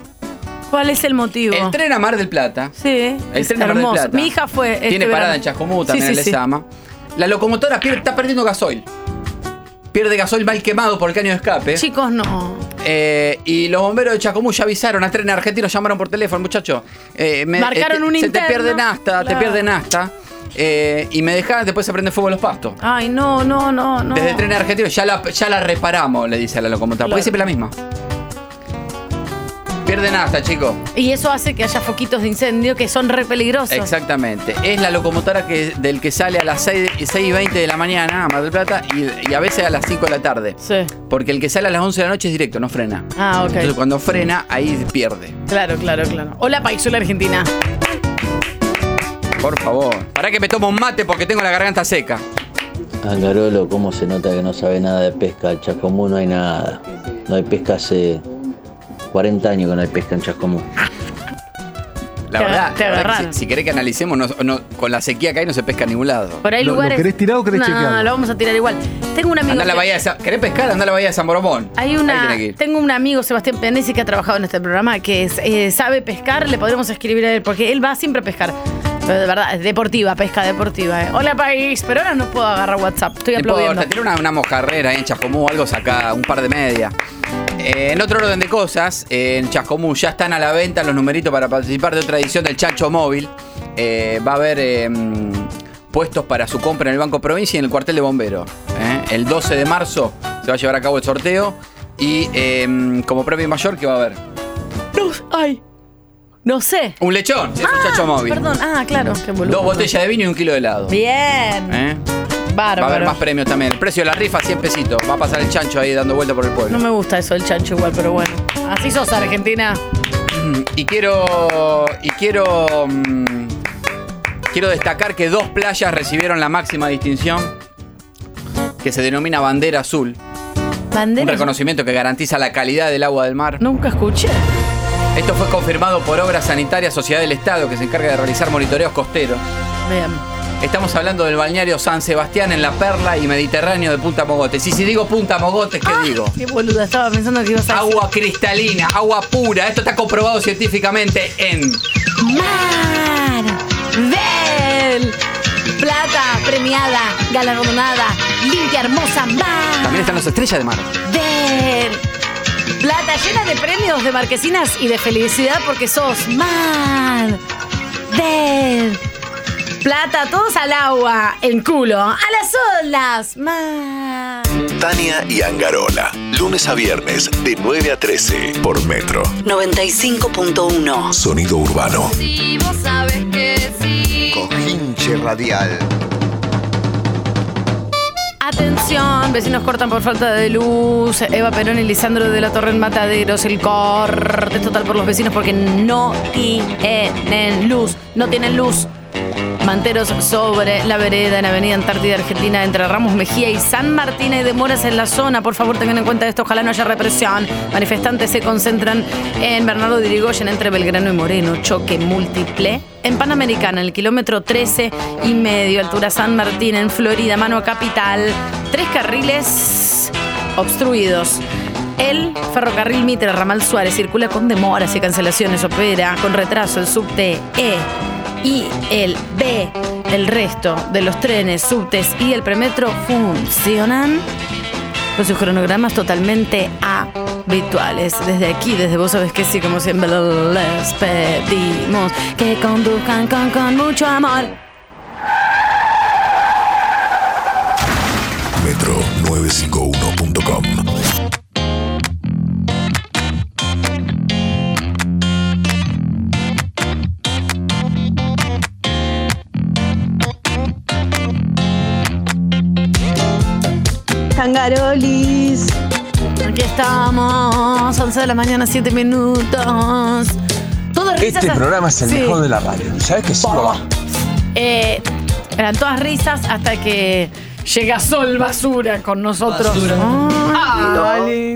Speaker 6: ¿Cuál es el motivo?
Speaker 5: El tren a Mar del Plata.
Speaker 6: Sí,
Speaker 5: El
Speaker 6: es
Speaker 5: tren a Mar del
Speaker 6: hermoso.
Speaker 5: Plata.
Speaker 6: Mi hija fue. este
Speaker 5: Tiene parada
Speaker 6: verano.
Speaker 5: en Chascomú,
Speaker 6: Sí,
Speaker 5: también
Speaker 6: sí,
Speaker 5: en
Speaker 6: sí.
Speaker 5: Lesama. La locomotora pier- está perdiendo gasoil. Pierde gasoil mal quemado por el caño de escape.
Speaker 6: Chicos, no.
Speaker 5: Eh, y los bomberos de Chascomú ya avisaron a tren argentino, llamaron por teléfono, muchachos.
Speaker 6: Marcaron un
Speaker 5: Se eh, te
Speaker 6: interno.
Speaker 5: pierden hasta,
Speaker 6: Claro.
Speaker 5: te pierden hasta. Eh, y me dejaron, después se prende fuego los pastos.
Speaker 6: Ay, no, no, no, no.
Speaker 5: Desde tren argentino ya la, ya la reparamos, le dice a la locomotora. Porque
Speaker 6: Claro.
Speaker 5: es siempre la misma. Pierden hasta, chicos.
Speaker 6: Y eso hace que haya foquitos de incendio que son re peligrosos.
Speaker 5: Exactamente. Es la locomotora que, del que sale a las 6, y 20 de la mañana a Mar del Plata y, y a veces a las 5 de la tarde.
Speaker 6: Sí.
Speaker 5: Porque el que sale a las 11 de la noche es directo, no frena.
Speaker 6: Ah, ok.
Speaker 5: Entonces cuando frena, ahí pierde.
Speaker 6: Claro, claro, claro. Hola, Paisula Argentina.
Speaker 5: Por favor. Para que me tomo un mate porque tengo la garganta seca.
Speaker 22: Angarolo, ¿cómo se nota que no sabe nada de pesca? En Chascomú no hay nada. No hay pesca hace 40 años que no hay pesca en Chascomú.
Speaker 5: La
Speaker 6: Te
Speaker 5: verdad, la
Speaker 6: agar- te
Speaker 5: verdad que
Speaker 6: agarraron.
Speaker 5: si, si querés que analicemos, no- no- con la sequía que hay no se pesca en ningún lado.
Speaker 6: Por ahí lugares. no, lo vamos a tirar igual. Tengo un amigo.
Speaker 5: Andá a la
Speaker 6: que-
Speaker 5: bahía de San- ¿Querés pescar? Andá a la bahía de San Boromón.
Speaker 6: Hay
Speaker 5: Ahí
Speaker 6: una,
Speaker 5: tiene que ir.
Speaker 6: tengo un amigo, Sebastián Penesi, que ha trabajado en este programa, que es, eh, sabe pescar, le podremos escribir a él, porque él va siempre a pescar. Pero de verdad, es deportiva, pesca deportiva. eh. Hola país, pero ahora no puedo agarrar WhatsApp, estoy
Speaker 5: No
Speaker 6: aplaudiendo.
Speaker 5: importa, tiene una, una mojarrera ahí en Chascomú, algo saca, un par de media. Eh, en otro orden de cosas, eh, en Chascomú ya están a la venta los numeritos para participar de otra edición del Chacho Móvil. Eh, va a haber eh, mm, puestos para su compra en el Banco Provincia y en el cuartel de bomberos. ¿eh? El 12 de marzo se va a llevar a cabo el sorteo. Y eh, mm, como premio mayor, ¿qué va a haber?
Speaker 6: No, ay, no sé. Ah,
Speaker 5: Un lechón, es un Chacho Móvil.
Speaker 6: Perdón, ah, claro, qué boludo.
Speaker 5: Dos botellas de vino y un kilo de helado.
Speaker 6: Bien,
Speaker 5: ¿Eh? Va a haber
Speaker 6: bárbaro.
Speaker 5: más premios también. El precio de la rifa, 100 pesitos. Va a pasar el chancho ahí dando vuelta por el pueblo.
Speaker 6: No me gusta eso del chancho igual, pero bueno. Así sos, Argentina.
Speaker 5: Y quiero. Y quiero. mm, quiero destacar que dos playas recibieron la máxima distinción. Que se denomina Bandera Azul. Un
Speaker 6: Bandera.
Speaker 5: reconocimiento que garantiza la calidad del agua del mar.
Speaker 6: Nunca escuché.
Speaker 5: Esto fue confirmado por Obras Sanitarias Sociedad del Estado, que se encarga de realizar monitoreos costeros.
Speaker 6: Bien.
Speaker 5: Estamos hablando del balneario San Sebastián en la Perla y Mediterráneo de Punta Mogotes. Y si digo Punta Mogotes,
Speaker 6: Ah.
Speaker 5: ¿qué digo?
Speaker 6: Qué boluda, estaba pensando que ibas a decir-
Speaker 5: Agua cristalina, agua pura. Esto está comprobado científicamente en.
Speaker 6: Mar del Plata premiada, galardonada, limpia, hermosa, Mar
Speaker 5: También están las estrellas de mar.
Speaker 6: del Plata llena de premios, de marquesinas y de felicidad porque sos Mar del Plata, todos al agua, en culo, a las olas, Mar.
Speaker 18: Tania y Angarola. Lunes a viernes de 9 a 13 por Metro.
Speaker 19: 95.1.
Speaker 18: Sonido urbano.
Speaker 19: Si vos sabes que sí.
Speaker 21: Este
Speaker 18: Hinche radial.
Speaker 6: Atención, vecinos cortan por falta de luz. Eva Perón y Lisandro de la Torre en Mataderos. El corte es total por los vecinos porque no tienen luz. No tienen luz. Manteros sobre la vereda en Avenida Antártida Argentina entre Ramos Mejía y San Martín. Hay demoras en la zona. Por favor, tengan en cuenta esto. Ojalá no haya represión. Manifestantes se concentran en Bernardo de Irigoyen entre Belgrano y Moreno. Choque múltiple. En Panamericana, en el kilómetro 13 y medio, altura San Martín, en Florida, mano a capital. Tres carriles obstruidos. El ferrocarril Mitre Ramal Suárez circula con demoras y cancelaciones, opera con retraso el subte E y el B. El resto de los trenes, subtes y el premetro funcionan con sus cronogramas totalmente habituales. Desde aquí, desde vos sabés que sí, como siempre les pedimos que conduzcan con, con mucho amor.
Speaker 18: Metro951.com
Speaker 6: Tangarolis. Aquí estamos, 11 de la mañana, 7 minutos. Todas risas
Speaker 21: Este
Speaker 6: a-
Speaker 21: programa es el
Speaker 6: Sí.
Speaker 21: mejor de la radio. ¿Sabes que sí lo va?
Speaker 6: Eh, eran todas risas hasta que llega Sol Basura con nosotros. Ay, dale.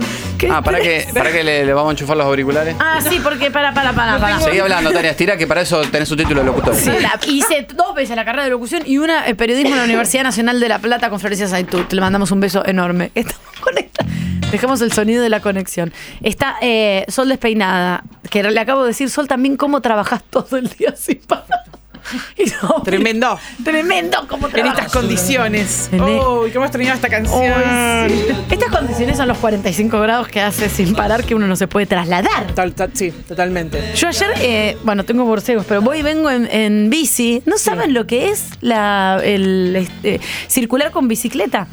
Speaker 5: Ah, para que, para que le, le vamos a enchufar los auriculares.
Speaker 6: Ah, sí, porque para, para, para, para.
Speaker 5: Seguí hablando, Tania, estira que para eso tenés su título de locutor.
Speaker 6: Sí, la- hice dos veces la carrera de locución y una eh, periodismo en la Universidad Nacional de La Plata con Florencia Saitú. Te le mandamos un beso enorme. Estamos conectados. Dejamos el sonido de la conexión. Está eh, Sol despeinada, que le acabo de decir, Sol, también cómo trabajas todo el día sin parar. Y no,
Speaker 23: Tremendo.
Speaker 6: Tremendo como
Speaker 23: En estas condiciones. Uy, cómo extrañaba esta canción.
Speaker 6: Estas condiciones son los 45 grados que hace sin parar que uno no se puede trasladar.
Speaker 23: sí, totalmente.
Speaker 6: Yo ayer, eh, bueno, tengo borcegos, pero voy y vengo en, en bici. ¿No saben lo que es la, el este, circular con bicicleta?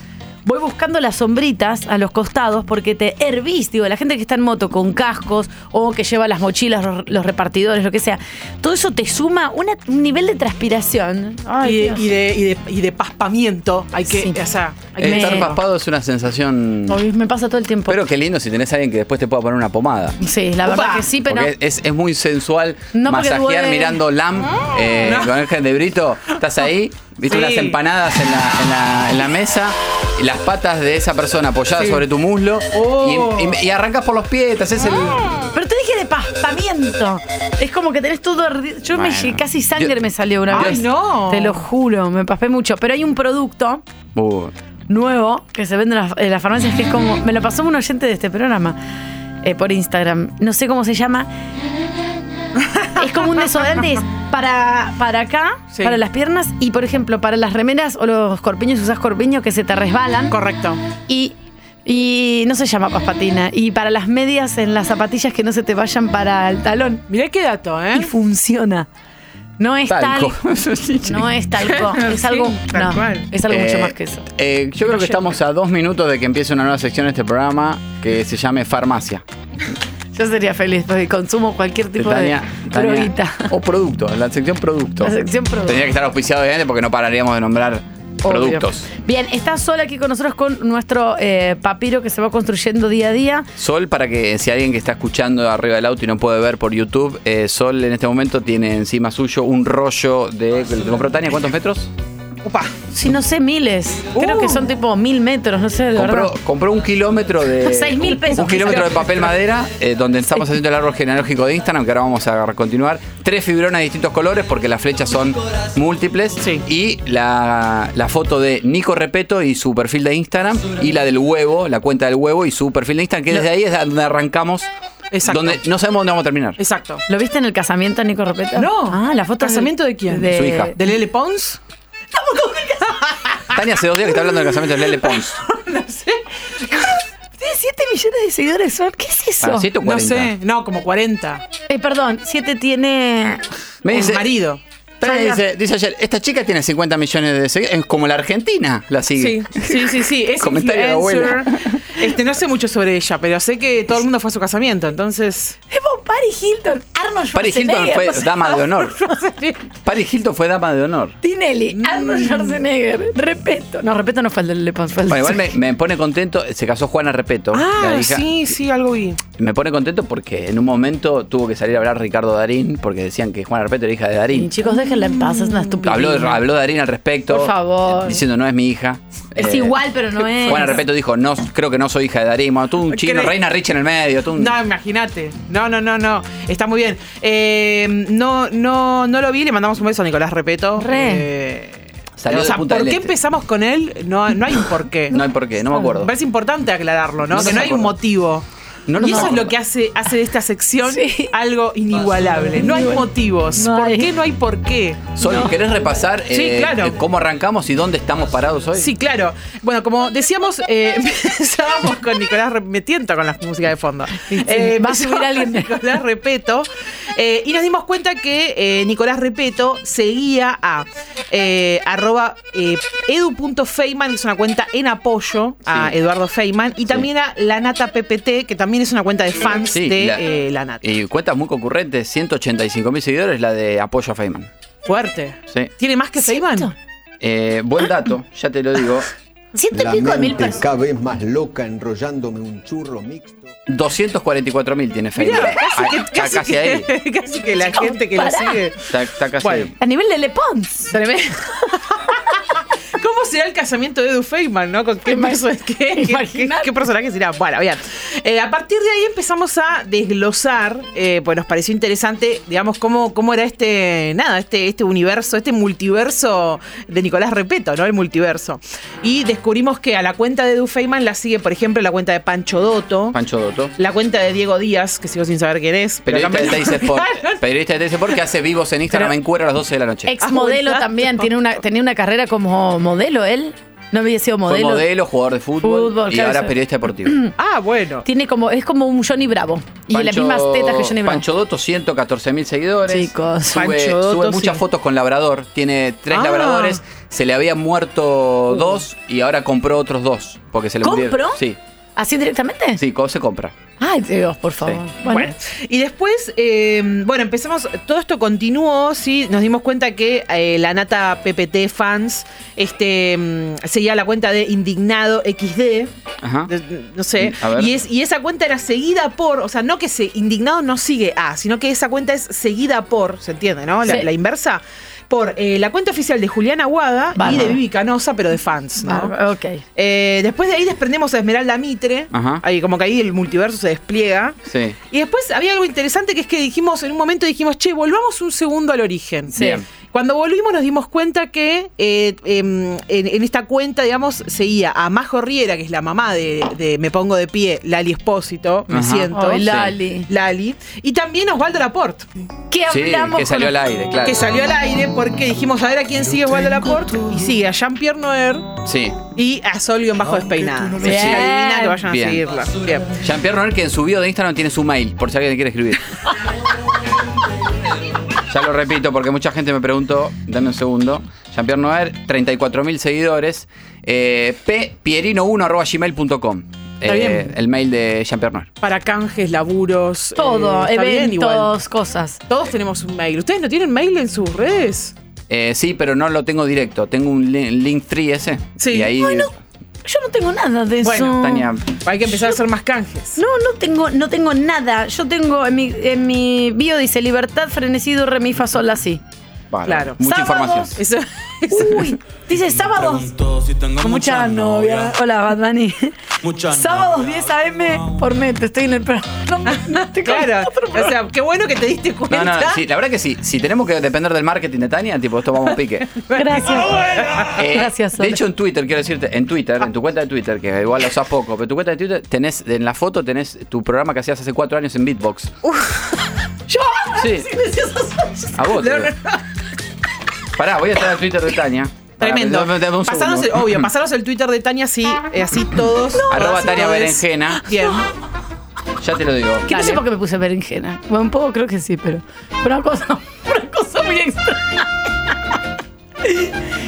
Speaker 6: Voy buscando las sombritas a los costados porque te hervís, digo, la gente que está en moto con cascos o que lleva las mochilas, los, los repartidores, lo que sea. Todo eso te suma una- un nivel de transpiración.
Speaker 23: y, de,
Speaker 6: Dios.
Speaker 23: y, de, y, de, y de paspamiento. Hay que. O sea, eh, hay que
Speaker 5: Eh, Estar
Speaker 23: me-
Speaker 5: paspado es una sensación.
Speaker 6: Ay, me pasa todo el tiempo.
Speaker 5: Pero qué lindo si tenés a alguien que después te pueda poner una pomada.
Speaker 6: Sí, la verdad que sí, pero...
Speaker 5: Porque es, es muy sensual
Speaker 6: No, porque
Speaker 5: masajear
Speaker 6: duele.
Speaker 5: mirando LAM eh,
Speaker 6: No.
Speaker 5: con Ángel de Brito. Estás ahí, viste
Speaker 23: Sí.
Speaker 5: unas empanadas en la, en la- en la mesa, y las patas de esa persona apoyadas
Speaker 23: Sí.
Speaker 5: sobre tu muslo
Speaker 23: Oh.
Speaker 5: y, y- y arrancas por los pies, te haces el.
Speaker 6: Pero te dije de paz raspamiento. Es como que tenés todo. ardi- Yo me
Speaker 5: Bueno.
Speaker 6: lle- casi sangre
Speaker 5: Yo-
Speaker 6: me salió una
Speaker 5: Ay,
Speaker 6: vez.
Speaker 5: no.
Speaker 6: Te lo juro, me pasé mucho. Pero hay un producto
Speaker 5: Uh,
Speaker 6: nuevo que se vende en las, en las farmacias que es como. Me lo pasó un oyente de este programa eh, por Instagram. No sé cómo se llama. Es como un desodorante es para, para acá, para las piernas y, por ejemplo, para las remeras o los corpiños, usas corpiños que se te resbalan. Correcto. Y, y no se llama paspatina. Y para las medias en las zapatillas que no se te vayan para el talón. Mirá qué dato, ¿eh? Y funciona. No es
Speaker 5: Talco.
Speaker 6: talco. no es talco. Es algo, no, es algo mucho
Speaker 5: eh,
Speaker 6: más que eso.
Speaker 5: eh, yo creo que estamos a dos minutos de que empiece una nueva sección en este programa que se llame Farmacia.
Speaker 6: Yo sería feliz porque consumo cualquier tipo
Speaker 5: Tania,
Speaker 6: de
Speaker 5: Tania.
Speaker 6: droguita.
Speaker 5: O producto, la sección producto.
Speaker 6: La sección producto.
Speaker 5: Tendría que estar auspiciado obviamente porque no pararíamos de nombrar
Speaker 6: Obvio.
Speaker 5: productos.
Speaker 6: Bien, está Sol aquí con nosotros con nuestro eh, papiro que se va construyendo día a día.
Speaker 5: Sol, para que si alguien que está escuchando arriba del auto y no puede ver por YouTube, eh, Sol en este momento tiene encima suyo un rollo de... que ¿Lo compró Tania? ¿Cuántos metros?
Speaker 6: Sí, no sé, miles. Creo que son tipo mil metros, no sé, de
Speaker 5: Compró,
Speaker 6: verdad.
Speaker 5: compró un kilómetro de...
Speaker 6: Seis mil pesos.
Speaker 5: eh, Un kilómetro de papel madera, eh, donde estamos haciendo el árbol genealógico de Instagram, que ahora vamos a continuar. Tres fibronas de distintos colores, porque las flechas son múltiples. Y la, la foto de Nico Repeto y su perfil de Instagram, y la del huevo, la cuenta del huevo y su perfil de Instagram, que desde ahí es donde arrancamos. Donde no sabemos dónde vamos a terminar.
Speaker 6: Exacto. ¿Lo viste en el casamiento, Nico Repeta?
Speaker 23: No.
Speaker 6: Ah, la foto.
Speaker 23: ¿Casamiento de quién?
Speaker 5: Su hija.
Speaker 23: ¿De Lele Pons?
Speaker 5: Tania hace dos días que está hablando del casamiento de Lele Pons.
Speaker 6: Tiene 7 millones de seguidores, Sol. ¿Qué es eso?
Speaker 5: Ah, ¿siete o
Speaker 23: No
Speaker 5: 40?
Speaker 23: sé, no, como 40.
Speaker 6: Eh, perdón, 7 tiene.
Speaker 5: Me
Speaker 6: un
Speaker 5: dice-
Speaker 6: marido.
Speaker 5: Tania
Speaker 6: Tania.
Speaker 5: dice, dice ayer, esta chica tiene 50 millones de seguidores, es como la Argentina la sigue.
Speaker 23: Sí, sí, sí, sí. Es
Speaker 5: Comentario de
Speaker 23: influencer.
Speaker 5: abuela.
Speaker 23: Este, no sé mucho sobre ella, pero sé que todo el mundo fue a su casamiento, entonces.
Speaker 6: Es vos, Paris Hilton, Arnold
Speaker 5: Paris Hilton
Speaker 6: Schwarzenegger.
Speaker 5: fue
Speaker 6: por favor.
Speaker 5: dama de honor. Paris Hilton fue dama de honor.
Speaker 6: Tinelli,
Speaker 23: Mm.
Speaker 6: Arnold Schwarzenegger. Repeto. No, Repeto no fue el de Lele Pons, fue el
Speaker 5: Bueno,
Speaker 6: de-
Speaker 5: igual me, me pone contento, se casó Juana Repeto,
Speaker 23: Ah,
Speaker 5: la hija.
Speaker 23: sí, sí, algo vi.
Speaker 5: Me pone contento porque en un momento tuvo que salir a hablar Ricardo Darín, porque decían que Juana Repeto era hija de Darín.
Speaker 6: Chicos, déjenla en paz, es una estupidez.
Speaker 5: Habló, habló Darín al respecto.
Speaker 6: Por favor.
Speaker 5: Diciendo, no es mi hija.
Speaker 6: Es
Speaker 5: Eh,
Speaker 6: igual, pero no es.
Speaker 5: Juana Repeto dijo, no, creo que no soy hija de Darín. Bueno, tú un chino,
Speaker 23: ¿Crees?
Speaker 5: Reina Rich en el medio, tú un-
Speaker 23: No, imagínate. No, no, no, no. Está muy bien. Eh, no, no, no lo vi. Le mandamos un beso a Nicolás Repeto. Eh,
Speaker 5: Salió
Speaker 23: o
Speaker 5: de
Speaker 23: sea,
Speaker 5: Punta
Speaker 23: ¿por
Speaker 5: del
Speaker 23: qué
Speaker 5: Este.
Speaker 23: empezamos con él? No, no hay un porqué.
Speaker 5: No hay por qué, no me acuerdo.
Speaker 23: Me parece importante aclararlo, ¿no?
Speaker 5: No
Speaker 23: que
Speaker 5: nos
Speaker 23: no hay un
Speaker 5: acuerdo.
Speaker 23: motivo.
Speaker 5: No nos
Speaker 23: y eso es
Speaker 5: acuerdo.
Speaker 23: lo que hace, hace de esta sección algo inigualable. No hay motivos. ¿Por qué no hay por qué?
Speaker 5: Sol,
Speaker 23: No.
Speaker 5: ¿querés repasar
Speaker 23: Sí,
Speaker 5: eh,
Speaker 23: claro.
Speaker 5: eh, cómo arrancamos y dónde estamos parados hoy?
Speaker 23: Sí, claro. Bueno, como decíamos, eh, empezábamos con Nicolás, Re- me tiento con la música de fondo. Eh,
Speaker 6: va a subir
Speaker 23: empezamos
Speaker 6: alguien.
Speaker 23: con Nicolás Repeto. eh, y nos dimos cuenta que eh, Nicolás Repeto seguía a eh, arroba eh, edu.feyman, que es una cuenta en apoyo a
Speaker 5: Sí.
Speaker 23: Eduardo Feyman, y también a La Nata PPT, que también es una cuenta de fans
Speaker 5: Sí,
Speaker 23: de
Speaker 5: la-
Speaker 23: eh, La Nata.
Speaker 5: Y cuentas muy concurrentes, 185 mil seguidores, la de apoyo a Feynman.
Speaker 23: Fuerte.
Speaker 5: Sí.
Speaker 23: ¿Tiene más que Feyman?
Speaker 5: Eh, buen dato, ya te lo digo.
Speaker 23: Ciento
Speaker 1: La mente cada vez más loca enrollándome un churro mixto.
Speaker 5: 244 mil tiene Feynman.
Speaker 23: Mirá, casi
Speaker 5: Ah,
Speaker 23: que-
Speaker 5: está
Speaker 23: casi
Speaker 5: casi
Speaker 23: que-
Speaker 5: ahí.
Speaker 23: Casi que la
Speaker 6: Chicos,
Speaker 23: gente que lo
Speaker 6: pará.
Speaker 23: sigue.
Speaker 5: Está, está casi ahí.
Speaker 6: A nivel de Le Pons.
Speaker 23: Tremendo. ¿Cómo será el casamiento de Edu Feynman, no? ¿Con qué, perso- qué- qué- qué- qué personaje será? Bueno, bien. Eh, a partir de ahí empezamos a desglosar, eh, pues nos pareció interesante, digamos, cómo, cómo era este, nada, este, este universo, este multiverso de Nicolás Repeto, ¿no? El multiverso. Y descubrimos que a la cuenta de Edu Feynman la sigue, por ejemplo, la cuenta de Pancho Dotto,
Speaker 5: Pancho Dotto.
Speaker 23: la cuenta de Diego Díaz, que sigo sin saber quién es. pero
Speaker 5: Periodista
Speaker 23: acá
Speaker 5: de
Speaker 23: me-
Speaker 5: Teis Sport. Periodista de Teis Sport que hace vivos en Instagram en cuero a las 12 de la noche.
Speaker 6: Ex modelo también, tiene una, tenía una carrera como modelo él. No había sido
Speaker 5: Fue
Speaker 6: modelo.
Speaker 5: modelo, jugador de fútbol,
Speaker 6: Fútbol,
Speaker 5: y
Speaker 6: claro,
Speaker 5: ahora
Speaker 6: sí.
Speaker 5: periodista deportivo.
Speaker 23: Ah, bueno.
Speaker 6: Tiene como, es como un Johnny Bravo. Y las
Speaker 5: Pancho-
Speaker 6: mismas tetas que Johnny Bravo.
Speaker 5: Pancho Dotto, 114 mil seguidores.
Speaker 6: Chicos.
Speaker 5: sube, sube
Speaker 6: Pancho Dotto,
Speaker 5: muchas
Speaker 6: sí.
Speaker 5: fotos con Labrador. Tiene tres
Speaker 6: Ah. Uh.
Speaker 5: Labradores. Se le habían muerto dos y ahora compró otros dos. Porque se le
Speaker 6: ¿Compró?
Speaker 5: murieron. Sí.
Speaker 6: ¿Así directamente?
Speaker 5: Sí, co- se compra.
Speaker 23: Ah,
Speaker 6: Ay, Dios, por favor. Bueno.
Speaker 23: Bueno, y después, eh, bueno, empezamos, todo esto continuó, sí, nos dimos cuenta que eh, la nata PPT fans este, mm, seguía la cuenta de Indignado XD,
Speaker 5: Ajá. Mm,
Speaker 23: de- no sé,
Speaker 5: A ver.
Speaker 23: y, es, y esa cuenta era seguida por, o sea, no que se, Indignado no sigue a, sino que esa cuenta es seguida por, ¿se entiende, no? La,
Speaker 6: Sí.
Speaker 23: la inversa. por eh, la cuenta oficial de Julián Aguada y
Speaker 6: Bárbaro.
Speaker 23: de Vivi Canosa, pero de fans, ¿no?
Speaker 6: Bárbaro, ok.
Speaker 23: Eh, después de ahí desprendemos a Esmeralda Mitre.
Speaker 5: Ajá.
Speaker 23: Ahí como que ahí el multiverso se despliega.
Speaker 5: Sí.
Speaker 23: Y después había algo interesante que es que dijimos, en un momento dijimos, che, volvamos un segundo al origen.
Speaker 5: Sí. Bien.
Speaker 23: Cuando volvimos nos dimos cuenta que eh, em, en, en esta cuenta, digamos, seguía a Majo Riera, que es la mamá de, de Me Pongo de Pie, Lali Espósito, me
Speaker 6: Ajá.
Speaker 23: siento.
Speaker 6: Ay, Lali.
Speaker 23: Lali. Y también Osvaldo Laporte.
Speaker 6: ¿Qué
Speaker 5: Sí, hablamos que salió con- al aire, claro.
Speaker 23: Que salió al aire porque dijimos, a ver a quién sigue Osvaldo Laporte. Y sigue a Jean-Pierre Noer
Speaker 5: Sí.
Speaker 23: y a Sol Guión
Speaker 5: Oh,
Speaker 23: Bajo Despeinada.
Speaker 5: lo
Speaker 23: Así que
Speaker 5: sepas.
Speaker 23: adivina que vayan
Speaker 5: Bien.
Speaker 23: a seguirla. Bien.
Speaker 5: Jean-Pierre Noel, que en su bio de Instagram tiene su mail, por si alguien le quiere escribir. ya lo repito, porque mucha gente me preguntó, dame un segundo. Jean-Pierre Noel, 34.000 seguidores, eh, ppierino1.gmail.com.
Speaker 23: Está bien.
Speaker 5: Eh, el mail de Jean-Pierre Noel.
Speaker 23: Para canjes, laburos. eh,
Speaker 6: Todo,
Speaker 23: está bien igual.
Speaker 6: eventos, cosas.
Speaker 23: Todos tenemos un mail. ¿Ustedes no tienen mail en sus redes?
Speaker 5: Eh, sí, pero no lo tengo directo. Tengo un link, link 3 ese. Sí. Y ahí.
Speaker 6: Yo no tengo nada de eso.
Speaker 23: Bueno,
Speaker 5: Tania.
Speaker 23: Hay que empezar a hacer más canjes.
Speaker 6: No, no tengo, no tengo nada. Yo tengo en mi, en mi bio dice libertad, frenecido, remifa, sol, así.
Speaker 5: Vale,
Speaker 6: Claro.
Speaker 5: Mucha
Speaker 6: Sábados.
Speaker 5: información.
Speaker 23: Eso,
Speaker 6: Uy, dice sábados. Con mucha novia. Hola, Bad Bunny. Sábados 10 a.m. por mente. Estoy en el programa. No, no te
Speaker 23: Claro. O sea, qué bueno que te diste
Speaker 5: No,
Speaker 23: cuenta.
Speaker 5: no, sí, la verdad que sí. Si tenemos que depender del marketing de Tania, tipo, esto vamos a pique.
Speaker 6: Gracias.
Speaker 5: Eh,
Speaker 6: Gracias,
Speaker 5: De
Speaker 6: Ah. Sole.
Speaker 5: hecho, en Twitter, quiero decirte, en Twitter, en tu cuenta de Twitter, que igual la usas poco, pero tu cuenta de Twitter, tenés, en la foto tenés tu programa que hacías hace cuatro años en Beatbox.
Speaker 23: Yo.
Speaker 5: Sí. A vos, te digo. Pará, voy a estar en Twitter de Tania. Pará,
Speaker 23: Tremendo.
Speaker 5: dame- dame un
Speaker 23: Pasanos el,
Speaker 5: segundo.
Speaker 23: obvio, pasanos el Twitter de Tania así, eh, así todos. todas
Speaker 5: Arroba
Speaker 23: y
Speaker 5: Tania
Speaker 23: todes.
Speaker 5: Berenjena.
Speaker 23: Bien.
Speaker 5: Ya te lo digo.
Speaker 6: Que no sé por qué me puse berenjena. Bueno, un poco creo que sí, pero. Pero una cosa, una cosa muy extraña.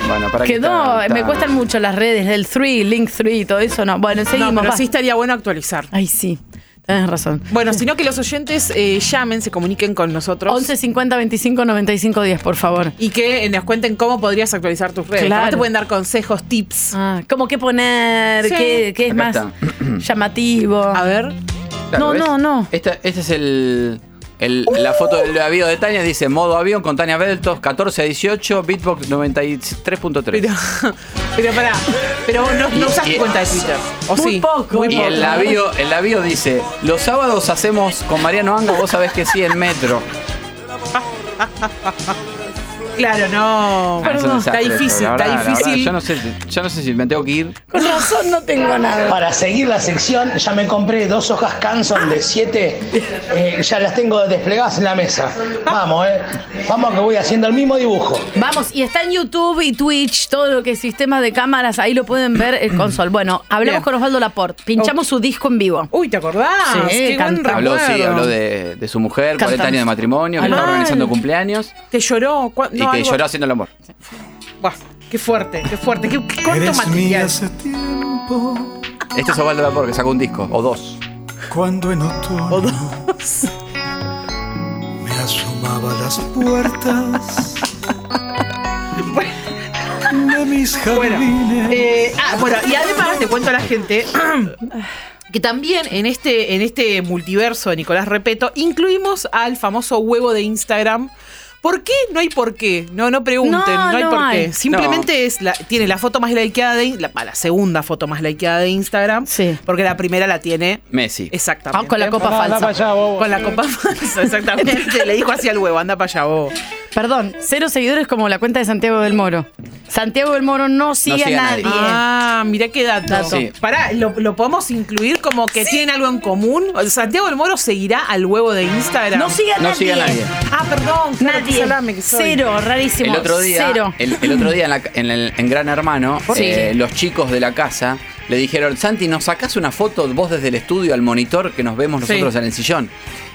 Speaker 5: Bueno, para
Speaker 6: Quedó, me cuestan mucho las redes, el 3, Link 3 y todo eso, no. Bueno, seguimos.
Speaker 23: no, pero
Speaker 6: va.
Speaker 23: sí estaría bueno actualizar.
Speaker 6: Ay, sí. Tienes razón.
Speaker 23: Bueno, sino que los oyentes eh, llamen, se comuniquen con nosotros.
Speaker 6: 11 50 25 95 10, por favor.
Speaker 23: Y que eh, nos cuenten cómo podrías actualizar tus redes.
Speaker 6: Claro.
Speaker 23: Capaz te pueden dar consejos, tips.
Speaker 6: Ah, ¿Cómo qué poner?
Speaker 23: Sí.
Speaker 6: ¿Qué, qué es
Speaker 5: Acá
Speaker 6: más
Speaker 5: está. Mm.
Speaker 6: llamativo? A
Speaker 23: ver.
Speaker 6: No, no, no.
Speaker 5: Esta, este es el. el- La foto
Speaker 23: Uh.
Speaker 5: del avión de Tania dice modo avión con Tania Beltos 14 a 18, Beatbox 93.3.
Speaker 23: Pero, pero pará, pero vos no, no usás
Speaker 5: Y-
Speaker 23: tu cuenta de Twitter. ¿O
Speaker 6: Muy
Speaker 23: sí?
Speaker 6: poco.
Speaker 5: Y el labio, el labio dice, los sábados hacemos con Mariano Anga, vos sabés que sí, en metro.
Speaker 23: Claro, no.
Speaker 5: Ah, es un
Speaker 23: está
Speaker 5: desastre esto,
Speaker 23: difícil,
Speaker 5: la verdad,
Speaker 23: está
Speaker 5: la verdad,
Speaker 23: difícil.
Speaker 5: yo, no sé, si- yo no sé si me tengo que ir.
Speaker 6: Con razón no tengo nada.
Speaker 2: Para seguir la sección, ya me compré dos hojas Canson de 7. ya las tengo desplegadas en la mesa. Vamos, eh. Vamos que voy haciendo el mismo dibujo.
Speaker 6: Vamos, y está en YouTube y Twitch, todo lo que es sistema de cámaras, ahí lo pueden ver el console. Bueno, hablamos
Speaker 23: Bien.
Speaker 6: con Osvaldo Laporte, pinchamos su disco en vivo.
Speaker 23: Uy, ¿te acordás?
Speaker 6: Sí,
Speaker 23: Ah, Qué buen
Speaker 6: cantamos.
Speaker 5: Habló, sí,
Speaker 23: recuerdo.
Speaker 5: habló de, de su mujer, 40
Speaker 23: Cantamos.
Speaker 5: años de matrimonio, que
Speaker 23: Mal.
Speaker 5: está organizando cumpleaños
Speaker 23: Te lloró. cua-
Speaker 5: y
Speaker 23: no,
Speaker 5: que
Speaker 23: algo-
Speaker 5: lloró haciendo el amor.
Speaker 23: Buah, qué fuerte, qué fuerte, qué, qué corto material.
Speaker 5: Este es Osvaldo Lapor, que sacó un disco, o dos.
Speaker 3: Cuando en otoño me asomaba a las puertas de mis
Speaker 23: Bueno,
Speaker 3: jardines.
Speaker 23: eh, ah, bueno, y además te cuento a la gente que también en este, en este multiverso de Nicolás Repeto incluimos al famoso huevo de Instagram. ¿Por qué? No hay por qué. No, no pregunten, no,
Speaker 6: No,
Speaker 23: hay
Speaker 6: no
Speaker 23: por
Speaker 6: hay.
Speaker 23: qué. Simplemente es la, tiene la foto más likeada de In- la, pa, la segunda foto más likeada de Instagram. Porque la primera la tiene
Speaker 5: Messi.
Speaker 23: exactamente.
Speaker 6: Ah, con la copa Anda, falsa. anda pa' allá, bobo.
Speaker 23: con la copa falsa, exactamente. Le dijo así al huevo, anda para allá, bobo.
Speaker 6: Perdón, cero seguidores como la cuenta de Santiago del Moro. Santiago del Moro no sigue
Speaker 5: sigue a
Speaker 6: a nadie.
Speaker 5: nadie.
Speaker 23: Ah, mirá qué dato.
Speaker 5: Dato. Sí.
Speaker 23: Pará, ¿lo, lo podemos incluir como que tienen algo en común? O sea, Santiago del Moro seguirá al huevo de Instagram.
Speaker 6: No sigue a
Speaker 5: No
Speaker 6: nadie.
Speaker 5: sigue a nadie.
Speaker 23: Ah, perdón. claro, qué
Speaker 6: Nadie.
Speaker 23: salame que soy.
Speaker 6: Cero, rarísimo.
Speaker 5: El otro día,
Speaker 6: Cero.
Speaker 5: el, el otro día en, la ca- en el- en Gran Hermano,
Speaker 6: Sí.
Speaker 5: eh, los chicos de la casa le dijeron, Santi, ¿nos sacás una foto vos desde el estudio al monitor que nos vemos nosotros
Speaker 23: Sí.
Speaker 5: en el sillón?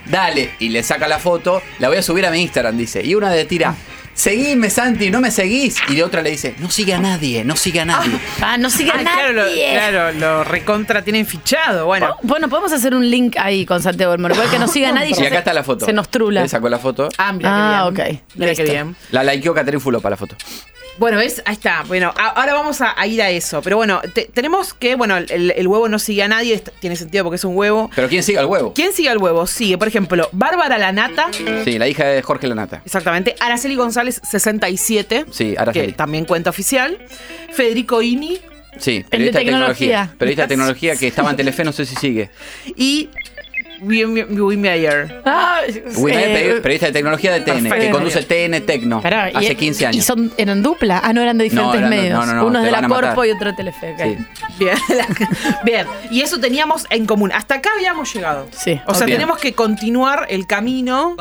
Speaker 5: Dale, y le saca la foto, la voy a subir a mi Instagram, dice. Y una de tira, seguime Santi, no me seguís. Y la otra le dice, no sigue a nadie, no sigue a nadie.
Speaker 6: Ah, no sigue a
Speaker 23: Ah,
Speaker 6: nadie.
Speaker 23: claro, lo, claro, lo recontra tienen fichado. Bueno.
Speaker 6: Bueno, podemos hacer un link ahí con Santiago del Moro. Igual que no siga a nadie.
Speaker 5: y
Speaker 6: ya
Speaker 5: acá
Speaker 6: se-
Speaker 5: está la foto.
Speaker 6: Se nos trula.
Speaker 5: Le sacó la foto.
Speaker 23: Ah,
Speaker 6: Ah, ok.
Speaker 23: Mira qué
Speaker 6: Listo.
Speaker 23: bien.
Speaker 5: La likeó Caterín Fulo para la foto.
Speaker 23: Bueno, ¿ves? Ahí está. Bueno, a- ahora vamos a, a ir a eso. Pero bueno, te- tenemos que, bueno, el, el huevo no sigue a nadie, est- tiene sentido porque es un huevo.
Speaker 5: Pero ¿quién sigue al huevo?
Speaker 23: ¿Quién sigue al huevo? Sigue, por ejemplo, Bárbara Lanata,
Speaker 5: Sí, la hija de Jorge Lanata.
Speaker 23: exactamente, Araceli González, 67,
Speaker 5: Sí, Araceli.
Speaker 23: que también cuenta oficial, Federico Ini
Speaker 5: Sí, periodista de tecnología.
Speaker 23: tecnología.
Speaker 5: Periodista de tecnología que estaba en Telefe, no sé si sigue.
Speaker 23: y Will Meyer.
Speaker 5: Wim Meyer,
Speaker 6: eh,
Speaker 23: Eh,
Speaker 5: peri- periodista de tecnología de TN, que
Speaker 6: perfecto.
Speaker 5: conduce TN Tecno
Speaker 6: Pará, y-
Speaker 5: hace 15
Speaker 6: ¿Y
Speaker 5: años.
Speaker 6: son, eran dupla? Ah, no, eran de diferentes
Speaker 5: eran-
Speaker 6: medios.
Speaker 5: no, no, no,
Speaker 6: Uno es
Speaker 5: te
Speaker 6: de
Speaker 5: van
Speaker 6: la
Speaker 5: a
Speaker 6: Corpo
Speaker 5: matar.
Speaker 6: y otro de Telefe. ok.
Speaker 5: Sí.
Speaker 23: Bien, bien. Y eso teníamos en común. Hasta acá habíamos llegado.
Speaker 6: Sí.
Speaker 23: O sea,
Speaker 5: Bien.
Speaker 23: tenemos que continuar el camino.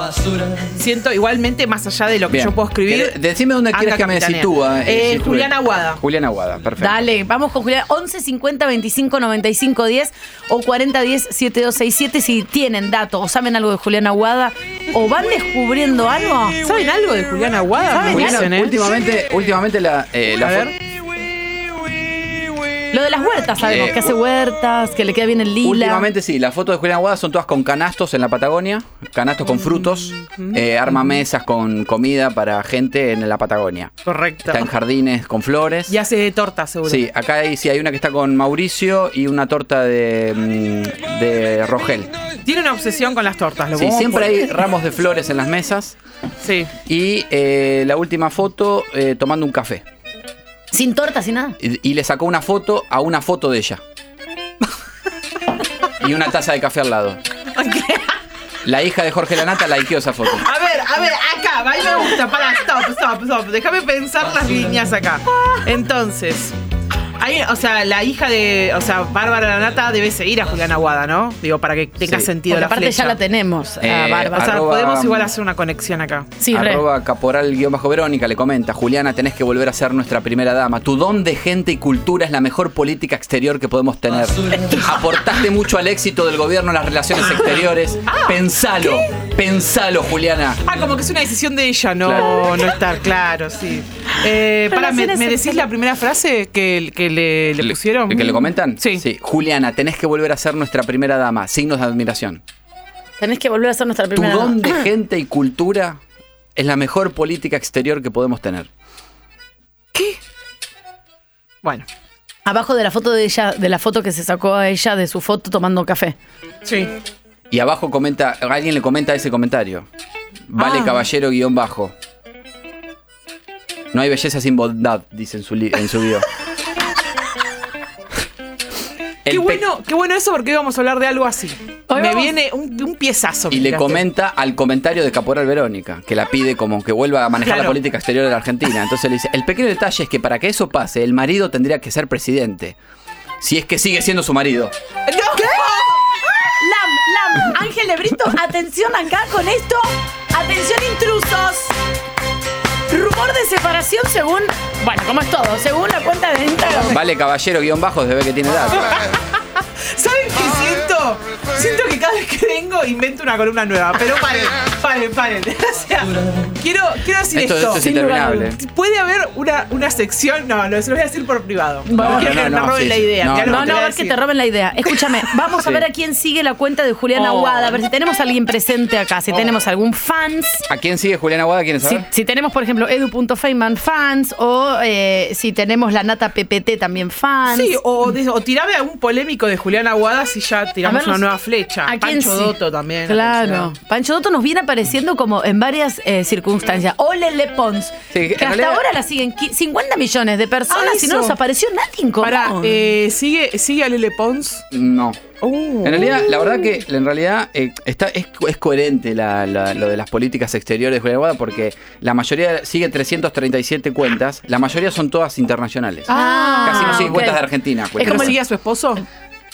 Speaker 23: Siento igualmente más allá de lo que
Speaker 5: Bien.
Speaker 23: yo puedo escribir.
Speaker 5: Quere- Decime dónde
Speaker 23: Anda,
Speaker 5: quieres que me
Speaker 23: capitanea.
Speaker 5: sitúa.
Speaker 23: Eh,
Speaker 5: sitúe.
Speaker 23: Julián Aguada.
Speaker 5: Julián Aguada, perfecto.
Speaker 6: Dale, vamos con Julián. 11 50 25 95 10 o 40 10 7267 si tienen datos o saben algo de Julián Aguada o van descubriendo algo.
Speaker 23: ¿Saben algo de Julián Aguada? ¿eh?
Speaker 6: ¿Saben
Speaker 5: Julián,
Speaker 6: algo?
Speaker 5: últimamente, últimamente la, eh, la
Speaker 6: A
Speaker 5: fo-
Speaker 6: ver. Lo de las huertas, sabemos,
Speaker 5: Eh,
Speaker 6: que hace huertas, que le queda bien el lila.
Speaker 5: Últimamente sí, las fotos de Julián Aguada son todas con canastos en la Patagonia, canastos
Speaker 6: Mm.
Speaker 5: con frutos, eh, arma mesas con comida para gente en la Patagonia.
Speaker 23: Correcto.
Speaker 5: Está en jardines con flores.
Speaker 23: Y hace torta, seguro.
Speaker 5: Sí, acá hay, sí, hay una que está con Mauricio y una torta de, mm, de Rogel.
Speaker 23: Tiene una obsesión con las tortas. Lo
Speaker 5: Sí,
Speaker 23: vamos
Speaker 5: siempre
Speaker 23: por-
Speaker 5: hay ramos de flores en las mesas.
Speaker 23: Sí.
Speaker 5: Y eh, la última foto eh, tomando un café.
Speaker 6: Sin torta, sin nada.
Speaker 5: Y, y le sacó una foto a una foto de ella. y una taza de café al lado. La hija de Jorge Lanata likeó esa foto.
Speaker 23: A ver, a ver, acá, a mí me gusta. Para, stop, stop, stop. Déjame pensar las líneas acá. Entonces, hay- o sea, la hija de. O sea, Bárbara Lanata debe seguir a Julián Aguada, ¿no? Digo, para que tenga
Speaker 5: Sí.
Speaker 23: sentido
Speaker 6: Porque
Speaker 23: la
Speaker 6: aparte
Speaker 23: flecha.
Speaker 6: ya la tenemos, a
Speaker 5: Eh,
Speaker 6: Bárbara.
Speaker 23: O sea,
Speaker 5: Arroba-
Speaker 23: podemos igual hacer una conexión acá.
Speaker 6: Sí, re.
Speaker 5: Arroba caporal guión bajo Verónica le comenta, Juliana, tenés que volver a ser nuestra primera dama. Tu don de gente y cultura es la mejor política exterior que podemos tener. Aportaste mucho al éxito del gobierno en las relaciones exteriores. pensalo, pensalo, Juliana.
Speaker 23: Ah, como que es una decisión de ella, no,
Speaker 5: Claro.
Speaker 23: no estar claro, sí. Eh, para, ¿me,
Speaker 6: Relaciones
Speaker 23: me decís la primera frase que, que le, le pusieron?
Speaker 5: ¿El que le comentan? Sí. Juliana, tenés que volver a ser nuestra primera dama. Signos de admiración.
Speaker 6: Tenés que volver a ser nuestra
Speaker 5: Tu
Speaker 6: primera.
Speaker 5: don
Speaker 23: Ah.
Speaker 5: de gente y cultura es la mejor política exterior que podemos tener.
Speaker 23: Bueno.
Speaker 6: Abajo de la foto de ella, de la foto que se sacó a ella de su foto tomando café.
Speaker 23: Sí.
Speaker 5: Y abajo comenta, alguien le comenta ese comentario. Vale
Speaker 6: Ah.
Speaker 5: caballero guión bajo. No hay belleza sin bondad, dice en su, li- en su bio. El
Speaker 27: Qué
Speaker 5: pe-
Speaker 23: Bueno, qué bueno eso porque hoy vamos a hablar de algo así. me viene un, un piezazo.
Speaker 5: Y le
Speaker 23: miraste.
Speaker 5: comenta al comentario de Caporal Verónica, que la pide como que vuelva a manejar la
Speaker 23: Claro.
Speaker 5: política exterior de la Argentina. Entonces le dice, el pequeño detalle es que para que eso pase, el marido tendría que ser presidente. Si es que sigue siendo su marido.
Speaker 6: ¿Qué? Lam, Lam, Ángel Lebrito, atención acá con esto. Atención intrusos. Rumor de separación según, bueno, como es todo, según la cuenta de Instagram. de-
Speaker 5: Vale caballero guión bajo, se ve que tiene edad.
Speaker 23: ¿Saben
Speaker 6: Ah.
Speaker 23: qué siento? Siento que cada vez que vengo invento una columna nueva. Pero paren, paren, paren. O sea, quiero, quiero decir
Speaker 5: Esto-
Speaker 23: esto.
Speaker 5: esto es Sin lugar a interminable. dudas.
Speaker 23: Puede haber una, una sección. No, no, se lo voy a decir por privado.
Speaker 5: No, no,
Speaker 23: quiero
Speaker 5: no,
Speaker 23: que
Speaker 5: no,
Speaker 23: me roben
Speaker 5: sí,
Speaker 23: la
Speaker 5: sí.
Speaker 23: idea.
Speaker 5: No,
Speaker 23: mirá lo
Speaker 6: No,
Speaker 23: que te
Speaker 6: no,
Speaker 23: voy a
Speaker 6: es que
Speaker 23: decir.
Speaker 6: te roben la idea. Escúchame, vamos a
Speaker 5: Sí.
Speaker 6: ver a quién sigue la cuenta de Julián
Speaker 5: Oh.
Speaker 6: Aguada, a ver si tenemos a alguien presente acá, si tenemos algún fans.
Speaker 5: ¿A quién sigue Julián Aguada? ¿Quieren
Speaker 6: Si,
Speaker 5: saber?
Speaker 6: si tenemos, por ejemplo, edu.feynman fans o eh, si tenemos la nata PPT también fans.
Speaker 23: Sí, o, de- o tirame algún polémico de Julián Aguada si ya
Speaker 6: A
Speaker 23: tiramos
Speaker 6: ver,
Speaker 23: una
Speaker 6: nos-
Speaker 23: nueva flecha.
Speaker 6: ¿a quién
Speaker 23: Pancho
Speaker 6: sí?
Speaker 23: Dotto también.
Speaker 6: Claro. Pancho Dotto nos viene apareciendo como en varias eh, circunstancias. O Lele Pons.
Speaker 23: Sí,
Speaker 6: que
Speaker 23: en
Speaker 6: hasta
Speaker 23: realidad-
Speaker 6: ahora la siguen qui- 50 millones de personas
Speaker 23: Ah,
Speaker 6: y no
Speaker 23: eso.
Speaker 6: nos apareció nadie en común.
Speaker 23: Para, eh, ¿sigue, ¿sigue a Lele Pons? Uh.
Speaker 5: No. En realidad, la verdad que en realidad eh, está, es, es coherente la- la- lo de las políticas exteriores de Julián Aguada porque la mayoría sigue 337 cuentas, la mayoría son todas internacionales.
Speaker 23: Ah,
Speaker 5: Casi no sigue
Speaker 23: ok.
Speaker 5: cuentas de Argentina. Julián
Speaker 23: ¿Pero
Speaker 5: Aguada.
Speaker 23: sigue a su esposo?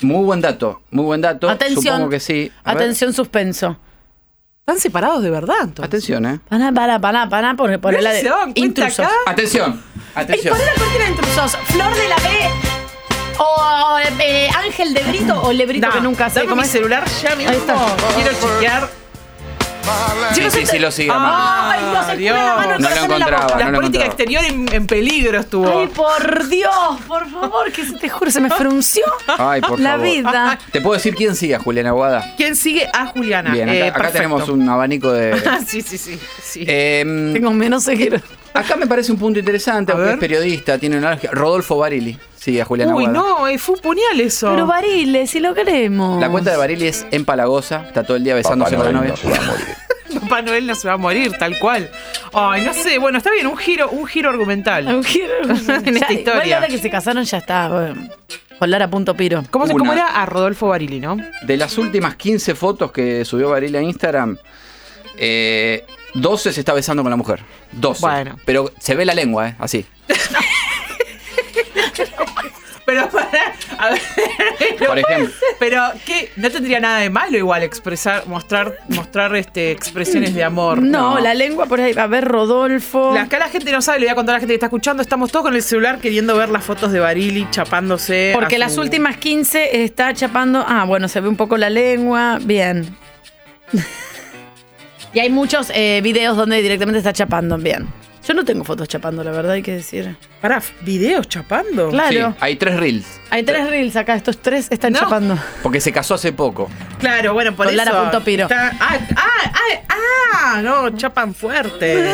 Speaker 5: Muy buen dato, muy buen dato.
Speaker 6: Atención.
Speaker 5: Supongo que sí. A ver.
Speaker 6: Atención, suspenso.
Speaker 23: ¿Están separados Ah, de verdad? Entonces?
Speaker 5: Atención, eh.
Speaker 6: Para, para, para, para, por, por
Speaker 23: ¿No
Speaker 6: la de-
Speaker 23: se daban cuenta
Speaker 6: intrusos.
Speaker 23: acá?
Speaker 5: Atención, atención.
Speaker 6: Poné la cortina de intrusos. Flor de la B. O eh, Ángel de Brito o Lebrito
Speaker 23: Da,
Speaker 6: que nunca sé
Speaker 23: dame
Speaker 6: cómo
Speaker 23: mi
Speaker 6: es.
Speaker 23: celular ya mismo.
Speaker 6: Ahí está.
Speaker 23: Quiero chequear.
Speaker 5: Sí,
Speaker 6: este-
Speaker 5: sí, sí, lo sigue amando.
Speaker 23: Ay, no se
Speaker 5: Dios.
Speaker 23: pone la mano,
Speaker 5: No
Speaker 23: se
Speaker 5: lo
Speaker 23: pone la
Speaker 5: encontraba,
Speaker 23: boca.
Speaker 5: no
Speaker 23: La
Speaker 5: lo
Speaker 23: política
Speaker 5: encontraba.
Speaker 23: exterior en, en peligro estuvo.
Speaker 6: Ay, por Dios, por favor, que se te juro, se me frunció
Speaker 5: Ay, por
Speaker 6: la
Speaker 5: favor.
Speaker 6: vida.
Speaker 5: ¿Te puedo decir quién sigue a Julián Aguada?
Speaker 23: ¿Quién sigue? A Juliana.
Speaker 5: Bien, acá, eh,
Speaker 23: Eh,
Speaker 5: acá
Speaker 23: perfecto. Ah,
Speaker 5: tenemos un abanico de.
Speaker 23: sí, sí, sí. sí.
Speaker 5: Em,
Speaker 6: Tengo menos seguidores.
Speaker 5: Acá me parece un punto interesante, aunque es periodista, tiene una lógica. Rodolfo Barili sigue a Julián
Speaker 23: Uy,
Speaker 5: Aguada.
Speaker 23: no, eh, fue un puñal eso.
Speaker 6: Pero Barile, si lo queremos.
Speaker 5: La cuenta de Barili es empalagosa, está todo el día besándose con la novia.
Speaker 23: Papá Noel no se va a morir, tal cual. Ay, no sé, bueno, está bien, un giro, un giro argumental.
Speaker 6: Un giro
Speaker 23: en esta
Speaker 6: Ya, Igual
Speaker 23: historia.
Speaker 6: ahora que se casaron ya está. bueno, Con Lara punto piro.
Speaker 23: ¿Cómo, se,
Speaker 5: Una-
Speaker 23: ¿Cómo era a Rodolfo Barili, no?
Speaker 5: De las últimas 15 fotos que subió Barili a Instagram, eh, 12 se está besando con la mujer. 12.
Speaker 23: Bueno.
Speaker 5: Pero se ve la lengua, ¿eh? Así.
Speaker 23: Pero para. A ver,
Speaker 5: Por ejemplo.
Speaker 23: Pero que no tendría nada de malo igual expresar, mostrar, mostrar este, expresiones de amor.
Speaker 6: No, la lengua por ahí. A ver, Rodolfo.
Speaker 23: La- acá la gente no sabe, le voy a contar a la gente que está escuchando, estamos todos con el celular queriendo ver las fotos de Barili chapándose.
Speaker 6: Porque
Speaker 23: a
Speaker 6: las
Speaker 23: su-
Speaker 6: últimas 15 está chapando. Ah, bueno, se ve un poco la lengua. Bien. y hay muchos eh, videos donde directamente está chapando. Bien. Yo no tengo fotos chapando, la verdad, hay que decir.
Speaker 23: Para, videos chapando.
Speaker 6: Claro.
Speaker 5: Sí, hay tres reels.
Speaker 6: Hay tres reels acá, estos tres están chapando.
Speaker 5: Porque se casó hace poco.
Speaker 23: Claro, bueno, por
Speaker 6: Con
Speaker 23: eso.
Speaker 6: Lara punto piro.
Speaker 23: está- ah, ah, ah, ah, no, chapan fuerte.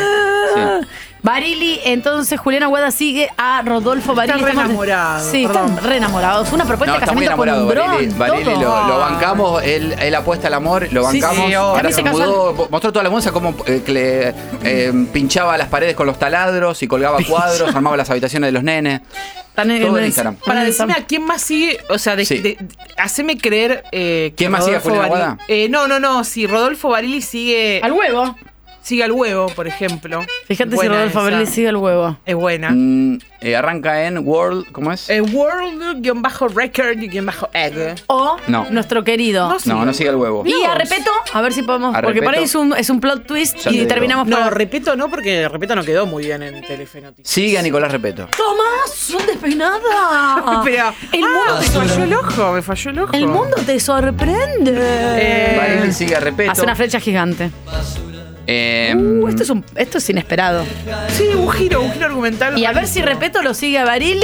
Speaker 6: Barili, entonces Juliana Guada sigue a Rodolfo Barili.
Speaker 23: re
Speaker 6: Estamos-
Speaker 23: enamorado,
Speaker 6: Sí, están
Speaker 23: perdón.
Speaker 6: re enamorados. Fue una propuesta
Speaker 5: No,
Speaker 6: de
Speaker 5: está muy
Speaker 6: casamiento con
Speaker 5: enamorado
Speaker 6: un dron.
Speaker 5: Barili. Barili lo,
Speaker 6: todo.
Speaker 5: lo bancamos, él, él apuesta al amor, lo
Speaker 6: Sí,
Speaker 5: bancamos.
Speaker 6: sí,
Speaker 5: ahora
Speaker 6: también
Speaker 5: se
Speaker 6: se casó
Speaker 5: mudó, mo- mostró toda la mudanza cómo eh, que le, eh, pinchaba las paredes con los taladros y colgaba cuadros, armaba las habitaciones de los nenes.
Speaker 6: Están en-
Speaker 5: todo en
Speaker 6: en-
Speaker 5: Instagram.
Speaker 6: Mm.
Speaker 23: Para decirme a quién más sigue, o sea, de,
Speaker 5: Sí.
Speaker 23: de- haceme creer eh, que
Speaker 5: ¿Quién más sigue a
Speaker 23: Rodolfo
Speaker 5: Juliana
Speaker 23: Barili-
Speaker 5: Guada?
Speaker 23: Eh, no, no, no, si Rodolfo Barili sigue...
Speaker 6: Al huevo.
Speaker 23: Sigue al huevo, por ejemplo.
Speaker 6: Fíjate si
Speaker 23: Buena
Speaker 6: Rodolfo
Speaker 23: esa.
Speaker 6: Barili sigue el huevo.
Speaker 23: Es buena.
Speaker 5: Mm, eh, arranca en World, ¿cómo es?
Speaker 23: Eh, World-record-egg.
Speaker 6: O
Speaker 5: No.
Speaker 6: nuestro querido.
Speaker 5: no, no sigue el huevo.
Speaker 6: Y a Repeto, a ver si podemos.
Speaker 5: A
Speaker 6: porque por ahí
Speaker 5: Repeto.
Speaker 6: es un, es un plot twist
Speaker 5: Ya te
Speaker 6: y
Speaker 5: digo.
Speaker 6: terminamos
Speaker 23: No,
Speaker 6: por.
Speaker 23: Repeto no, porque Repeto no quedó muy bien en Telefe Noticias.
Speaker 5: Sigue a Nicolás Repeto.
Speaker 6: ¡Tomás! ¡Son despeinada!
Speaker 23: Pero,
Speaker 6: Ah,
Speaker 23: ah,
Speaker 6: el mundo
Speaker 23: Me
Speaker 6: te
Speaker 23: falló el ojo, me falló el ojo.
Speaker 6: El mundo te sorprende.
Speaker 23: Eh,
Speaker 5: Barili sigue a Repeto.
Speaker 6: Hace una flecha gigante.
Speaker 5: Eh,
Speaker 6: Uh, esto es un, esto es inesperado.
Speaker 23: Sí, un giro, un giro argumental.
Speaker 6: Y a ver si Repeto lo sigue a Barili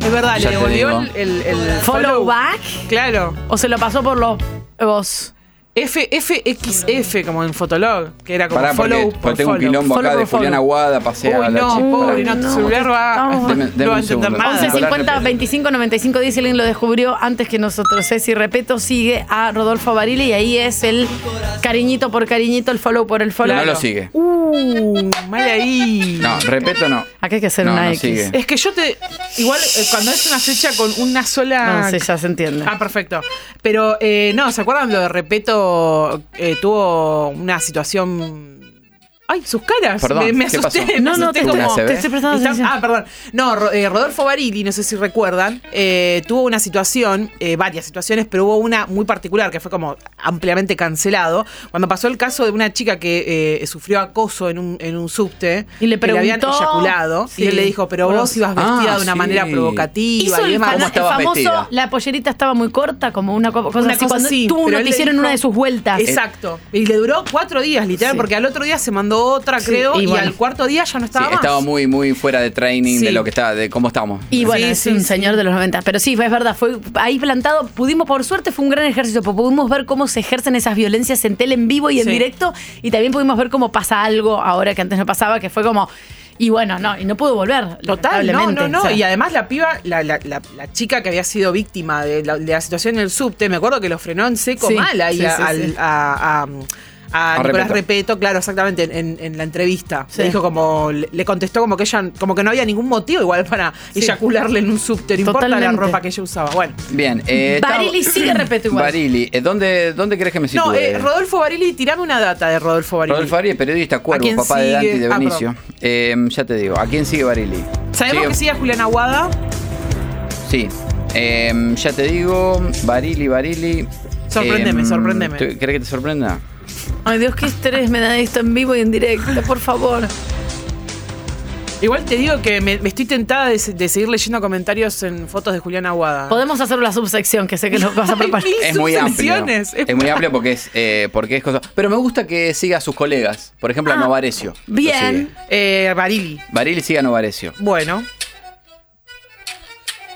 Speaker 23: Es verdad,
Speaker 5: Ya
Speaker 23: le
Speaker 5: te
Speaker 23: devolvió el,
Speaker 5: digo.
Speaker 23: el- el
Speaker 6: Follow back.
Speaker 23: Claro.
Speaker 6: o se lo pasó por los vos.
Speaker 23: F, FXF, como en Fotolog, que era como
Speaker 5: Pará, porque,
Speaker 23: follow por
Speaker 5: porque tengo un
Speaker 23: follow.
Speaker 5: quilombo
Speaker 23: Follow
Speaker 5: acá de
Speaker 23: por
Speaker 5: Julián
Speaker 23: follow.
Speaker 5: Aguada, pasé a
Speaker 23: Uy,
Speaker 5: la
Speaker 23: no,
Speaker 5: chica.
Speaker 23: pobre, no,
Speaker 5: Pará.
Speaker 23: tu celular va,
Speaker 6: Vamos.
Speaker 5: Deme- deme
Speaker 23: no va a
Speaker 5: un
Speaker 23: entender
Speaker 5: segundo.
Speaker 23: nada.
Speaker 6: 11
Speaker 5: Nicolás
Speaker 6: 50 25 95 dice alguien lo descubrió antes que nosotros. ¿eh? Si Repeto sigue a Rodolfo Barili y ahí es el cariñito por cariñito, el follow por el follow.
Speaker 5: No lo sigue.
Speaker 23: Uh, mal ahí.
Speaker 5: No, Repeto no.
Speaker 6: Acá hay que hacer
Speaker 5: No,
Speaker 6: una
Speaker 5: no
Speaker 6: X.
Speaker 5: sigue.
Speaker 23: Es que yo te. Igual, eh, cuando es una fecha con una sola.
Speaker 6: No sé, ya se entiende.
Speaker 23: Ah, perfecto. Pero, eh, no, ¿se acuerdan lo de Repeto? eh, tuvo una situación. Ay, sus caras.
Speaker 5: Perdón,
Speaker 23: me, me
Speaker 5: ¿qué
Speaker 23: asusté.
Speaker 5: pasó?
Speaker 23: me
Speaker 6: No, no,
Speaker 23: asusté
Speaker 6: te
Speaker 5: estoy-
Speaker 23: como-
Speaker 5: te
Speaker 6: estoy prestando
Speaker 23: Está-
Speaker 6: atención.
Speaker 23: Ah, perdón. No, Ro- eh, Rodolfo Barili, no sé si recuerdan, eh, tuvo una situación, eh, varias situaciones, pero hubo una muy particular que fue como ampliamente cancelado. Cuando pasó el caso de una chica que eh, sufrió acoso en un, en un subte
Speaker 6: Y le
Speaker 23: que habían
Speaker 6: preguntó.
Speaker 23: eyaculado.
Speaker 6: Sí.
Speaker 23: Y él le dijo, pero
Speaker 6: Vos.
Speaker 23: vos ibas vestida
Speaker 5: Ah,
Speaker 23: de una
Speaker 5: sí.
Speaker 23: manera provocativa
Speaker 6: Hizo
Speaker 23: y
Speaker 6: el,
Speaker 23: demás.
Speaker 6: fana-
Speaker 5: ¿Cómo
Speaker 6: el
Speaker 5: estabas
Speaker 6: famoso,
Speaker 5: vestida?
Speaker 6: la pollerita estaba muy corta, como una co- cosa
Speaker 23: Una
Speaker 6: así.
Speaker 23: cosa
Speaker 6: cuando
Speaker 23: así,
Speaker 6: tú
Speaker 23: pero
Speaker 6: no
Speaker 23: él
Speaker 6: te
Speaker 23: le
Speaker 6: hicieron
Speaker 23: dijo-
Speaker 6: una de sus vueltas.
Speaker 5: Eh,
Speaker 23: Exacto. Y le duró cuatro días, literal,
Speaker 6: Sí.
Speaker 23: porque al otro día se mandó otra,
Speaker 6: Sí,
Speaker 23: creo,
Speaker 6: y
Speaker 23: y,
Speaker 6: bueno.
Speaker 23: al cuarto día ya no
Speaker 5: Sí,
Speaker 23: estaba más.
Speaker 5: estaba muy, muy fuera de training
Speaker 23: Sí.
Speaker 5: de lo que está, de cómo estamos.
Speaker 6: Y bueno,
Speaker 23: Sí,
Speaker 6: es
Speaker 23: sí,
Speaker 6: un
Speaker 23: sí.
Speaker 6: señor de los 90. Pero sí, es verdad, fue ahí plantado. Pudimos, por suerte, fue un gran ejercicio, porque pudimos ver cómo se ejercen esas violencias en tele en vivo y en
Speaker 23: Sí.
Speaker 6: directo. Y también pudimos ver cómo pasa algo ahora que antes no pasaba, que fue como. Y bueno, no, y no pudo volver.
Speaker 23: Total, no,
Speaker 6: lamentablemente.
Speaker 23: no, no.
Speaker 6: O sea,
Speaker 23: Y además la piba, la, la- la- la chica que había sido víctima de la, de la situación en el subte, me acuerdo que lo frenó en seco
Speaker 6: Sí,
Speaker 23: mal ahí
Speaker 6: sí,
Speaker 23: a-
Speaker 6: sí,
Speaker 23: al-
Speaker 6: sí.
Speaker 23: a- a- a
Speaker 5: A
Speaker 23: Nicolás
Speaker 5: Repetto.
Speaker 23: Repeto, claro, exactamente, en, en la entrevista.
Speaker 6: Sí.
Speaker 23: Le dijo como, le le contestó como que ella, como que no había ningún motivo igual para eyacularle en un subte, no importa la
Speaker 6: Totalmente.
Speaker 23: ropa que ella usaba. Bueno.
Speaker 5: Bien. Eh, estaba-
Speaker 6: Barili sigue, repito, igual.
Speaker 5: Barili, eh, ¿dónde, ¿dónde querés que me sitúe?
Speaker 23: No, eh, Rodolfo Barili, tirame una data de Rodolfo Barili.
Speaker 5: Rodolfo Barili, periodista,
Speaker 23: ¿A
Speaker 5: cuervo,
Speaker 23: quién
Speaker 5: papá de Dante y de
Speaker 23: sigue? Ah,
Speaker 5: Benicio. Eh, ya te digo, ¿a quién sigue Barili?
Speaker 23: Sabemos
Speaker 5: Sigue-
Speaker 23: que sigue a Julián Aguada.
Speaker 5: Sí. Eh, ya te digo, Barili, Barili.
Speaker 23: Sorprendeme, sorprendeme.
Speaker 5: ¿tú- ¿Querés que te sorprenda?
Speaker 6: Ay, Dios, qué estrés me da esto en vivo y en directo, por favor.
Speaker 23: Igual te digo que me, me estoy tentada de, se- de seguir leyendo comentarios en fotos de Julián Aguada.
Speaker 6: Podemos hacer la subsección, que sé que lo vas a preparar.
Speaker 23: Hay mil
Speaker 5: Es muy amplio.
Speaker 23: subsecciones.
Speaker 5: Es muy amplio porque es, eh, porque es cosa. Pero me gusta que siga a sus colegas. Por ejemplo,
Speaker 6: Ah,
Speaker 5: a Novarecio. lo
Speaker 6: bien.
Speaker 5: sigue.
Speaker 23: Eh, Barili.
Speaker 5: Barili sigue a Novarecio.
Speaker 23: Bueno.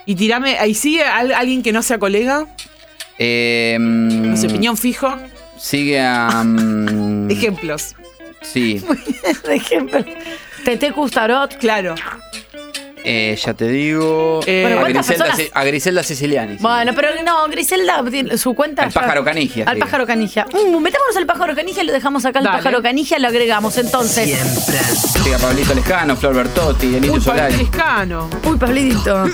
Speaker 23: Y tirame. Ahí sigue al- alguien que no sea colega.
Speaker 5: Eh,
Speaker 23: No sé, opinión fijo.
Speaker 5: Sigue a. mm,
Speaker 23: Ejemplos.
Speaker 5: Sí.
Speaker 6: Por ejemplo. Tete Custarot.
Speaker 23: Claro.
Speaker 5: Eh, ya te digo.
Speaker 23: Eh,
Speaker 6: Bueno,
Speaker 5: a,
Speaker 6: ¿cuántas
Speaker 5: Griselda,
Speaker 6: personas?
Speaker 5: a Griselda Siciliani.
Speaker 6: Bueno, pero no, Griselda, tiene su cuenta.
Speaker 5: Al pájaro canigia,
Speaker 6: Al
Speaker 5: sí.
Speaker 6: pájaro canigia. Mm, metámonos al pájaro canigia y lo dejamos acá al
Speaker 5: Dale.
Speaker 6: pájaro canigia, lo agregamos entonces.
Speaker 5: Llega Pablito Lescano, Flor Bertotti, Benito Solari.
Speaker 23: Cano.
Speaker 6: Uy, Pablito.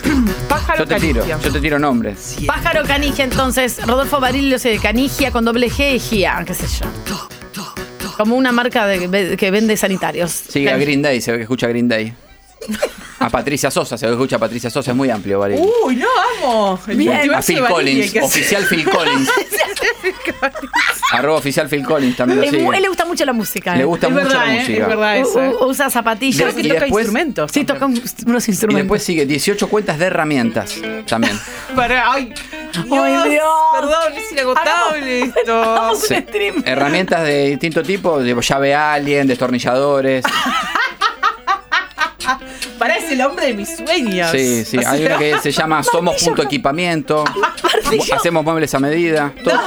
Speaker 6: pájaro
Speaker 5: Yo te tiro, yo te tiro nombres.
Speaker 6: Pájaro Canigia, entonces. Rodolfo Barilio se de Canigia con doble G y Gia, qué sé yo. Como una marca de- que vende sanitarios.
Speaker 5: Sigue a Green Day, se ve que escucha Green Day. A Patricia Sosa, se ve que escucha a Patricia Sosa, es muy amplio, ¿vale?
Speaker 23: Uy, no, vamos. El
Speaker 5: Bien.
Speaker 23: multiverso
Speaker 5: A Phil
Speaker 23: de Valeria
Speaker 5: Collins,
Speaker 23: hay que hacer.
Speaker 5: oficial Phil Collins. Arroba oficial Phil Collins también lo
Speaker 6: Le mu-
Speaker 5: sigue.
Speaker 6: él le gusta mucho la música.
Speaker 5: Le
Speaker 6: ¿eh?
Speaker 5: gusta Es mucho la verdad, ¿eh? música. Es verdad eso,
Speaker 6: U- u- usa zapatillas.
Speaker 5: Creo que Y toca después-
Speaker 6: instrumentos. Sí, toca un- unos
Speaker 5: Y
Speaker 6: instrumentos.
Speaker 5: después sigue 18 cuentas de herramientas también.
Speaker 23: Pará, ay, Dios, Perdón, es inagotable esto.
Speaker 5: Sí. Herramientas de distinto tipo, tipo llave alien, destornilladores.
Speaker 23: Pará, es el hombre de mis sueños.
Speaker 5: Sí, sí.
Speaker 23: O sea,
Speaker 5: Hay una que se llama somos.equipamiento. Hacemos muebles a medida. Todo,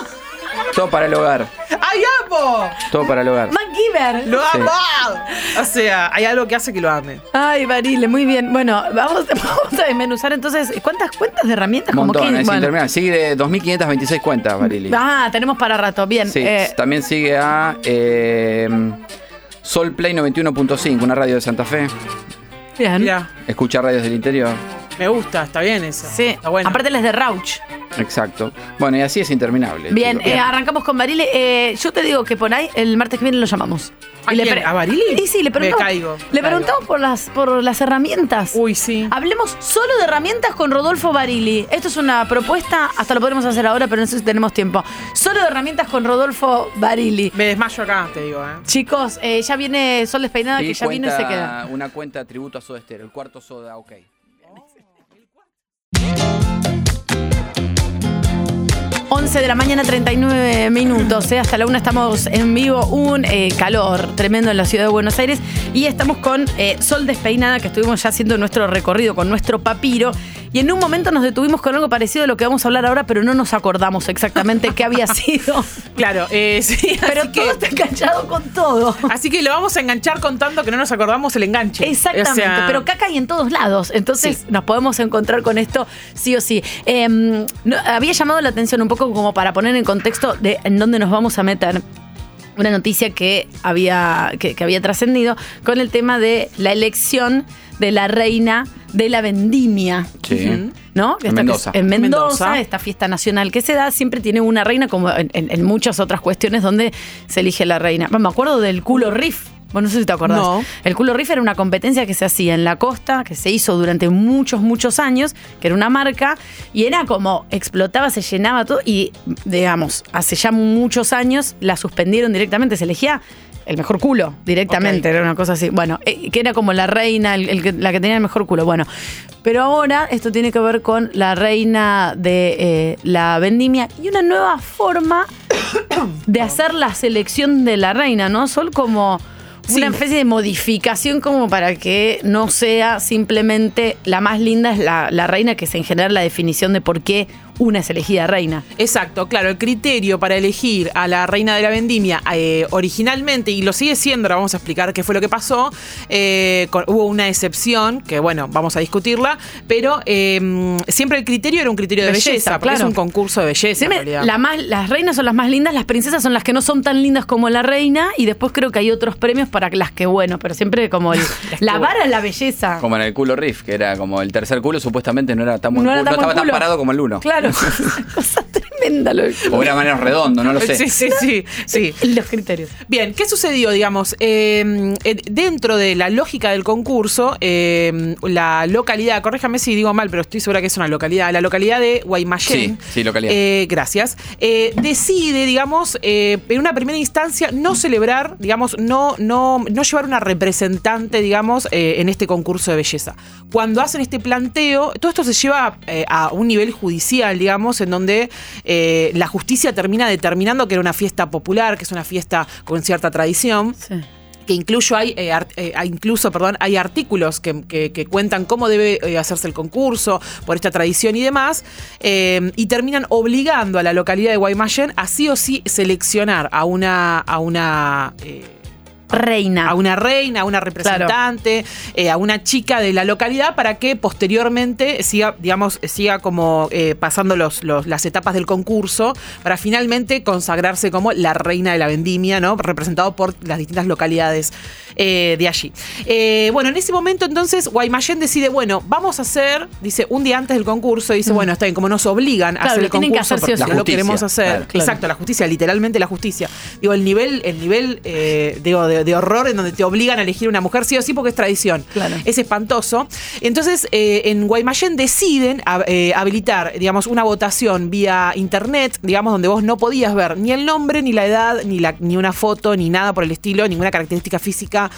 Speaker 5: todo para el hogar.
Speaker 23: ¡Ay, amo!
Speaker 5: Todo para el hogar.
Speaker 6: MacGyver.
Speaker 23: ¡Lo
Speaker 5: Sí.
Speaker 23: amo! O sea, hay algo que hace que lo ame.
Speaker 6: Ay, Barile, muy bien. Bueno, vamos, vamos a desmenuzar entonces. ¿Cuántas cuentas de herramientas? Como
Speaker 5: Montón,
Speaker 6: que-
Speaker 5: es
Speaker 6: bueno.
Speaker 5: interminable. Sigue de 2.526 cuentas, Barili.
Speaker 6: Ah, tenemos para rato. Bien.
Speaker 5: Sí,
Speaker 6: eh,
Speaker 5: también sigue a eh, Solplay 91.5, una radio de Santa Fe.
Speaker 6: bien.
Speaker 5: Escucha radios del interior.
Speaker 23: Me gusta, está bien eso.
Speaker 6: Sí. Aparte las de Rauch.
Speaker 5: Exacto. Bueno, y así es interminable.
Speaker 6: Bien,
Speaker 5: chicos.
Speaker 6: eh, arrancamos con Barile. Eh, yo te digo que por ahí el martes que viene lo llamamos.
Speaker 23: ¿A quién?
Speaker 6: pre-
Speaker 23: ¿A Barile?
Speaker 6: Y sí, le
Speaker 23: Me
Speaker 6: preguntamos,
Speaker 23: caigo,
Speaker 6: le
Speaker 23: caigo.
Speaker 6: preguntamos por las por las herramientas. Uy, sí. Hablemos solo de herramientas con Rodolfo Barili. Esto es una propuesta, hasta lo podemos hacer ahora, pero no sé si tenemos tiempo. Solo de herramientas con Rodolfo Barili.
Speaker 23: Me desmayo acá, te digo, ¿eh?
Speaker 6: Chicos, eh, ya viene Sol Despeinada,
Speaker 5: Y
Speaker 6: que ya vino y se
Speaker 5: cuenta-
Speaker 6: queda.
Speaker 5: Una cuenta de tributo a Soda Stereo, el cuarto Soda, ok.
Speaker 6: Mm. 11 de la mañana, 39 minutos. ¿eh? Hasta la una estamos en vivo. Un eh, calor tremendo en la ciudad de Buenos Aires. Y estamos con eh, Sol Despeinada, que estuvimos ya haciendo nuestro recorrido con nuestro papiro. Y en un momento nos detuvimos con algo parecido a lo que vamos a hablar ahora, pero no nos acordamos exactamente qué había sido.
Speaker 23: Claro, eh, sí.
Speaker 6: Pero todo está enganchado con todo.
Speaker 23: Así que lo vamos a enganchar contando que no nos acordamos el enganche.
Speaker 6: Exactamente,
Speaker 23: O sea,
Speaker 6: pero caca hay en todos lados. Entonces nos podemos encontrar con esto sí o sí. Eh, no- había llamado la atención un poco como para poner en contexto de en dónde nos vamos a meter. Una noticia que había, que, que había trascendido con el tema de la elección de la reina de la vendimia.
Speaker 5: Sí.
Speaker 6: Ujú. ¿No? Que
Speaker 5: En
Speaker 6: esta-
Speaker 5: Mendoza.
Speaker 6: En Mendoza,
Speaker 5: Mendoza.
Speaker 6: esta fiesta nacional que se da, siempre tiene una reina, como en, en- en muchas otras cuestiones donde se elige la reina. Bueno, Me acuerdo del culo riff. Bueno, no sé si te acordás.
Speaker 23: No.
Speaker 6: El culo riff era una competencia que se hacía en la costa, que se hizo durante muchos, muchos años, que era una marca, y era como explotaba, se llenaba todo, y digamos, hace ya muchos años la suspendieron directamente, se elegía el mejor culo directamente, era una cosa así. Bueno, eh, que era como la reina, el- el que- la que tenía el mejor culo. Bueno, pero ahora esto tiene que ver con la reina de eh, la vendimia y una nueva forma de hacer la selección de la reina, ¿no? Sol como una especie de modificación como para que no sea simplemente la más linda es la, la reina, que es en general la definición de por qué una es elegida reina.
Speaker 23: Exacto, claro, el criterio para elegir a la reina de la vendimia eh, originalmente, y lo sigue siendo, ahora vamos a explicar qué fue lo que pasó, eh, con- hubo una excepción, que bueno, vamos a discutirla, pero eh, siempre el criterio era un criterio de
Speaker 6: Belleza,
Speaker 23: belleza, porque
Speaker 6: claro.
Speaker 23: es un concurso de belleza en
Speaker 6: Decime,
Speaker 23: realidad.
Speaker 6: la más, las reinas son las más lindas, las princesas son las que no son tan lindas como la reina y después creo que hay otros premios para las que bueno, pero siempre como el- la vara es la belleza.
Speaker 5: Como en el culo Riff, que era como el tercer culo, supuestamente no era tan buen
Speaker 6: No era
Speaker 5: culo,
Speaker 6: tan buen
Speaker 5: estaba tan
Speaker 6: culo.
Speaker 5: parado como el uno.
Speaker 6: Claro, cosa tremenda lo del culo.
Speaker 5: O era menos redondo, no lo sé.
Speaker 23: Sí, sí, sí, sí.
Speaker 6: Los criterios.
Speaker 23: Bien, ¿qué sucedió, digamos? Eh, eh, dentro de la lógica del concurso, eh, la localidad, corréjame si digo mal, pero estoy segura que es una localidad, la localidad de Guaymallén.
Speaker 5: Sí, sí, localidad.
Speaker 23: eh, gracias. eh, decide, digamos, eh, en una primera instancia no celebrar, digamos, no, no, no llevar una representante, digamos, eh, en este concurso de belleza. Cuando hacen este planteo, todo esto se lleva eh, a un nivel judicial, digamos, en donde eh, la justicia termina determinando que era una fiesta popular, que es una fiesta con cierta tradición que incluso hay, eh, art- eh, hay incluso perdón, hay artículos que, que- que cuentan cómo debe eh, hacerse el concurso por esta tradición y demás, eh, y terminan obligando a la localidad de Guaymallén a sí o sí seleccionar a una, a una eh,
Speaker 6: reina.
Speaker 23: A una reina, a una representante, eh, a una chica de la localidad para que posteriormente siga, digamos, siga como eh, pasando los, los- las etapas del concurso para finalmente consagrarse como la reina de la vendimia, ¿no? Representado por las distintas localidades eh, de allí. Eh, bueno, en ese momento entonces Guaymallén decide, bueno, vamos a hacer, dice, un día antes del concurso, dice, bueno, está bien, como nos obligan a
Speaker 6: Claro,
Speaker 23: hacer
Speaker 6: lo
Speaker 23: el
Speaker 6: tienen
Speaker 23: concurso,
Speaker 6: que hacer sí o
Speaker 23: porque
Speaker 6: sí.
Speaker 23: no
Speaker 6: La
Speaker 23: lo queremos
Speaker 6: justicia,
Speaker 23: hacer.
Speaker 6: claro, claro.
Speaker 23: Exacto, la justicia, literalmente la justicia. Digo, el nivel, el nivel eh, digo, de, de horror en donde te obligan a elegir una mujer sí o sí porque es tradición. Es espantoso. Entonces, eh, en Guaymallén deciden hab- eh, habilitar, digamos, una votación vía internet, digamos, donde vos no podías ver ni el nombre, ni la edad, ni, la, ni una foto, ni nada por el estilo, ninguna característica física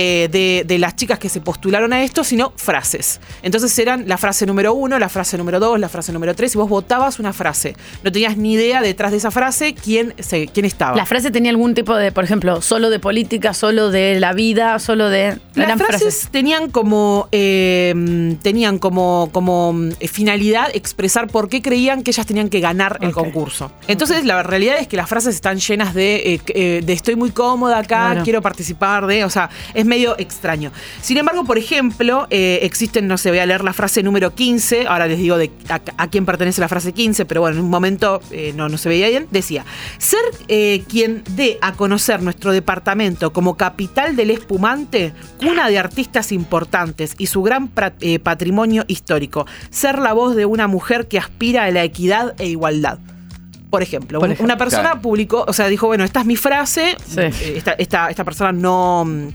Speaker 23: eh, de, de las chicas que se postularon a esto, sino frases. Entonces eran la frase número uno, la frase número dos, la frase número tres, y vos votabas una frase. No tenías ni idea detrás de esa frase quién, se, quién estaba.
Speaker 6: La frase tenía algún tipo de, por ejemplo, solo de política, solo de la vida, solo de.
Speaker 23: Las
Speaker 6: eran
Speaker 23: frases, tenían como eh, tenían como, como eh, finalidad expresar por qué creían que ellas tenían que ganar el concurso. Entonces, la realidad es que las frases están llenas de, eh, eh, de estoy muy cómoda acá,
Speaker 6: Claro.
Speaker 23: quiero participar de. O sea, es medio extraño. Sin embargo, por ejemplo, eh, existen, no sé, voy a leer la frase número 15. Ahora les digo de a, a quién pertenece la frase 15, pero bueno, en un momento eh, no, no se veía bien. Decía: ser eh, quien dé a conocer nuestro departamento como capital del espumante, cuna de artistas importantes y su gran pra- eh, patrimonio histórico. Ser la voz de una mujer que aspira a la equidad e igualdad. Por ejemplo,
Speaker 6: Por
Speaker 23: un-
Speaker 6: ejemplo.
Speaker 23: una persona
Speaker 6: Claro.
Speaker 23: publicó, o sea, dijo, bueno, esta es mi frase,
Speaker 6: Sí.
Speaker 23: eh, esta, esta, esta persona no, mm,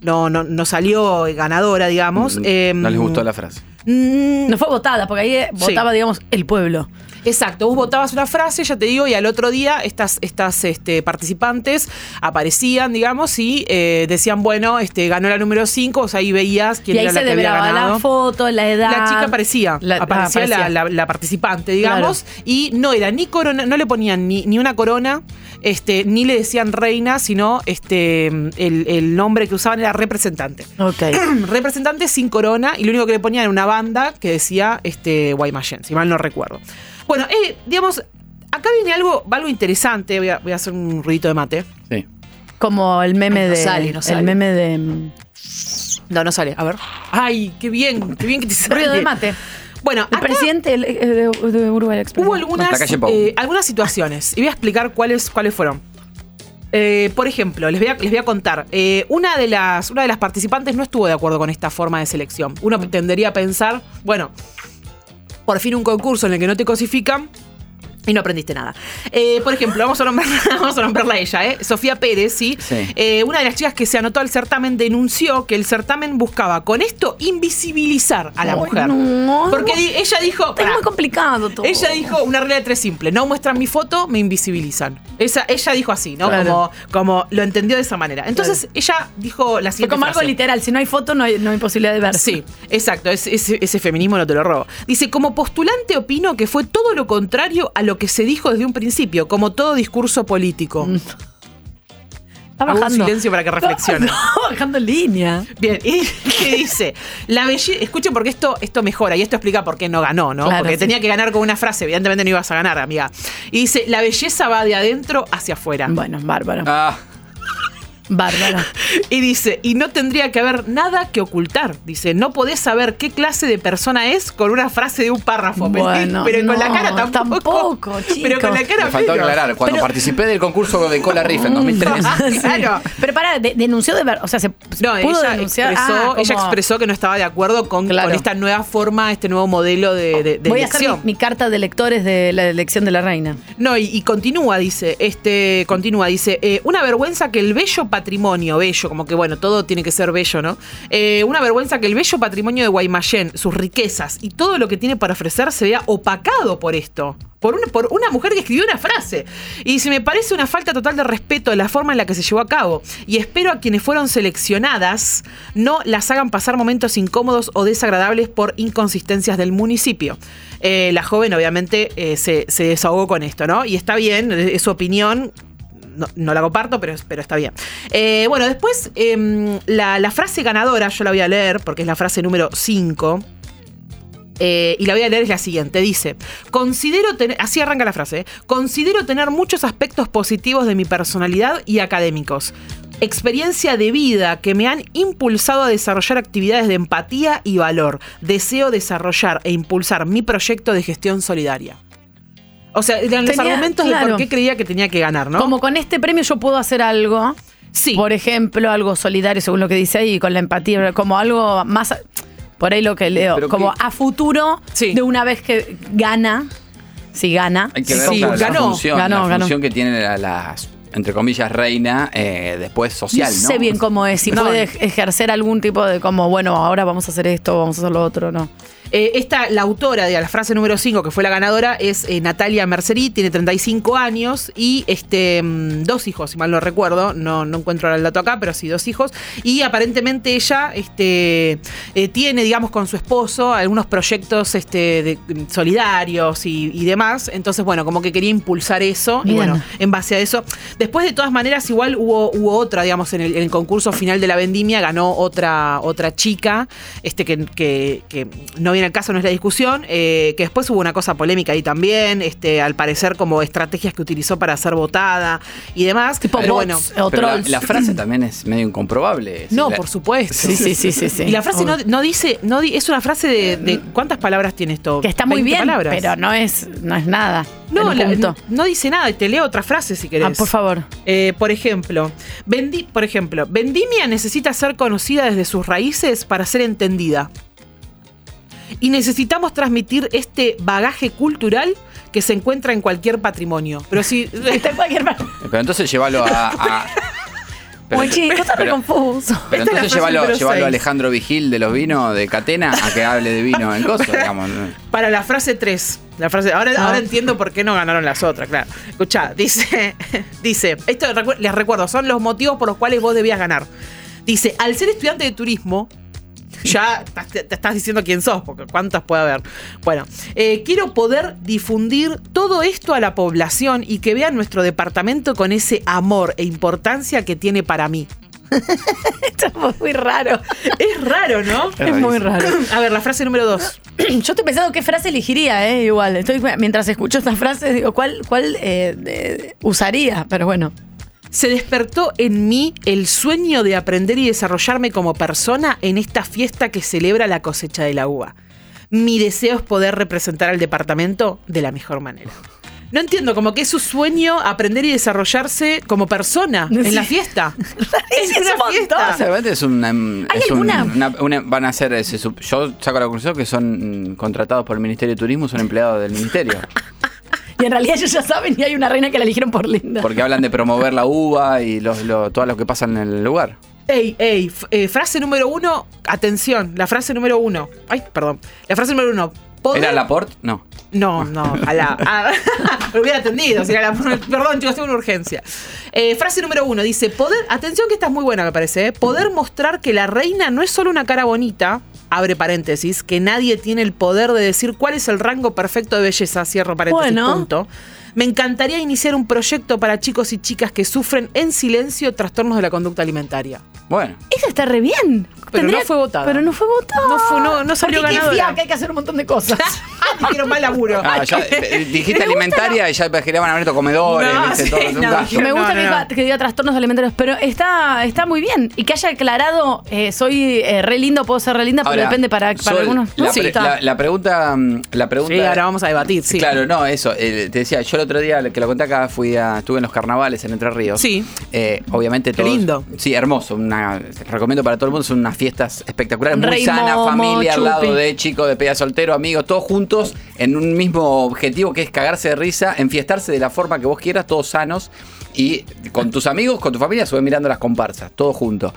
Speaker 23: no, no, no salió ganadora, digamos. eh,
Speaker 5: no les gustó la frase.
Speaker 23: No
Speaker 6: fue votada, porque ahí eh, votaba, digamos, el pueblo.
Speaker 23: Exacto, vos votabas una frase, ya te digo, y al otro día estas, estas este, participantes aparecían, digamos, y eh, decían, bueno, este, ganó la número 5, o sea, ahí veías quién
Speaker 6: y ahí
Speaker 23: era
Speaker 6: se
Speaker 23: la que había
Speaker 6: develaba
Speaker 23: ganado.
Speaker 6: la foto, la edad.
Speaker 23: La chica aparecía,
Speaker 6: La-
Speaker 23: aparecía,
Speaker 6: ah, aparecía.
Speaker 23: La, la- la participante, digamos, y no era ni corona, no le ponían ni, ni una corona, este, ni le decían reina, sino este, el, el nombre que usaban era representante. representante sin corona, y lo único que le ponían era una banda que decía este, Guaymallén, si mal no recuerdo. Bueno, eh, digamos, acá viene algo, algo interesante, voy a, voy a hacer un ruidito de mate.
Speaker 5: Sí.
Speaker 6: Como el meme
Speaker 23: Ay, no
Speaker 6: de.
Speaker 23: sale, no sale.
Speaker 6: El meme de. mm,
Speaker 23: No, no sale, a ver. Ay, qué bien, qué bien que te sale.
Speaker 6: Ruido de mate.
Speaker 23: Bueno,
Speaker 6: El presidente el, eh, de, de Uruguay Express.
Speaker 23: Hubo algunas, eh, algunas situaciones y voy a explicar cuáles, cuáles fueron. Eh, por ejemplo, les voy a, les voy a contar. eh, una, de las, una de las participantes no estuvo de acuerdo con esta forma de selección. Uno tendería a pensar, bueno, por fin un concurso en el que no te cosifican y no aprendiste nada. Eh, por ejemplo, vamos a nombrarla, vamos a, nombrarla a ella, ¿eh? Sofía Pérez, ¿sí?
Speaker 5: Sí.
Speaker 23: Eh, una de las chicas que se anotó al certamen denunció que el certamen buscaba con esto invisibilizar a la
Speaker 6: Ay,
Speaker 23: mujer.
Speaker 6: no.
Speaker 23: Porque di- ella dijo.
Speaker 6: Está muy complicado todo.
Speaker 23: Ella dijo una regla de tres simple: no muestran mi foto, me invisibilizan. Esa, ella dijo así, ¿no?
Speaker 6: Claro.
Speaker 23: Como, como lo entendió de esa manera. Entonces ella dijo la
Speaker 6: Fue
Speaker 23: siguiente.
Speaker 6: como algo
Speaker 23: frase.
Speaker 6: literal. Si no hay foto, no hay, no hay posibilidad de ver.
Speaker 23: Sí, exacto, ese, ese- ese feminismo no te lo robo. Dice, como postulante opino que fue todo lo contrario a lo que se dijo desde un principio, como todo discurso político.
Speaker 6: Mm. Está
Speaker 23: Hago un
Speaker 6: bajando.
Speaker 23: silencio para que reflexione.
Speaker 6: Está bajando en línea.
Speaker 23: Bien, y ¿qué dice? La belleza. Escuchen porque esto, esto mejora y esto explica por qué no ganó, ¿no?
Speaker 6: Claro,
Speaker 23: porque
Speaker 6: sí.
Speaker 23: tenía que ganar con una frase, evidentemente no ibas a ganar, amiga. Y dice, la belleza va de adentro hacia afuera.
Speaker 6: Bueno, bárbaro.
Speaker 5: Ah.
Speaker 6: Bárbaro.
Speaker 23: Y dice, y no tendría que haber nada que ocultar. Dice, no podés saber qué clase de persona es con una frase de un párrafo. Pero-
Speaker 6: Bueno,
Speaker 23: pero con la
Speaker 6: no,
Speaker 23: cara tampoco. Pero con la cara
Speaker 5: Me faltó
Speaker 23: menos.
Speaker 5: aclarar, cuando
Speaker 6: Pero- Mm.
Speaker 5: participé del concurso de Cola Riff en
Speaker 23: Ah,
Speaker 5: 2003.
Speaker 23: claro.
Speaker 6: Pero pará, de- denunció de ver. O sea, se
Speaker 23: No,
Speaker 6: pudo
Speaker 23: ella
Speaker 6: denunciar.
Speaker 23: expresó,
Speaker 6: Ah, como-
Speaker 23: ella expresó que no estaba de acuerdo con,
Speaker 6: Claro.
Speaker 23: con esta nueva forma, este nuevo modelo de, de, de
Speaker 6: Voy a
Speaker 23: elección.
Speaker 6: hacer mi, mi carta de lectores de la elección de la reina.
Speaker 23: No, y, y continúa, dice, este, continúa, dice, eh, una vergüenza que el bello patrimonio, bello, como que bueno, todo tiene que ser bello, ¿no? Eh, una vergüenza que el bello patrimonio de Guaymallén, sus riquezas y todo lo que tiene para ofrecer se vea opacado por esto. Por una, por una mujer que escribió una frase. Y dice, me parece una falta total de respeto de la forma en la que se llevó a cabo. Y espero a quienes fueron seleccionadas no las hagan pasar momentos incómodos o desagradables por inconsistencias del municipio. Eh, la joven obviamente eh, se, se desahogó con esto, ¿no? Y está bien, es su opinión. No, no la comparto, pero, pero está bien. Eh, bueno, después em, la, la frase ganadora, yo la voy a leer porque es la frase número 5. Eh, y la voy a leer es la siguiente. Dice, considero tener, así arranca la frase, ¿eh? considero tener muchos aspectos positivos de mi personalidad y académicos. experiencia de vida que me han impulsado a desarrollar actividades de empatía y valor. Deseo desarrollar e impulsar mi proyecto de gestión solidaria. O sea, eran los
Speaker 6: Tenía-
Speaker 23: argumentos de
Speaker 6: claro.
Speaker 23: por qué creía que tenía que ganar, ¿no?
Speaker 6: Como con este premio yo puedo hacer algo.
Speaker 23: Sí.
Speaker 6: Por ejemplo, algo solidario, según lo que dice ahí, con la empatía, como algo más. Por ahí lo que leo. como a futuro, de una vez que gana, si gana.
Speaker 5: Hay que ver la, la función,
Speaker 6: ganó,
Speaker 5: la
Speaker 6: ganó.
Speaker 5: función que tiene la, la, entre comillas, reina eh, después social,
Speaker 6: no
Speaker 5: ¿no?
Speaker 6: sé bien cómo es, si
Speaker 5: No.
Speaker 6: puede ej- ejercer algún tipo de como, bueno, ahora vamos a hacer esto, vamos a hacer lo otro, no.
Speaker 23: Eh, esta, la autora de la frase número 5, que fue la ganadora, es eh, Natalia Mercerí, tiene 35 años y este, mm, dos hijos, si mal no recuerdo, no, no encuentro ahora el dato acá, pero sí dos hijos. Y aparentemente ella este, eh, tiene, digamos, con su esposo algunos proyectos este, de- mm, solidarios y, y demás. Entonces, bueno, como que quería impulsar eso. Y
Speaker 6: Bien.
Speaker 23: bueno, en base a eso. Después, de todas maneras, igual hubo, hubo otra, digamos, en el, en el concurso final de la vendimia, ganó otra, otra chica, este que, que- que no viene al caso, no es la discusión, eh, que después hubo una cosa polémica ahí también, este, al parecer como estrategias que utilizó para ser votada y demás. pero bueno,
Speaker 5: Pero la, la frase también es medio incomprobable.
Speaker 23: No,
Speaker 5: La-
Speaker 23: por supuesto.
Speaker 5: Sí, sí, sí, sí, sí.
Speaker 23: Y la frase no,
Speaker 5: Obvio.
Speaker 23: no dice, no di- es una frase de, de- ¿cuántas palabras tiene esto?
Speaker 6: Que está muy
Speaker 23: 20
Speaker 6: bien,
Speaker 23: palabras.
Speaker 6: pero no es, no es nada.
Speaker 23: No,
Speaker 6: el
Speaker 23: la-
Speaker 6: punto.
Speaker 23: no dice nada. Te leo otra frase si querés.
Speaker 6: Ah, por favor.
Speaker 23: Eh, por ejemplo, Vendi- por ejemplo, Vendimia necesita ser conocida desde sus raíces para ser entendida. Y necesitamos transmitir este bagaje cultural que se encuentra en cualquier patrimonio. Pero si. Está en
Speaker 6: cualquier
Speaker 5: Pero entonces llévalo a. a- pero-
Speaker 6: Oye, esto está re
Speaker 5: pero-
Speaker 6: confuso.
Speaker 5: pero entonces llévalo, llévalo a Alejandro Vigil de los vinos de Catena a que hable de vino en cosas, digamos.
Speaker 23: Para la frase 3. La frase, ahora,
Speaker 5: Ah.
Speaker 23: ahora entiendo por qué no ganaron las otras, claro. Escuchá, dice, dice, esto recu- les recuerdo, son los motivos por los cuales vos debías ganar. Dice, al ser estudiante de turismo, ya estás- te, te estás diciendo quién sos, porque cuántas puede haber. Bueno, eh, quiero poder difundir todo esto a la población y que vean nuestro departamento con ese amor e importancia que tiene para mí.
Speaker 6: Muy raro.
Speaker 23: Es raro, ¿no?
Speaker 6: Es muy raro.
Speaker 23: A ver, la frase número dos.
Speaker 6: Yo estoy pensando qué frase elegiría, eh, igual. Estoy, mientras escucho estas frases, digo, ¿cuál, cuál eh, eh, usaría? Pero bueno.
Speaker 23: Se despertó en mí el sueño de aprender y desarrollarme como persona en esta fiesta que celebra la cosecha de la uva. Mi deseo es poder representar al departamento de la mejor manera. No entiendo, como que es su sueño aprender y desarrollarse como persona en la fiesta. es una
Speaker 5: Ah,
Speaker 23: fiesta.
Speaker 5: seguramente es una. es un-
Speaker 23: alguna?
Speaker 5: una- una- van a ser. se sup- yo saco la conclusión que son mm, contratados por el Ministerio de Turismo, son empleados del Ministerio.
Speaker 6: Y en realidad ellos ya saben y hay una reina que la eligieron por linda.
Speaker 5: Porque hablan de promover la uva y los, lo- todo lo que pasa en el lugar.
Speaker 23: Ey, ey, f- eh, frase número uno, atención, la frase número uno. Ay, perdón. La frase número uno. poder-
Speaker 5: ¿Era Laporte? No.
Speaker 23: Ah, No, no, a la. a- lo hubiera atendido. si era la- perdón, chicos, tengo una urgencia. Eh, frase número uno dice: poder, Atención, que esta es muy buena, me parece. ¿eh? Poder mostrar que la reina no es solo una cara bonita, abre paréntesis, que nadie tiene el poder de decir cuál es el rango perfecto de belleza, cierro paréntesis,
Speaker 6: Bueno.
Speaker 23: punto. Me encantaría iniciar un proyecto para chicos y chicas que sufren en silencio trastornos de la conducta alimentaria.
Speaker 5: Bueno.
Speaker 6: Ella está re bien.
Speaker 23: Pero no fue votada.
Speaker 6: Pero no fue votada.
Speaker 23: No fue- no- no salió
Speaker 6: Porque qué
Speaker 23: ganadora.
Speaker 6: fiaca, hay que hacer un montón de cosas.
Speaker 23: Dijeron mal laburo.
Speaker 5: Ah, ya, eh, dijiste alimentaria y ya imaginaban a ver estos comedores,
Speaker 23: No,
Speaker 5: viste,
Speaker 23: sí,
Speaker 5: todo, es un
Speaker 23: no,
Speaker 5: gasto.
Speaker 6: Me gusta que, diga, que diga trastornos alimentarios, pero está, está muy bien. Y que haya aclarado, eh, soy eh, re lindo, puedo ser re linda, pero
Speaker 5: Ahora,
Speaker 6: depende para, para
Speaker 5: Sol,
Speaker 6: algunos.
Speaker 5: La,
Speaker 6: No,
Speaker 5: pre-
Speaker 6: está.
Speaker 5: la- la pregunta. mm, La pregunta
Speaker 23: Sí, ahora vamos a debatir, sí.
Speaker 5: Claro, no, eso. eh, te decía, yo el otro día que lo conté acá, fui a, estuve en los carnavales en Entre Ríos.
Speaker 23: Sí.
Speaker 5: Eh, obviamente
Speaker 23: Qué
Speaker 5: todo.
Speaker 23: lindo.
Speaker 5: Sí, hermoso. Una, recomiendo para todo el mundo. Son unas fiestas espectaculares, muy
Speaker 23: Rey
Speaker 5: sana,
Speaker 23: Momo,
Speaker 5: familia, al lado
Speaker 23: chupi.
Speaker 5: de chicos, de peda soltero, amigos, todos juntos en un mismo objetivo que es cagarse de risa, enfiestarse de la forma que vos quieras, todos sanos. Y con tus amigos, con tu familia, sube mirando las comparsas, todos juntos.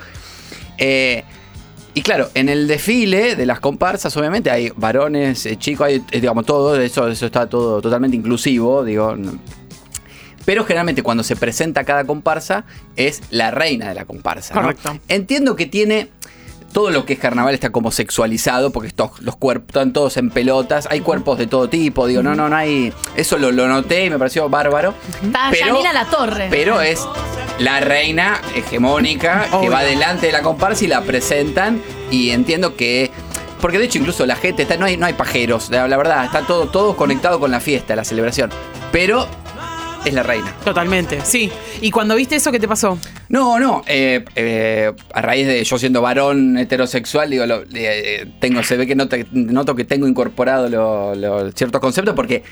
Speaker 5: Eh, y claro, en el desfile de las comparsas, obviamente, hay varones, eh, chicos, hay, eh, digamos, todo, eso, eso está todo totalmente inclusivo, digo. n- Pero generalmente cuando se presenta cada comparsa, es la reina de la comparsa. ¿no?
Speaker 23: Correcto.
Speaker 5: Entiendo que tiene. Todo lo que es carnaval está como sexualizado, porque estos, los cuerpos están todos en pelotas, hay cuerpos de todo tipo, digo, no, no, no hay. Eso lo, lo noté y me pareció bárbaro.
Speaker 6: Está
Speaker 5: pero-
Speaker 6: Yanina La Torre.
Speaker 5: Pero es la reina hegemónica que
Speaker 6: Obvio.
Speaker 5: va delante de la comparsa y la presentan. Y entiendo que. Porque de hecho, incluso la gente está. No hay, no hay pajeros, la, la verdad. Está todo, todo conectado con la fiesta, la celebración. Pero. es la reina.
Speaker 23: Totalmente, sí. ¿Y cuando viste eso, qué te pasó?
Speaker 5: No, no. eh, eh, a raíz de yo siendo varón heterosexual, digo, lo- eh, tengo, se ve que noto, noto que tengo incorporado lo- lo- ciertos conceptos porque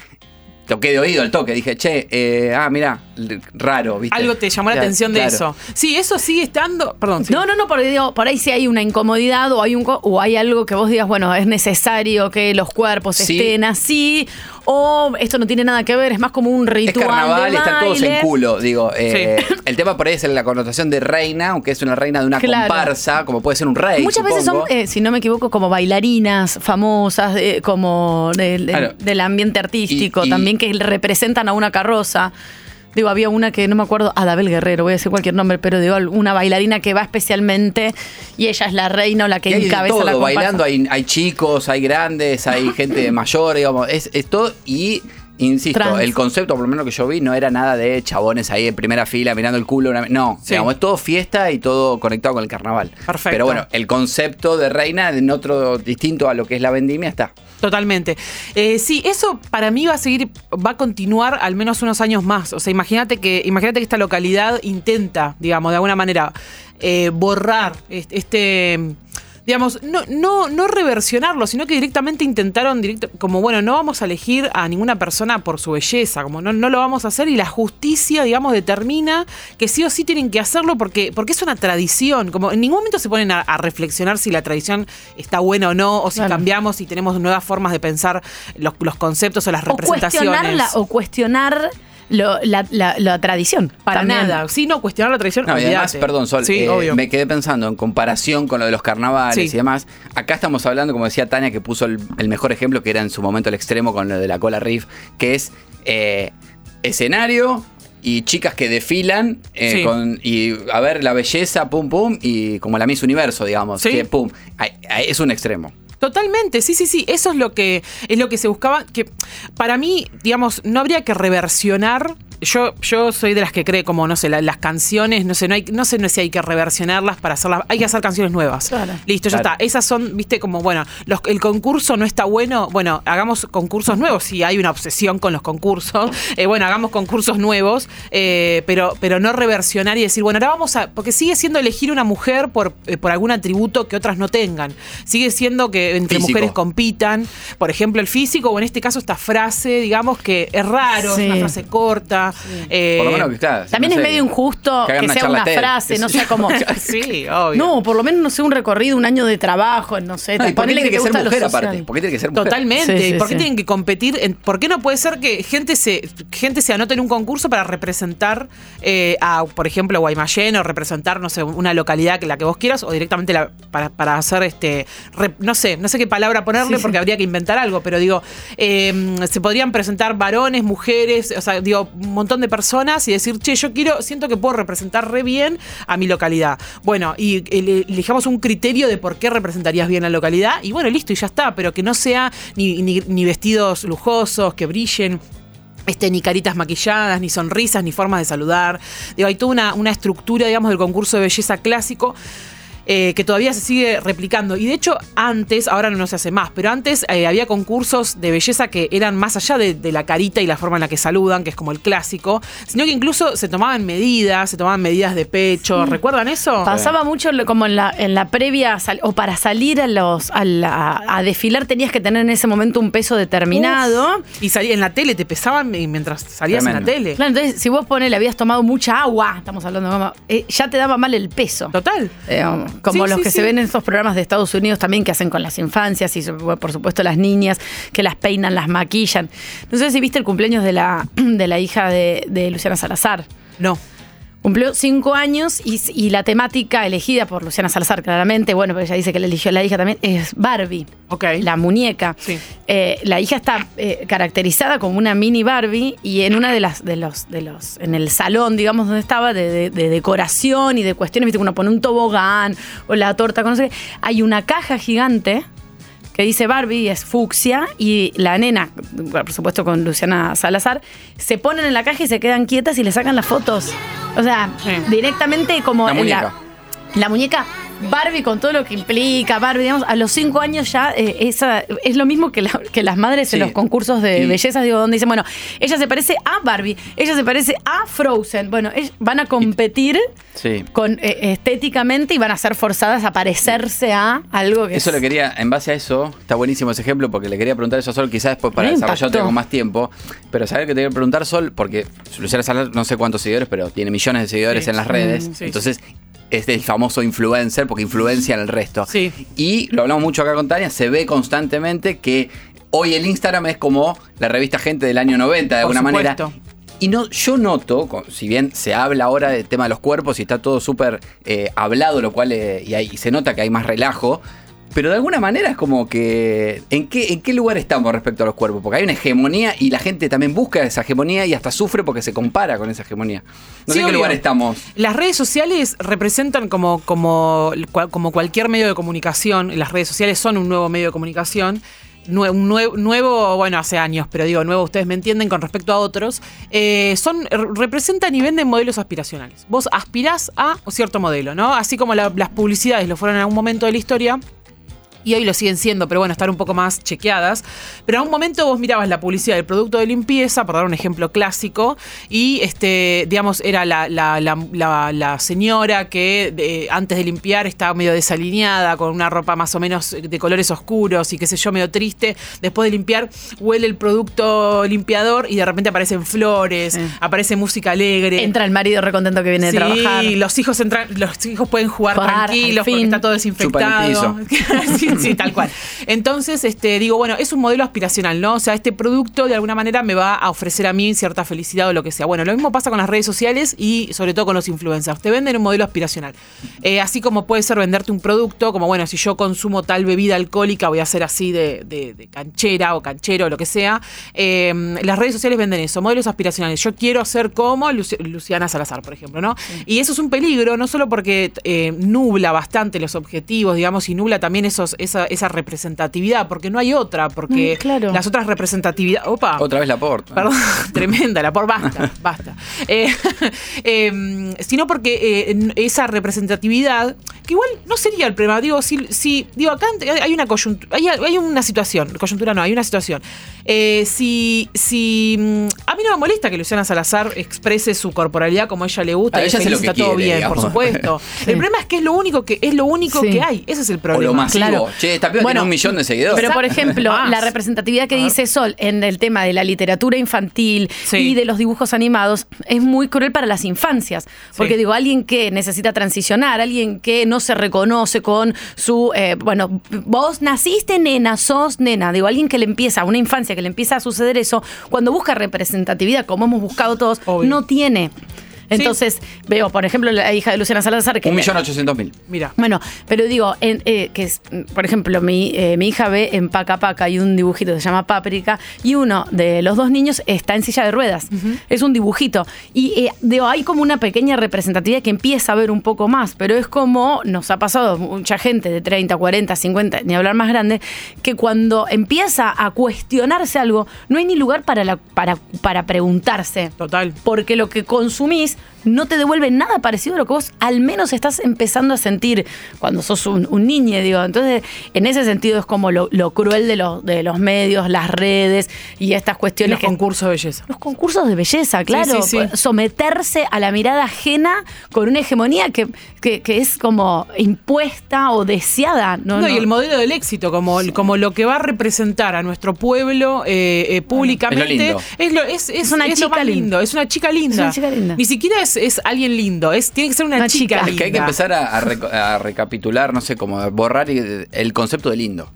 Speaker 5: toqué de oído el toque. Dije, che, eh, ah, mira, raro, ¿viste?
Speaker 23: Algo te llamó la
Speaker 5: Ya,
Speaker 23: atención de
Speaker 5: claro.
Speaker 23: eso. Sí, eso sigue estando. Perdón. sí.
Speaker 6: No, no, no, porque digo, por ahí sí hay una incomodidad o hay un co- o hay algo que vos digas, bueno, es necesario que los cuerpos
Speaker 5: Sí.
Speaker 6: estén así, o esto no tiene nada que ver, es más como un
Speaker 5: Es
Speaker 6: ritual.
Speaker 5: carnaval y
Speaker 6: de
Speaker 5: están todos en
Speaker 6: baile.
Speaker 5: culo, digo. eh, El tema por ahí es la connotación de reina, aunque es una reina de una
Speaker 6: Claro.
Speaker 5: comparsa, como puede ser un rey.
Speaker 6: Muchas veces son,
Speaker 5: supongo.
Speaker 6: eh, si no me equivoco, como bailarinas famosas, eh, como del, del-
Speaker 5: Claro.
Speaker 6: del ambiente artístico,
Speaker 5: Y- y-
Speaker 6: también que representan a una carroza. Digo, había una que no me acuerdo, Adabel Guerrero, voy a decir cualquier nombre, pero digo, una bailarina que va especialmente y ella es la reina o la que
Speaker 5: Y hay de
Speaker 6: encabeza
Speaker 5: todo,
Speaker 6: la comparsa.
Speaker 5: bailando hay, hay chicos, hay grandes, hay gente mayor, digamos, es, es todo y insisto,
Speaker 6: Trans.
Speaker 5: el concepto por lo menos que yo vi no era nada de chabones ahí en primera fila mirando el culo, una- no, digamos, es todo fiesta y todo conectado con el carnaval.
Speaker 23: Perfecto.
Speaker 5: Pero bueno, el concepto de reina en otro distinto a lo que es la vendimia está.
Speaker 23: Totalmente. Eh, sí, eso para mí va a seguir, va a continuar al menos unos años más. O sea, imagínate que, imagínate que esta localidad intenta, digamos, de alguna manera, eh, borrar est- este. Digamos, no, no, no reversionarlo, sino que directamente intentaron, directo, como bueno, no vamos a elegir a ninguna persona por su belleza, como no, no lo vamos a hacer, y la justicia, digamos, determina que sí o sí tienen que hacerlo porque, porque es una tradición. Como en ningún momento se ponen a, a reflexionar si la tradición está buena o no, o si cambiamos, si tenemos nuevas formas de pensar los, los conceptos o las
Speaker 6: o
Speaker 27: representaciones.
Speaker 6: cuestionarla o cuestionar lo- la, la- la tradición.
Speaker 23: Para
Speaker 6: También.
Speaker 23: nada. Sí, no, cuestionar la tradición.
Speaker 5: No, y además,
Speaker 23: olvídate.
Speaker 5: perdón, Sol,
Speaker 23: Sí,
Speaker 5: eh,
Speaker 23: obvio.
Speaker 5: me quedé pensando en comparación con lo de los carnavales
Speaker 23: Sí.
Speaker 5: y demás. Acá estamos hablando, como decía Tania, que puso el, el mejor ejemplo, que era en su momento el extremo con lo de la cola riff, que es eh, escenario y chicas que desfilan eh,
Speaker 23: Sí.
Speaker 5: con- y a ver la belleza, pum, pum, y como la Miss Universo, digamos, que pum, ay, ay, es un extremo.
Speaker 23: Totalmente, sí, sí, sí. Eso es lo que es lo que se buscaba. Que para mí, digamos, no habría que reversionar. Yo, yo soy de las que cree como, no sé, la- las canciones, no sé, no hay, no sé no sé si hay que reversionarlas para hacerlas. Hay que hacer canciones nuevas. Listo, ya
Speaker 4: Claro.
Speaker 23: está. Esas son, viste, como, bueno, los- el concurso no está bueno. Bueno, hagamos concursos nuevos. Si hay una obsesión con los concursos, eh, bueno, hagamos concursos nuevos, eh, pero, pero no reversionar y decir, bueno, ahora vamos a. Porque sigue siendo elegir una mujer por, eh, por algún atributo que otras no tengan. Sigue siendo que entre
Speaker 4: Físico.
Speaker 23: mujeres compitan, por ejemplo, el físico, o en este caso, esta frase, digamos, que es raro, es una
Speaker 6: Sí.
Speaker 23: frase corta. eh,
Speaker 5: Por lo menos que está.
Speaker 6: También es medio injusto
Speaker 5: que
Speaker 6: que,
Speaker 5: hagan una
Speaker 6: sea una
Speaker 5: charlatel,
Speaker 6: frase,
Speaker 5: qué
Speaker 6: no
Speaker 5: sé
Speaker 6: sea
Speaker 5: yo.
Speaker 6: como.
Speaker 23: sí, obvio.
Speaker 6: No, por lo menos no sé, un recorrido, un año de trabajo, no sé.
Speaker 5: No, ¿y por qué
Speaker 6: ponele
Speaker 5: tiene que
Speaker 6: te
Speaker 5: ser
Speaker 6: gusta lo
Speaker 5: mujer
Speaker 6: social.
Speaker 5: aparte? ¿Por qué tiene que ser mujer?
Speaker 23: Totalmente.
Speaker 6: Sí, sí,
Speaker 23: ¿Por qué
Speaker 6: sí.
Speaker 23: tienen que competir? En, ¿Por qué no puede ser que gente se, gente se anote en un concurso para representar eh, a, por ejemplo, Guaymallén o representar, no sé, una localidad que la que vos quieras o directamente la- para, para hacer este. rep- no sé, no sé qué palabra ponerle
Speaker 4: Sí,
Speaker 23: porque
Speaker 4: sí.
Speaker 23: habría que inventar algo, pero digo, eh, se podrían presentar varones, mujeres, o sea, digo, un montón de personas y decir, che, yo quiero, siento que puedo representar re bien a mi localidad. Bueno, y ele- elijamos un criterio de por qué representarías bien la localidad y bueno, listo, y ya está, pero que no sea ni, ni- ni vestidos lujosos, que brillen. Este, ni caritas maquilladas, ni sonrisas, ni formas de saludar. Digo, hay toda una, una estructura, digamos, del concurso de belleza clásico eh, que todavía se sigue replicando. Y de hecho, antes, ahora no se hace más, pero antes eh, había concursos de belleza que eran más allá de, de la carita y la forma en la que saludan, que es como el clásico, sino que incluso se tomaban medidas, se tomaban medidas de pecho. ¿Recuerdan eso?
Speaker 6: Mm. Pasaba mucho lo- como en la, en la previa sal- o para salir a los a, la- a desfilar tenías que tener en ese momento un peso determinado.
Speaker 23: Y salía en la tele, te pesaban eh, mientras salías en la tele.
Speaker 6: Claro, entonces si vos ponele, habías tomado mucha agua, estamos hablando, mamá, eh, ya te daba mal el peso. Eh, um,
Speaker 23: Total.
Speaker 6: como
Speaker 23: Sí,
Speaker 6: los
Speaker 23: sí,
Speaker 6: que
Speaker 23: sí.
Speaker 6: se ven en esos programas de Estados Unidos también que hacen con las infancias y bueno, por supuesto las niñas, que las peinan, las maquillan. No sé si viste el cumpleaños de la, de la hija de, de Luciana Salazar.
Speaker 23: No.
Speaker 6: Cumplió cinco años y, y la temática elegida por Luciana Salazar, claramente, bueno, porque ella dice que la eligió la hija también, es Barbie. La muñeca. Eh, la hija está eh, caracterizada como una mini Barbie y en una de las, de los, de los, en el salón, digamos, donde estaba, de, de- de decoración y de cuestiones, viste, que uno pone un tobogán o la torta, con no sé qué, hay una caja gigante que dice Barbie y es fucsia y la nena, por supuesto con Luciana Salazar, se ponen en la caja y se quedan quietas y le sacan las fotos. O sea, directamente como
Speaker 5: La
Speaker 6: en
Speaker 5: muñeca.
Speaker 6: la muñeca Barbie con todo lo que implica, Barbie, digamos, a los cinco años ya eh, esa, es lo mismo que, la- que las madres en
Speaker 5: Sí.
Speaker 6: los concursos de
Speaker 5: Y-
Speaker 6: bellezas, digo, donde dicen, bueno, ella se parece a Barbie, ella se parece a Frozen. Bueno, ellas van a competir
Speaker 5: Sí.
Speaker 6: con eh, estéticamente y van a ser forzadas a parecerse a algo que
Speaker 5: Eso
Speaker 6: es-
Speaker 5: lo quería, en base a eso, está buenísimo ese ejemplo porque le quería preguntar eso a Sol, quizás después para
Speaker 6: Me
Speaker 5: desarrollarlo
Speaker 6: impactó.
Speaker 5: tengo más tiempo, pero saber que te quería preguntar Sol, porque Luciana Salar no sé cuántos seguidores, pero tiene millones de seguidores
Speaker 6: Sí.
Speaker 5: en las redes,
Speaker 6: Mm, sí,
Speaker 5: entonces es el famoso influencer porque influencia en el resto. Y lo hablamos mucho acá con Tania, se ve constantemente que hoy el Instagram es como la revista Gente del año 90 de
Speaker 4: Por
Speaker 5: alguna
Speaker 4: supuesto.
Speaker 5: manera. Y no, yo noto, con- si bien se habla ahora del tema de los cuerpos y está todo súper eh, hablado, lo cual eh, y, hay- y se nota que hay más relajo, pero de alguna manera es como que. ¿en qué, ¿En qué lugar estamos respecto a los cuerpos? Porque hay una hegemonía y la gente también busca esa hegemonía y hasta sufre porque se compara con esa hegemonía. No
Speaker 23: Sí,
Speaker 5: sé en qué
Speaker 23: obvio.
Speaker 5: lugar estamos.
Speaker 23: Las redes sociales representan como, como, cual- como cualquier medio de comunicación, las redes sociales son un nuevo medio de comunicación, nue- un nue- nuevo, bueno, hace años, pero digo, nuevo, ustedes me entienden con respecto a otros, eh, son, re- representan y venden modelos aspiracionales. Vos aspirás a cierto modelo, ¿no? Así como la- las publicidades lo fueron en algún momento de la historia, y hoy lo siguen siendo, pero bueno, estar un poco más chequeadas. Pero a un momento vos mirabas la publicidad del producto de limpieza, por dar un ejemplo clásico, y este, digamos, era la, la- la- la- la señora que de- antes de limpiar estaba medio desalineada, con una ropa más o menos de colores oscuros y qué sé yo, medio triste. Después de limpiar, huele el producto limpiador y de repente aparecen flores, aparece música alegre.
Speaker 6: Entra el marido recontento que
Speaker 23: Sí,
Speaker 6: viene de trabajar.
Speaker 23: los hijos entran, los hijos pueden jugar,
Speaker 6: Jugar, al
Speaker 23: tranquilos porque
Speaker 6: fin.
Speaker 23: está todo desinfectado.
Speaker 6: Chupan el
Speaker 23: sí, sí, tal cual. Entonces, este, digo, bueno, es un modelo aspiracional, ¿no? O sea, este producto de alguna manera me va a ofrecer a mí cierta felicidad o lo que sea. Bueno, lo mismo pasa con las redes sociales y sobre todo con los influencers. Te venden un modelo aspiracional. Eh, así como puede ser venderte un producto, como bueno, si yo consumo tal bebida alcohólica, voy a ser así de, de- de canchera o canchero, lo que sea. Eh, las redes sociales venden eso, modelos aspiracionales. Yo quiero ser como Luci- Luciana Salazar, por ejemplo, ¿no? Y eso es un peligro, no solo porque eh, nubla bastante los objetivos, digamos, y nubla también esos, esa, esa representatividad, porque no hay otra, porque
Speaker 5: Mm, claro.
Speaker 23: las otras representatividad. Opa.
Speaker 5: Otra vez la porta.
Speaker 23: Perdón, tremenda, la por basta, basta. Eh, em, sino porque eh, n- esa representatividad, que igual no sería el problema, digo, si, si digo, acá ante- hay una coyuntura, hay, hay una situación, coyuntura no, hay una situación. Eh, si, si mm, a mí no me molesta que Luciana Salazar exprese su corporalidad como a ella le gusta,
Speaker 5: A
Speaker 23: y
Speaker 5: ella
Speaker 23: es
Speaker 5: hace lo
Speaker 23: feliz,
Speaker 5: que
Speaker 23: está todo
Speaker 5: quiere,
Speaker 23: bien,
Speaker 5: digamos.
Speaker 23: por supuesto. El problema es que es lo único que, es lo único
Speaker 6: Sí.
Speaker 23: que hay, ese es el
Speaker 5: O
Speaker 23: problema.
Speaker 5: lo masivo. Che, esta piba tiene un millón de seguidores.
Speaker 6: Pero, por ejemplo, la representatividad que dice Sol en el tema de la literatura infantil y de los dibujos animados es muy cruel para las infancias. Porque, digo, alguien que necesita transicionar, alguien que no se reconoce con su. eh, bueno, vos naciste nena, sos nena. Digo, alguien que le empieza, una infancia que le empieza a suceder eso, cuando busca representatividad, como hemos buscado todos, no tiene. Entonces, veo, por ejemplo, la hija de Luciana Salazar que.
Speaker 5: Un millón ochocientos mil.
Speaker 23: Mira.
Speaker 6: Bueno, pero digo, en- eh, que es, mm, por ejemplo, mi, eh, mi hija ve en Paca Paca hay un dibujito que se llama Páprica y uno de los dos niños está en silla de ruedas. Es un dibujito. Y eh, digo, hay como una pequeña representatividad que empieza a ver un poco más, pero es como nos ha pasado mucha gente de 30, 40, 50, ni hablar más grande, que cuando empieza a cuestionarse algo, no hay ni lugar para, la- para, para preguntarse.
Speaker 23: Total.
Speaker 6: Porque lo que consumís no te devuelve nada parecido a lo que vos al menos estás empezando a sentir cuando sos un, un niñe, digo. Entonces, en ese sentido es como lo, lo cruel de los, de los medios, las redes y estas cuestiones.
Speaker 23: los concursos de belleza.
Speaker 6: Los concursos de belleza, claro.
Speaker 23: sí, sí.
Speaker 6: Someterse a la mirada ajena con una hegemonía que, que- que es como impuesta o deseada. No,
Speaker 23: No,
Speaker 6: No.
Speaker 23: y el modelo del éxito, como, como lo que va a representar a nuestro pueblo eh, eh, públicamente.
Speaker 6: lindo.
Speaker 23: Es, lo, es, es,
Speaker 6: Es una
Speaker 23: es lo
Speaker 6: chica
Speaker 23: más
Speaker 6: linda.
Speaker 23: lindo. Es una chica linda.
Speaker 6: Es una chica linda.
Speaker 23: Ni siquiera es, es alguien lindo. Es, tiene que ser una, chica,
Speaker 5: Es que hay que
Speaker 23: linda.
Speaker 5: empezar a, a reco- a recapitular, no sé, como a borrar eh, el concepto de lindo.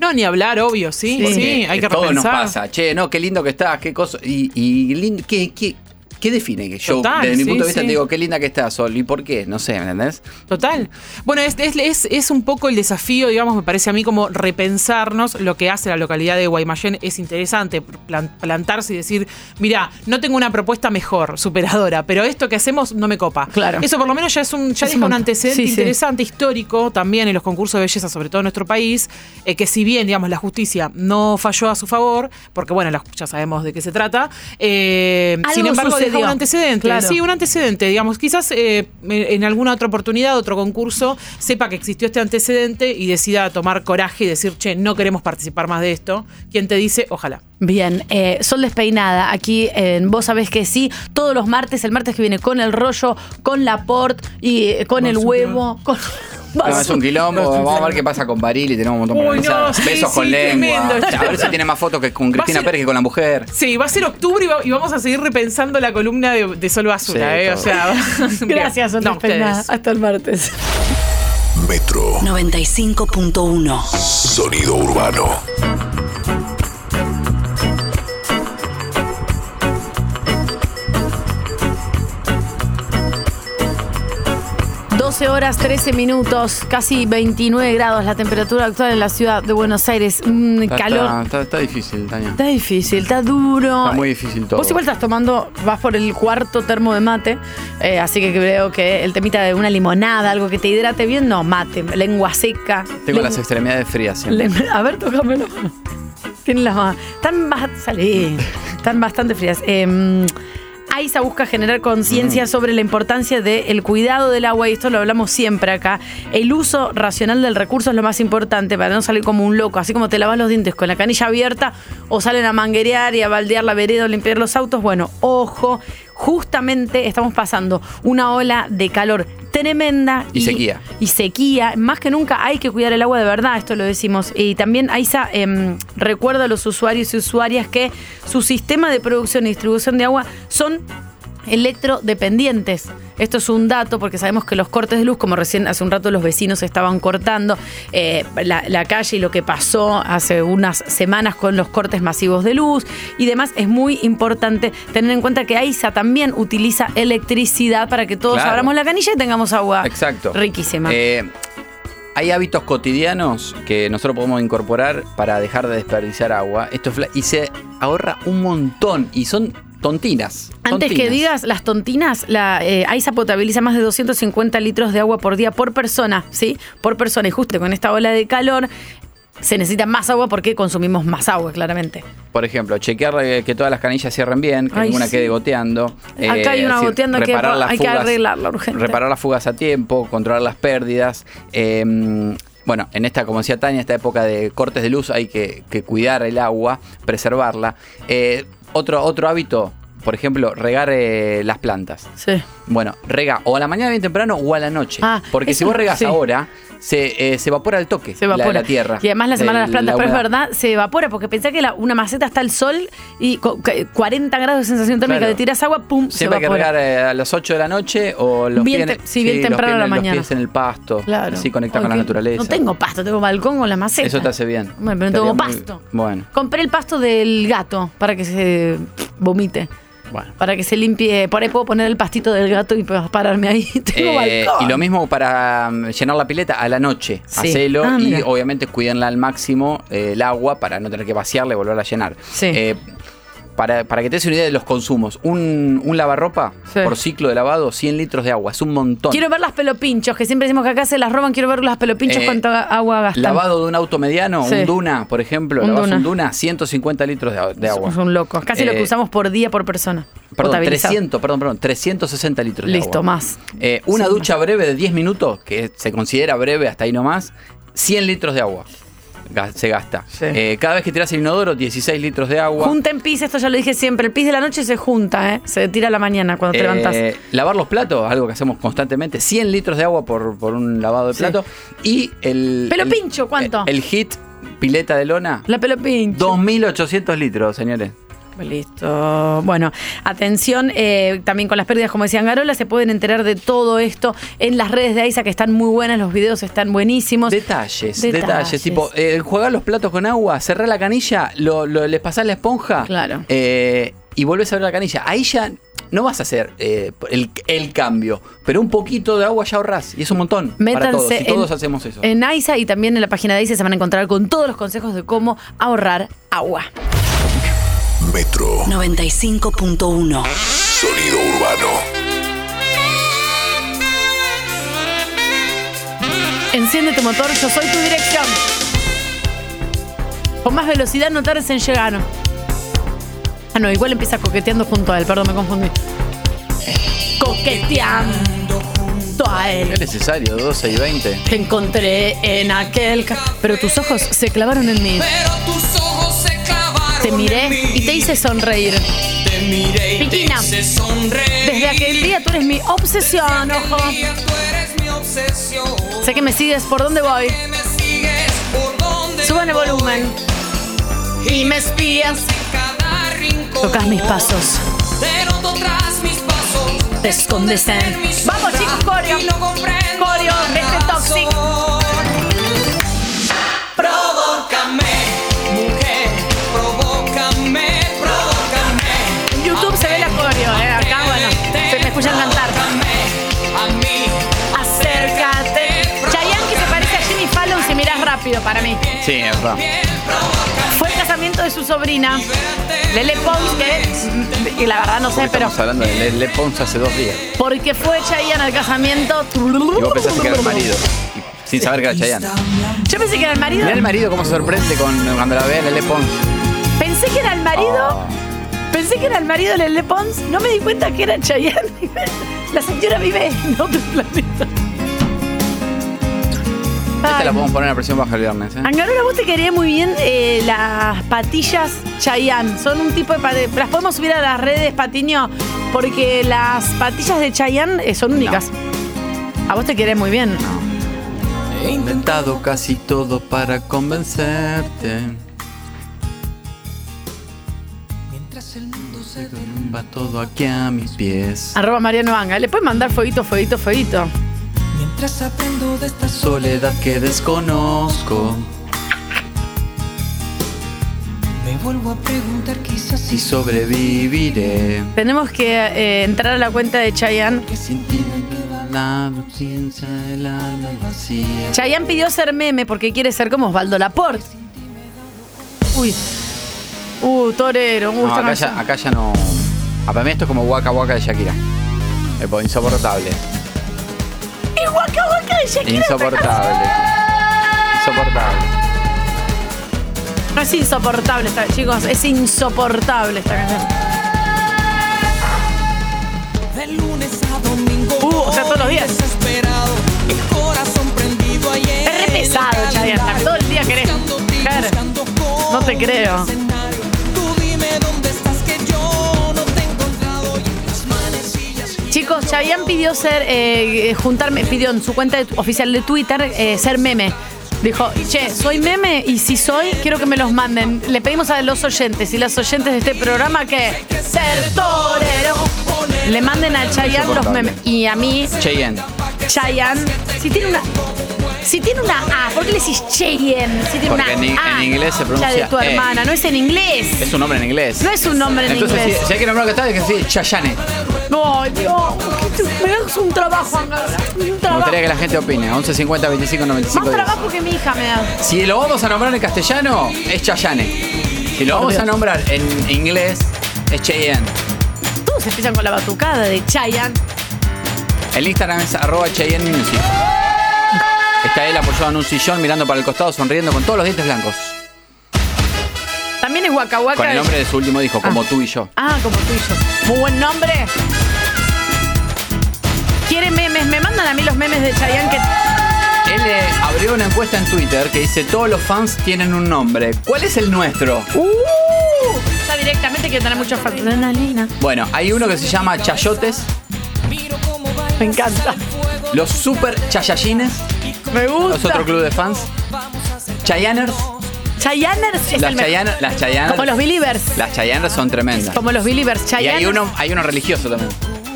Speaker 23: No, ni hablar, obvio, sí. Sí,
Speaker 5: Porque
Speaker 23: hay que
Speaker 5: Todo
Speaker 23: repensar.
Speaker 5: nos pasa. Che, no, qué lindo que estás, qué cosa. Y, y lindo, ¿qué, qué, qué define? Que yo,
Speaker 23: Total,
Speaker 5: desde mi
Speaker 23: sí,
Speaker 5: punto de vista,
Speaker 23: sí.
Speaker 5: te digo, qué linda que estás, Sol. ¿Y por qué? No sé, ¿me entendés?
Speaker 23: Total. Bueno, es, es- es- es un poco el desafío, digamos, me parece a mí como repensarnos lo que hace la localidad de Guaymallén. Es interesante plan- plantarse y decir, mira, no tengo una propuesta mejor, superadora, pero esto que hacemos no me copa.
Speaker 6: Claro.
Speaker 23: Eso por lo menos ya es un, ya deja
Speaker 6: Es un
Speaker 23: un
Speaker 6: montón.
Speaker 23: antecedente
Speaker 6: Sí, sí.
Speaker 23: interesante, histórico, también en los concursos de belleza, sobre todo en nuestro país, eh, que si bien, digamos, la justicia no falló a su favor, porque bueno, la- ya sabemos de qué se trata, eh,
Speaker 6: Algo
Speaker 23: sin embargo, deja un antecedente.
Speaker 6: Claro.
Speaker 23: Sí, un antecedente. Digamos, quizás eh, en alguna otra oportunidad, otro concurso, sepa que existió este antecedente y decida tomar coraje y decir, che, no queremos participar más de esto. Quien te dice, ojalá.
Speaker 6: Bien, eh, Sol Despeinada, aquí en Vos Sabés que sí, todos los martes, el martes que viene con el rollo, con la port y eh, con el huevo, con
Speaker 5: No, es un quilombo, vamos a ver qué pasa con Barili, tenemos un montón para
Speaker 23: Uy, no,
Speaker 5: analizar.
Speaker 23: sí,
Speaker 5: Besos
Speaker 23: sí,
Speaker 5: con lengua.
Speaker 23: tremendo.
Speaker 5: A ver si tiene más fotos que con
Speaker 23: Va a
Speaker 5: Cristina
Speaker 23: ser-
Speaker 5: Pérez que con la mujer.
Speaker 23: Sí, va a ser octubre y, va- y vamos a seguir repensando la columna de, de Sol Basura,
Speaker 5: Sí,
Speaker 23: ¿eh? O
Speaker 5: todo.
Speaker 23: sea,
Speaker 6: Gracias, Sol
Speaker 23: no,
Speaker 6: Despeinada.
Speaker 23: ustedes.
Speaker 6: Hasta el martes.
Speaker 18: Metro
Speaker 19: 95.1.
Speaker 18: Sonido urbano.
Speaker 6: Bien. 12 horas 13 minutos, casi 29 grados la temperatura actual en la ciudad de Buenos Aires. Un
Speaker 5: Está- Está,
Speaker 6: calor.
Speaker 5: está- está difícil, Tania.
Speaker 6: Está difícil, está duro.
Speaker 5: Está muy difícil todo.
Speaker 6: Vos igual estás tomando, vas por el cuarto termo de mate, eh, así que creo que el temita de una limonada, algo que te hidrate bien, no, mate, lengua seca.
Speaker 5: Tengo
Speaker 6: Lengua-
Speaker 5: las extremidades frías siempre.
Speaker 6: Le- a ver, tócamelo. Tienen las más. Están, ba- salí. Están bastante frías. Eh, AISA busca generar
Speaker 5: Mm.
Speaker 6: conciencia sobre la importancia del cuidado del agua, y esto lo hablamos siempre acá. El uso racional del recurso es lo más importante para no salir como un loco, así como te lavas los dientes con la canilla abierta o salen a manguerear y a baldear la vereda o limpiar los autos. Bueno, ojo, justamente estamos pasando una ola de calor tremenda
Speaker 5: Y sequía.
Speaker 6: y sequía. Más que nunca hay que cuidar el agua de verdad, esto lo decimos. Y también AISA em, recuerda a los usuarios y usuarias que su sistema de producción y distribución de agua son electrodependientes. Esto es un dato porque sabemos que los cortes de luz, como recién hace un rato los vecinos estaban cortando eh, la, la calle y lo que pasó hace unas semanas con los cortes masivos de luz y demás, es muy importante tener en cuenta que AISA también utiliza electricidad para que todos
Speaker 5: Claro.
Speaker 6: abramos la canilla y tengamos agua
Speaker 5: Exacto.
Speaker 6: riquísima.
Speaker 5: Eh, hay hábitos cotidianos que nosotros podemos incorporar para dejar de desperdiciar agua. Esto es fla- y se ahorra un montón y son tontinas.
Speaker 6: Antes que
Speaker 5: tontinas.
Speaker 6: digas, las tontinas, la eh, AISA potabiliza más de 250 litros de agua por día por persona, ¿sí? Por persona. Y justo con esta ola de calor se necesita más agua porque consumimos más agua, claramente.
Speaker 5: Por ejemplo, chequear eh, que todas las canillas cierren bien, que
Speaker 6: Ay,
Speaker 5: ninguna
Speaker 6: sí.
Speaker 5: quede goteando. eh,
Speaker 6: Acá hay
Speaker 5: es
Speaker 6: una goteando que
Speaker 5: reparar
Speaker 6: va-
Speaker 5: las
Speaker 6: hay que
Speaker 5: fugas-
Speaker 6: arreglarla urgente.
Speaker 5: Reparar las fugas a tiempo, controlar las pérdidas. eh, bueno, en esta, como decía Tania, esta época de cortes de luz hay que, que cuidar el agua, preservarla. Eh, otro, otro hábito, por ejemplo, regar eh, las plantas.
Speaker 6: Sí.
Speaker 5: Bueno, rega o a la mañana bien temprano o a la noche.
Speaker 6: Ah,
Speaker 5: porque si
Speaker 6: eso-
Speaker 5: vos regás
Speaker 6: sí.
Speaker 5: ahora, se, eh, se evapora el toque
Speaker 6: Se evapora.
Speaker 5: La, la tierra.
Speaker 6: Y además la semana de las
Speaker 5: el-
Speaker 6: plantas,
Speaker 5: la
Speaker 6: pero es
Speaker 5: humedad.
Speaker 6: verdad, se evapora porque pensá que la- una maceta está al sol y co- ca- 40 grados de sensación térmica,
Speaker 5: Claro.
Speaker 6: le tiras agua, pum,
Speaker 5: Siempre
Speaker 6: se
Speaker 5: hay que regar
Speaker 6: evapora.
Speaker 5: eh, a las 8 de la noche o los
Speaker 6: Bien
Speaker 5: pies,
Speaker 6: te- sí, bien temprano
Speaker 5: los
Speaker 6: a la
Speaker 5: pies-
Speaker 6: mañana.
Speaker 5: Los pies en el pasto.
Speaker 6: Claro.
Speaker 5: Así conecta
Speaker 6: Ay,
Speaker 5: con la
Speaker 6: que-
Speaker 5: naturaleza.
Speaker 6: No tengo pasto, tengo balcón con la maceta.
Speaker 5: Eso te hace bien.
Speaker 6: Bueno, pero no
Speaker 5: Estaría
Speaker 6: tengo
Speaker 5: muy-
Speaker 6: pasto.
Speaker 5: Bueno,
Speaker 6: Compré el pasto del gato para que se vomite.
Speaker 5: bueno.
Speaker 6: Para que se limpie. eh, Por ahí puedo poner el pastito del gato y pa- pararme ahí. Tengo
Speaker 5: Eh,
Speaker 6: balcón.
Speaker 5: y lo mismo para mm, llenar la pileta a la noche.
Speaker 6: Sí.
Speaker 5: Hacelo
Speaker 6: Ah,
Speaker 5: y
Speaker 6: mira.
Speaker 5: obviamente cuídenla al máximo eh, el agua para no tener que vaciarla y volverla a llenar. Eh, para, para que te des una idea de los consumos, un, un lavarropa
Speaker 6: Sí.
Speaker 5: por ciclo de lavado, 100 litros de agua, es un montón.
Speaker 6: Quiero ver las pelopinchos, que siempre decimos que acá se las roban. Quiero ver las pelopinchos
Speaker 5: Eh,
Speaker 6: cuánta agua gastan.
Speaker 5: Lavado de un auto mediano,
Speaker 6: Sí.
Speaker 5: un duna, por ejemplo,
Speaker 6: Un
Speaker 5: lavas
Speaker 6: duna.
Speaker 5: un duna, 150 litros de, a- de agua.
Speaker 6: Somos un loco. Casi lo que
Speaker 5: Eh,
Speaker 6: usamos por día por persona.
Speaker 5: Perdón,
Speaker 6: Potabilizado.
Speaker 5: 300, perdón, perdón, 360 litros de
Speaker 6: Listo,
Speaker 5: agua.
Speaker 6: más.
Speaker 5: Eh, una ducha breve de 10 minutos, que se considera breve hasta ahí nomás, 100 litros de agua ga- se gasta. Eh, cada vez que tiras el inodoro, 16 litros de agua.
Speaker 6: Junten pis, esto ya lo dije siempre. El pis de la noche se junta, ¿eh? Se tira a la mañana cuando te
Speaker 5: Eh,
Speaker 6: levantás.
Speaker 5: lavar los platos, algo que hacemos constantemente, 100 litros de agua por, por un lavado de plato. Y el...
Speaker 6: Pelo
Speaker 5: el-
Speaker 6: pincho, ¿cuánto?
Speaker 5: El hit, pileta de lona.
Speaker 6: La pelo pincho.
Speaker 5: 2.800 litros, señores.
Speaker 6: Listo. Bueno, atención, eh, también con las pérdidas, como decían Garola, se pueden enterar de todo esto en las redes de AISA, que están muy buenas, los videos están buenísimos.
Speaker 5: Detalles, detalles. Tipo, eh, jugar los platos con agua, cerrar la canilla, lo, lo- les pasás la esponja.
Speaker 6: Claro.
Speaker 5: eh, y volvés a abrir la canilla. Ahí ya no vas a hacer eh, el, el cambio, pero un poquito de agua ya ahorrás. Y es un montón. para todos.
Speaker 6: Métanse
Speaker 5: Y todos
Speaker 6: en-
Speaker 5: hacemos eso.
Speaker 6: En AISA y también en la página de AISA se van a encontrar con todos los consejos de cómo ahorrar agua.
Speaker 18: Metro
Speaker 19: 95.1.
Speaker 18: Sonido urbano.
Speaker 6: Enciende tu motor, yo soy tu dirección. Con más velocidad no tardes en llegar. Ah, no, igual empieza coqueteando junto a él, perdón, me confundí. Coqueteando junto a él.
Speaker 5: Es necesario, 12 y 20.
Speaker 6: Te encontré en aquel. ca- Pero tus ojos se clavaron en mí.
Speaker 14: Tus ojos se clavaron.
Speaker 6: Te miré y te hice sonreír.
Speaker 14: Te miré y te
Speaker 6: Piquina.
Speaker 14: hice sonreír.
Speaker 6: Desde aquel día tú eres mi obsesión, ojo.
Speaker 14: Tú eres mi obsesión.
Speaker 6: Sé que me sigues por dónde voy.
Speaker 14: Sigues por donde
Speaker 6: Suban el volumen. Y me espías.
Speaker 14: cada rincón.
Speaker 6: Tocas mis pasos.
Speaker 14: Te noto tras mis pasos.
Speaker 6: Te escondes en.
Speaker 14: Vamos chicos, coreo. Coreo, este toxic. Provócame, mujer. Provócame, provócame.
Speaker 6: En YouTube se ve la coreo, eh. Acá, bueno, se me escuchan cantar.
Speaker 14: A mí.
Speaker 6: Acércate. Chayanne que se parece a Jimmy Fallon si miras rápido para mí.
Speaker 5: Sí, es verdad.
Speaker 6: Fue el casamiento de su sobrina, Lele Pons, que- y la verdad no sé, pero
Speaker 5: Estamos hablando de Le, Le Pons hace dos días.
Speaker 6: porque fue Chayanne al casamiento.
Speaker 5: Y vos pensaste que era el marido. y- Sin saber que era Chayanne.
Speaker 6: Yo pensé que era el marido.
Speaker 5: Mirá el marido cómo se sorprende con, cuando la ve a Lele Pons.
Speaker 6: Pensé que era el
Speaker 5: Ah.
Speaker 6: marido. Pensé que era el marido de Lele Pons. No me di cuenta que era Chayanne. La señora vive en otro planeta.
Speaker 5: Esta
Speaker 6: Ay,
Speaker 5: la podemos poner a presión baja el viernes, ¿eh?
Speaker 6: Angarola, vos te quería muy bien eh, las patillas Chayanne. Son un tipo de patillas. Las podemos subir a las redes, Patiño, porque las patillas de Chayanne eh, son únicas. A vos te querés muy bien.
Speaker 5: He inventado casi todo para convencerte.
Speaker 14: Mientras el mundo se
Speaker 5: Va todo aquí a mis pies.
Speaker 6: Arroba Mariano Anga. Le puedes mandar fueguito, fueguito, fueguito.
Speaker 14: Mientras aprendo de esta
Speaker 5: Soledad que desconozco.
Speaker 14: Me vuelvo a preguntar quizás
Speaker 5: Si sobreviviré.
Speaker 6: Tenemos que eh, entrar a la cuenta de Chayanne.
Speaker 5: La ausencia del alma vacía.
Speaker 6: Chayanne pidió ser meme porque quiere ser como Osvaldo Laporte. Uy. Uh, torero.
Speaker 5: No,
Speaker 6: Uh, esta
Speaker 5: acá,
Speaker 6: canción.
Speaker 5: ya, acá ya no. Ah, Para mí esto es como Waka Waka de Shakira. Eh, pues, Insoportable.
Speaker 6: Y Waka Waka de Shakira.
Speaker 5: Insoportable. Insoportable.
Speaker 6: No es insoportable esta, chicos, es insoportable esta canción.
Speaker 14: de lunes a domingo.
Speaker 6: Uh, o sea, todos los días.
Speaker 14: Desesperado, el corazón prendido ayer.
Speaker 6: Es re pesado, Chayanne, está todo el día querés. Claro. No te creo.
Speaker 14: Tú dime dónde estás que yo no te he encontrado. Y en las manecillas
Speaker 6: Chicos, Chayanne pidió ser, eh, juntarme, pidió en su cuenta de tu- oficial de Twitter eh, ser meme. Dijo, che, soy meme y si soy, quiero que me los manden. Le pedimos a los oyentes y las oyentes de este programa que ser torero. Le manden a Chayanne los memes. Y a mí,
Speaker 5: Cheyenne.
Speaker 6: Chayanne, si tiene una. Si tiene una A, ¿por qué le decís Cheyenne? Si tiene
Speaker 5: Porque en,
Speaker 6: una
Speaker 5: in-
Speaker 6: A.
Speaker 5: en inglés se pronuncia.
Speaker 6: La de tu
Speaker 5: E.
Speaker 6: hermana, no es en inglés.
Speaker 5: Es un nombre en inglés.
Speaker 6: No es un nombre en
Speaker 5: Entonces,
Speaker 6: inglés.
Speaker 5: Si, si hay que nombrar lo que está, hay que decir Chayanne.
Speaker 6: No, Dios, ¿qué te- me das un trabajo, Ángel, un
Speaker 5: Me
Speaker 6: trabajo.
Speaker 5: gustaría que la gente opine. 11 50 25 95
Speaker 6: Más
Speaker 5: 10.
Speaker 6: trabajo que mi hija me da.
Speaker 5: Si lo vamos a nombrar en castellano, es Chayanne. Si lo
Speaker 6: Por
Speaker 5: vamos
Speaker 6: Dios.
Speaker 5: a nombrar en inglés, es Cheyenne.
Speaker 6: Todos empiezan con la batucada de Chayanne.
Speaker 5: El Instagram es arroba Cheyenne Music. Está él apoyado en un sillón, mirando para el costado, sonriendo con todos los dientes blancos.
Speaker 6: También es Waka Waka.
Speaker 5: Con el nombre de su último hijo, como tú y yo.
Speaker 6: Ah, como tú y yo. Muy buen nombre. ¿Quieren memes? Me mandan a mí los memes de Chayanne que...
Speaker 5: Él eh, abrió una encuesta en Twitter que dice: Todos los fans tienen un nombre. ¿Cuál es el nuestro?
Speaker 6: ¡Uh! Ya directamente quiero tener muchos fans. Adrenalina.
Speaker 5: Bueno, hay uno que se llama Chayotes,
Speaker 6: Me encanta.
Speaker 5: los Super Chayallines.
Speaker 6: Me gusta.
Speaker 5: Es otro club de fans. Chayaners.
Speaker 6: Chayanners es
Speaker 5: Las
Speaker 6: el mejor.
Speaker 5: Chayaners. Las Chayaners.
Speaker 6: Como los Believers.
Speaker 5: Las Chayaners son tremendas.
Speaker 6: Como los Believers.
Speaker 5: Y
Speaker 6: Chayanne.
Speaker 5: hay uno, hay uno religioso también.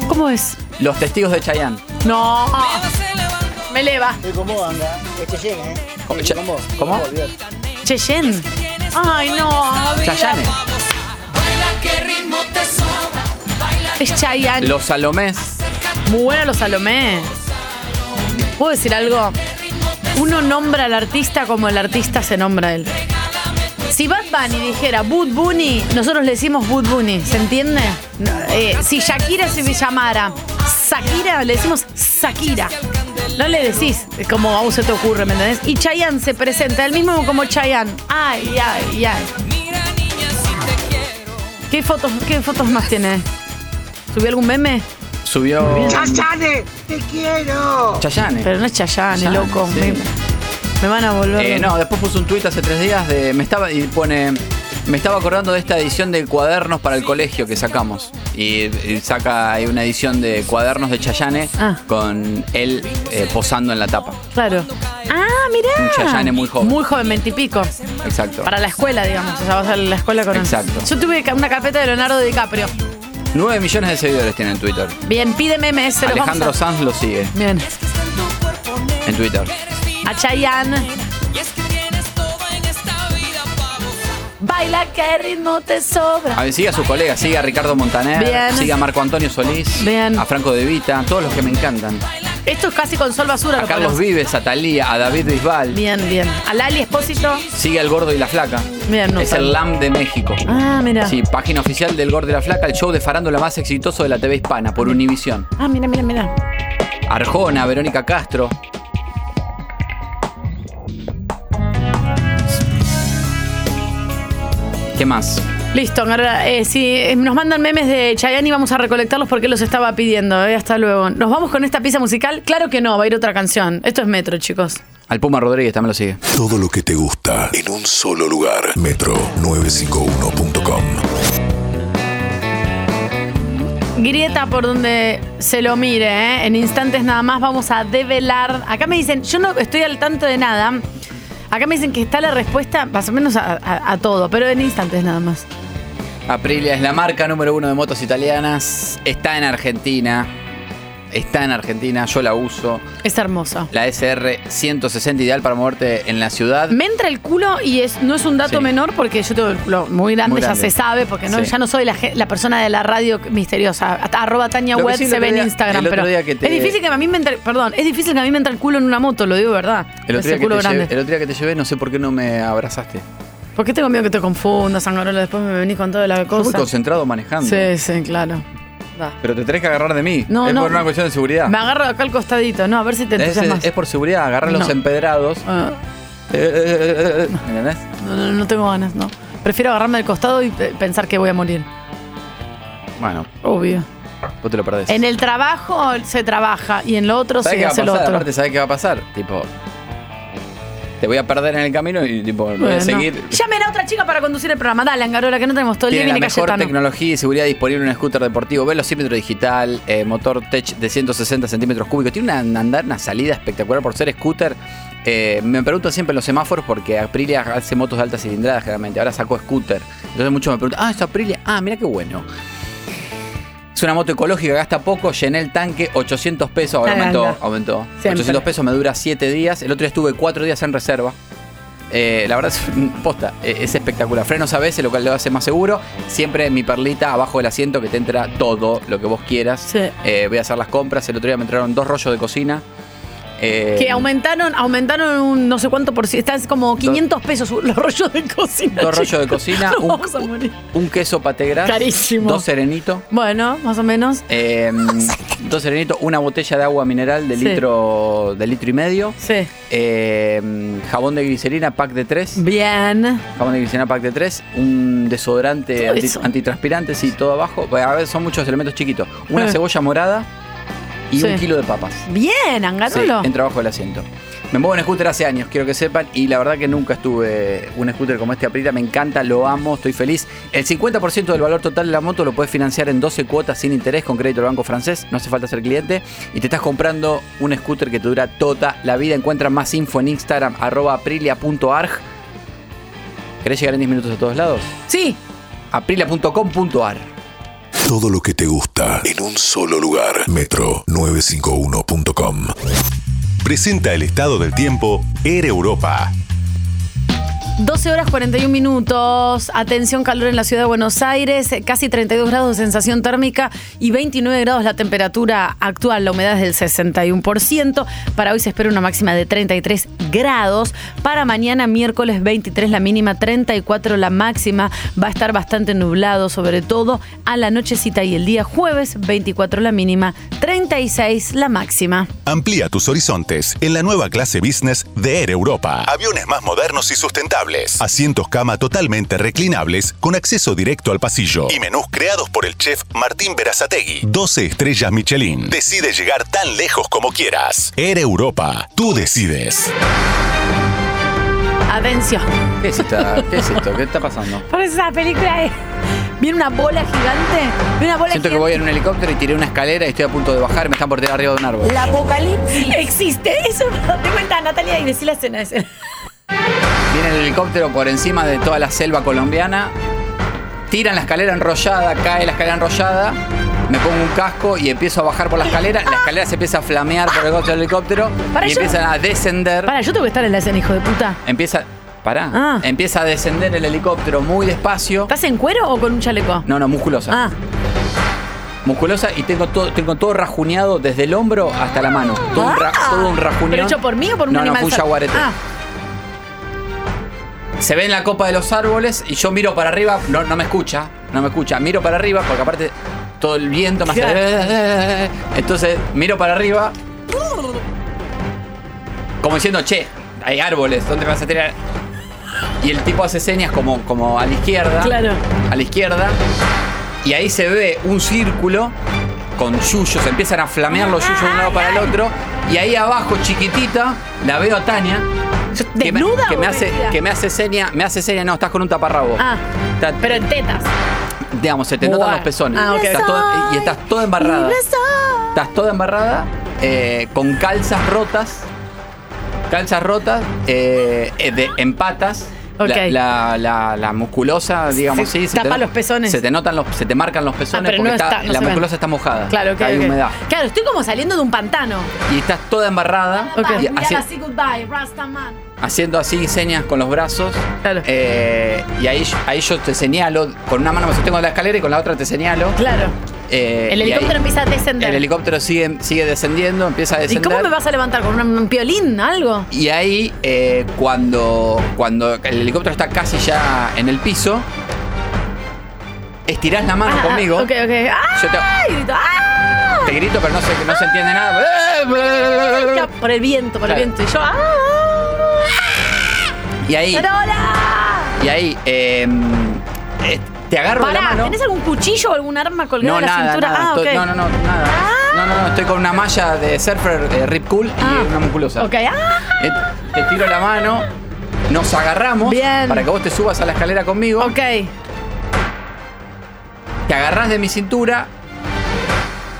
Speaker 6: ¿Cómo es?
Speaker 5: Los testigos de Chayanne.
Speaker 6: No. Me eleva.
Speaker 5: ¿Cómo? ¿Cómo?
Speaker 6: Cheyenne. Ay, no.
Speaker 5: Chayanne.
Speaker 14: qué ritmo te sobra.
Speaker 6: Es Chayanne.
Speaker 5: Los Salomés.
Speaker 6: Muy bueno los Salomé. ¿Puedo decir algo? Uno nombra al artista como el artista se nombra a él. Si Bad Bunny dijera Bud Bunny, nosotros le decimos Bud Bunny, ¿se entiende? No, eh, si Shakira se llamara Shakira, le decimos Shakira. No le decís eh, como a vos se te ocurre, ¿me entendés? Y Chayanne se presenta, él mismo como Chayanne. Ay, ay, ay.
Speaker 14: Mira, niña, si te quiero.
Speaker 6: ¿Qué fotos, qué fotos más tiene? ¿Subió algún meme?
Speaker 5: Subió.
Speaker 6: ¡Chayane! ¡Te quiero!
Speaker 5: Chayane.
Speaker 6: Pero no es Chayane,
Speaker 5: Chayane,
Speaker 6: loco.
Speaker 5: sí.
Speaker 6: Me, me van a volver.
Speaker 5: Eh,
Speaker 6: loco.
Speaker 5: no, después puso un tuit hace tres días de. Me estaba. Y pone. Me estaba acordando de esta edición de cuadernos para el colegio que sacamos. Y, y saca ahí una edición de cuadernos de Chayane
Speaker 6: Ah.
Speaker 5: con él eh, posando en la tapa.
Speaker 6: Claro. Ah,
Speaker 5: Un
Speaker 6: mirá.
Speaker 5: Chayane muy joven.
Speaker 6: Muy joven, veintipico.
Speaker 5: Exacto.
Speaker 6: Para la escuela, digamos. O sea, vas a la escuela con
Speaker 5: Exacto.
Speaker 6: Yo tuve ca- una carpeta de Leonardo DiCaprio.
Speaker 5: 9 millones de seguidores tiene en Twitter.
Speaker 6: Bien, pídeme MS, se los
Speaker 5: Alejandro
Speaker 6: vamos a...
Speaker 5: Sanz lo sigue
Speaker 6: Bien.
Speaker 5: en Twitter.
Speaker 6: A Chayanne. Baila que ritmo te sobra.
Speaker 5: A ver, sigue a sus colegas, sigue a Ricardo Montaner,
Speaker 6: Bien.
Speaker 5: sigue a Marco Antonio Solís,
Speaker 6: Bien.
Speaker 5: a Franco De Vita, todos los que me encantan.
Speaker 6: Esto es casi con sol basura.
Speaker 5: A
Speaker 6: lo
Speaker 5: Carlos
Speaker 6: ponemos.
Speaker 5: Vives, a Talía, a David Bisbal.
Speaker 6: Bien, bien. A Lali Espósito.
Speaker 5: Sigue al Gordo y la Flaca.
Speaker 6: Bien, no
Speaker 5: es
Speaker 6: sabía.
Speaker 5: el LAM de México.
Speaker 6: Ah, mira.
Speaker 5: Sí, página oficial del Gordo y la Flaca, el show de farándula más exitoso de la TV hispana por Univisión.
Speaker 6: Ah, mira, mira, mira.
Speaker 5: Arjona, Verónica Castro. ¿Qué más?
Speaker 6: Listo, ahora si eh, nos mandan memes de Chayanne y vamos a recolectarlos porque él los estaba pidiendo. eh, Hasta luego. ¿Nos vamos con esta pieza musical? Claro que no, va a ir otra canción. Esto es Metro, chicos.
Speaker 5: Al Puma Rodríguez también lo sigue.
Speaker 18: Todo lo que te gusta en un solo lugar. Metro951.com.
Speaker 6: Grieta por donde se lo mire, ¿eh? en instantes nada más vamos a develar. Acá me dicen, yo no estoy al tanto de nada. Acá me dicen que está la respuesta más o menos a, a- a todo, pero en instantes nada más.
Speaker 5: Aprilia es la marca número uno de motos italianas. Está en Argentina. Está en Argentina, yo la uso.
Speaker 6: Es hermosa.
Speaker 5: La SR 160, ideal para moverte en la ciudad.
Speaker 6: Me entra el culo y es, no es un dato
Speaker 5: Sí.
Speaker 6: menor porque yo tengo el culo muy grande,
Speaker 5: Muy
Speaker 6: ya
Speaker 5: grande.
Speaker 6: se sabe, porque no,
Speaker 5: Sí.
Speaker 6: ya no soy la, ge- la persona de la radio misteriosa. At- Arroba Tania
Speaker 5: Lo que
Speaker 6: Web
Speaker 5: sí, el
Speaker 6: se
Speaker 5: otro
Speaker 6: ve en
Speaker 5: día-
Speaker 6: Instagram,
Speaker 5: el otro
Speaker 6: pero
Speaker 5: día que te-
Speaker 6: es difícil que a mí me entre, perdón, es difícil que a mí me entre el culo en una moto, lo digo verdad.
Speaker 5: El otro,
Speaker 6: Ese
Speaker 5: día que
Speaker 6: culo
Speaker 5: te
Speaker 6: grande.
Speaker 5: llevé, el otro día que te llevé, no sé por qué no me abrazaste.
Speaker 6: ¿Por qué tengo miedo que te confundas, Sangarola? Después me venís con toda la
Speaker 5: Yo muy
Speaker 6: cosa.
Speaker 5: concentrado manejando.
Speaker 6: Sí, sí, claro.
Speaker 5: Pero te tenés que agarrar de mí.
Speaker 6: No,
Speaker 5: es
Speaker 6: no.
Speaker 5: por una cuestión de seguridad.
Speaker 6: Me agarro acá al costadito, no, a ver si te
Speaker 5: Es,
Speaker 6: entusiasmas.
Speaker 5: es por seguridad, agarrar los
Speaker 6: No.
Speaker 5: empedrados.
Speaker 6: Ah.
Speaker 5: Eh, eh, eh, eh, ¿Entendés?
Speaker 6: No, no, no tengo ganas, no. Prefiero agarrarme al costado y pe- pensar que voy a morir.
Speaker 5: Bueno.
Speaker 6: Obvio.
Speaker 5: Vos te lo perdés.
Speaker 6: En el trabajo se trabaja y en lo otro
Speaker 5: Pues. ¿Sabés
Speaker 6: se
Speaker 5: qué va a
Speaker 6: hace lo
Speaker 5: pasar?
Speaker 6: otro.
Speaker 5: Aparte, ¿sabés qué va a pasar? Tipo, te voy a perder en el camino y tipo, voy
Speaker 6: Bueno.
Speaker 5: a seguir.
Speaker 6: Llamen a otra chica para conducir el programa. Dale, Angarola, que no tenemos todo el día.
Speaker 5: Tiene la
Speaker 6: Viene
Speaker 5: mejor
Speaker 6: Cayetano.
Speaker 5: tecnología y seguridad disponible en un scooter deportivo, velocímetro digital, eh, motor tech de 160 centímetros cúbicos. Tiene una, andar, una salida espectacular por ser scooter. Eh, me pregunto siempre en los semáforos porque Aprilia hace motos de alta cilindrada generalmente. Ahora sacó scooter. Entonces muchos me preguntan, ah, es Aprilia. Ah, mira qué bueno. Es una moto ecológica, gasta poco, llené el tanque, 800 pesos, ahora
Speaker 6: La
Speaker 5: aumentó,
Speaker 6: ganga.
Speaker 5: aumentó.
Speaker 6: Siempre.
Speaker 5: 800 pesos me dura 7 días, el otro día estuve 4 días en reserva. Eh, la verdad es posta, eh, es espectacular. Frenos a veces, lo cual lo hace más seguro. Siempre mi perlita abajo del asiento que te entra todo lo que vos quieras. Eh, voy a hacer las compras, el otro día me entraron dos rollos de cocina. Eh,
Speaker 6: Que aumentaron, aumentaron un no sé cuánto por ciento. Están como 500 pesos los rollos de cocina.
Speaker 5: Dos rollos de
Speaker 6: chicos.
Speaker 5: cocina,
Speaker 6: Nos
Speaker 5: un-
Speaker 6: vamos a morir.
Speaker 5: Un queso pategras.
Speaker 6: Carísimo.
Speaker 5: Dos serenitos.
Speaker 6: Bueno, más o menos.
Speaker 5: Eh, dos serenitos, una botella de agua mineral de
Speaker 6: Sí.
Speaker 5: litro de litro y medio.
Speaker 6: Sí.
Speaker 5: Eh, jabón de glicerina, pack de tres.
Speaker 6: Bien.
Speaker 5: Jabón de glicerina, pack de tres. Un desodorante
Speaker 6: Todo
Speaker 5: anti-
Speaker 6: eso.
Speaker 5: antitranspirante, sí, todo abajo. A ver, son muchos elementos chiquitos. Una
Speaker 6: Eh.
Speaker 5: cebolla morada y
Speaker 6: Sí.
Speaker 5: un kilo de papas.
Speaker 6: Bien,
Speaker 5: Sí,
Speaker 6: Angarolo.
Speaker 5: entra abajo del asiento. Me muevo en scooter hace años, quiero que sepan, y la verdad que nunca estuve un scooter como este Aprilia, me encanta, lo amo, estoy feliz. El 50% del valor total de la moto lo puedes financiar en 12 cuotas sin interés con crédito del Banco Francés, no hace falta ser cliente, y te estás comprando un scooter que te dura toda la vida. Encuentra más info en Instagram, arroba aprilia.arg. ¿Querés llegar en 10 minutos a todos lados?
Speaker 6: Sí.
Speaker 5: aprilia.com.ar
Speaker 18: Todo lo que te gusta en un solo lugar. Metro951.com.
Speaker 4: Presenta el estado del tiempo Air Europa.
Speaker 6: 12 horas 41 minutos. Atención, calor en la ciudad de Buenos Aires. Casi 32 grados de sensación térmica y 29 grados la temperatura actual. La humedad es del 61%. Para hoy se espera una máxima de 33 grados. Para mañana, miércoles 23, la mínima 34, la máxima. Va a estar bastante nublado, sobre todo a la nochecita y el día jueves 24, la mínima 36, la máxima.
Speaker 4: Amplía tus horizontes en la nueva clase business de Air Europa. Aviones más modernos y sustentables.
Speaker 18: reclinables.
Speaker 4: Asientos cama totalmente reclinables con acceso directo al pasillo.
Speaker 18: Y menús creados por el chef Martín Berazategui.
Speaker 4: 12 estrellas Michelin.
Speaker 18: Decide llegar tan lejos como quieras.
Speaker 4: Air Europa, tú decides.
Speaker 6: Atención.
Speaker 5: ¿Qué es, esta- qué es esto? ¿Qué está pasando?
Speaker 6: Por esa película es. Viene una bola gigante. Viene una bola
Speaker 5: Siento que voy en un helicóptero y tiré una escalera y estoy a punto de bajar y me están por tirar arriba de un árbol.
Speaker 6: La apocalipsis existe. Eso te cuenta Natalia y decí la escena. escena.
Speaker 5: Viene el helicóptero por encima de toda la selva colombiana. Tiran la escalera enrollada, cae la escalera enrollada. Me pongo un casco y empiezo a bajar por la escalera. La escalera se empieza a flamear por el coche del helicóptero.
Speaker 6: Para,
Speaker 5: y
Speaker 6: yo-
Speaker 5: empiezan a descender.
Speaker 6: Para, yo tengo que estar en la escena, hijo de puta.
Speaker 5: Empieza. Pará. Empieza a descender el helicóptero muy despacio.
Speaker 6: Ah. ¿Estás en cuero o con un chaleco?
Speaker 5: No, no, musculosa.
Speaker 6: Ah,
Speaker 5: Musculosa y tengo todo, tengo todo rajuneado desde el hombro hasta la mano. Todo, un, ra- todo un rajuneado.
Speaker 6: Ah. ¿pero hecho por mí o por un
Speaker 5: No, no,
Speaker 6: animal?
Speaker 5: fue un
Speaker 6: sal-
Speaker 5: jaguarete.
Speaker 6: Ah,
Speaker 5: Se ve en la copa de los árboles y yo miro para arriba, no, no me escucha, no me escucha, miro para arriba porque aparte todo el viento me hace... Entonces miro para arriba como diciendo, che, hay árboles, ¿dónde me vas a tirar? Y el tipo hace señas como, como a la izquierda.
Speaker 6: Claro.
Speaker 5: A la izquierda. Y ahí se ve un círculo con yuyos, empiezan a flamear los yuyos de un lado para el otro. Y ahí abajo, chiquitita, la veo a Tania. Que me,
Speaker 6: ¿Desnuda
Speaker 5: que
Speaker 6: o
Speaker 5: me hace
Speaker 6: vestida?
Speaker 5: que me hace seña, me hace seña, no, estás con un taparrabo.
Speaker 6: ah.
Speaker 5: Está-
Speaker 6: Pero en tetas.
Speaker 5: digamos, se te notan
Speaker 6: Buah.
Speaker 5: los pezones.
Speaker 6: Ah, ok.
Speaker 5: Estás toda- y estás toda embarrada.
Speaker 6: Libre soy.
Speaker 5: Estás toda embarrada, eh, con calzas rotas. Calzas rotas, eh, eh, de- en patas.
Speaker 6: Ok.
Speaker 5: La, la- la- la musculosa, digamos, sí. se
Speaker 6: tapa
Speaker 5: no-
Speaker 6: los pezones. Ah,
Speaker 5: Se te notan los, se te marcan los pezones
Speaker 6: pero
Speaker 5: porque
Speaker 6: no
Speaker 5: está-
Speaker 6: está- no
Speaker 5: la
Speaker 6: se ven.
Speaker 5: musculosa está mojada.
Speaker 6: Claro, ok,
Speaker 5: Hay
Speaker 6: ok.
Speaker 5: humedad.
Speaker 6: Claro, estoy como saliendo de un pantano.
Speaker 5: Y estás toda embarrada. y
Speaker 6: Mirá
Speaker 5: haci-
Speaker 6: así, goodbye, Rastaman.
Speaker 5: haciendo así señas con los brazos. Eh, y ahí, ahí yo te señalo, con una mano me sostengo en la escalera y con la otra te señalo.
Speaker 6: Claro.
Speaker 5: Eh,
Speaker 6: El
Speaker 5: y ahí-
Speaker 6: helicóptero empieza a descender.
Speaker 5: El helicóptero sigue, sigue descendiendo, empieza a
Speaker 6: ¿Y
Speaker 5: descender.
Speaker 6: cómo me vas a levantar? ¿Con un, un piolín? ¿Algo?
Speaker 5: Y ahí, eh, cuando, cuando el helicóptero está casi ya en el piso, estirás la mano
Speaker 6: Ah,
Speaker 5: conmigo.
Speaker 6: ah, Ok, ok. ¡Ah!
Speaker 5: Yo te,
Speaker 6: Y grito, ¡ah!
Speaker 5: te grito, pero no se, no se entiende nada.
Speaker 6: Por el viento, por el
Speaker 5: Claro.
Speaker 6: viento. Y yo, ¡ah!
Speaker 5: Y ahí,
Speaker 6: ¡Carola!
Speaker 5: y ahí eh, eh, te agarro de la
Speaker 6: Pará,
Speaker 5: mano.
Speaker 6: ¿tenés algún cuchillo o algún arma colgada
Speaker 5: No,
Speaker 6: en la
Speaker 5: nada,
Speaker 6: cintura?
Speaker 5: nada,
Speaker 6: ah, ok.
Speaker 5: estoy- no, no, no, nada. No, no, no, estoy con una malla de surfer de Rip Cool y una musculosa.
Speaker 6: Ok, ¡ah!
Speaker 5: Eh, Te tiro la mano, nos agarramos
Speaker 6: Bien.
Speaker 5: para que vos te subas a la escalera conmigo.
Speaker 6: Ok.
Speaker 5: Te agarrás de mi cintura,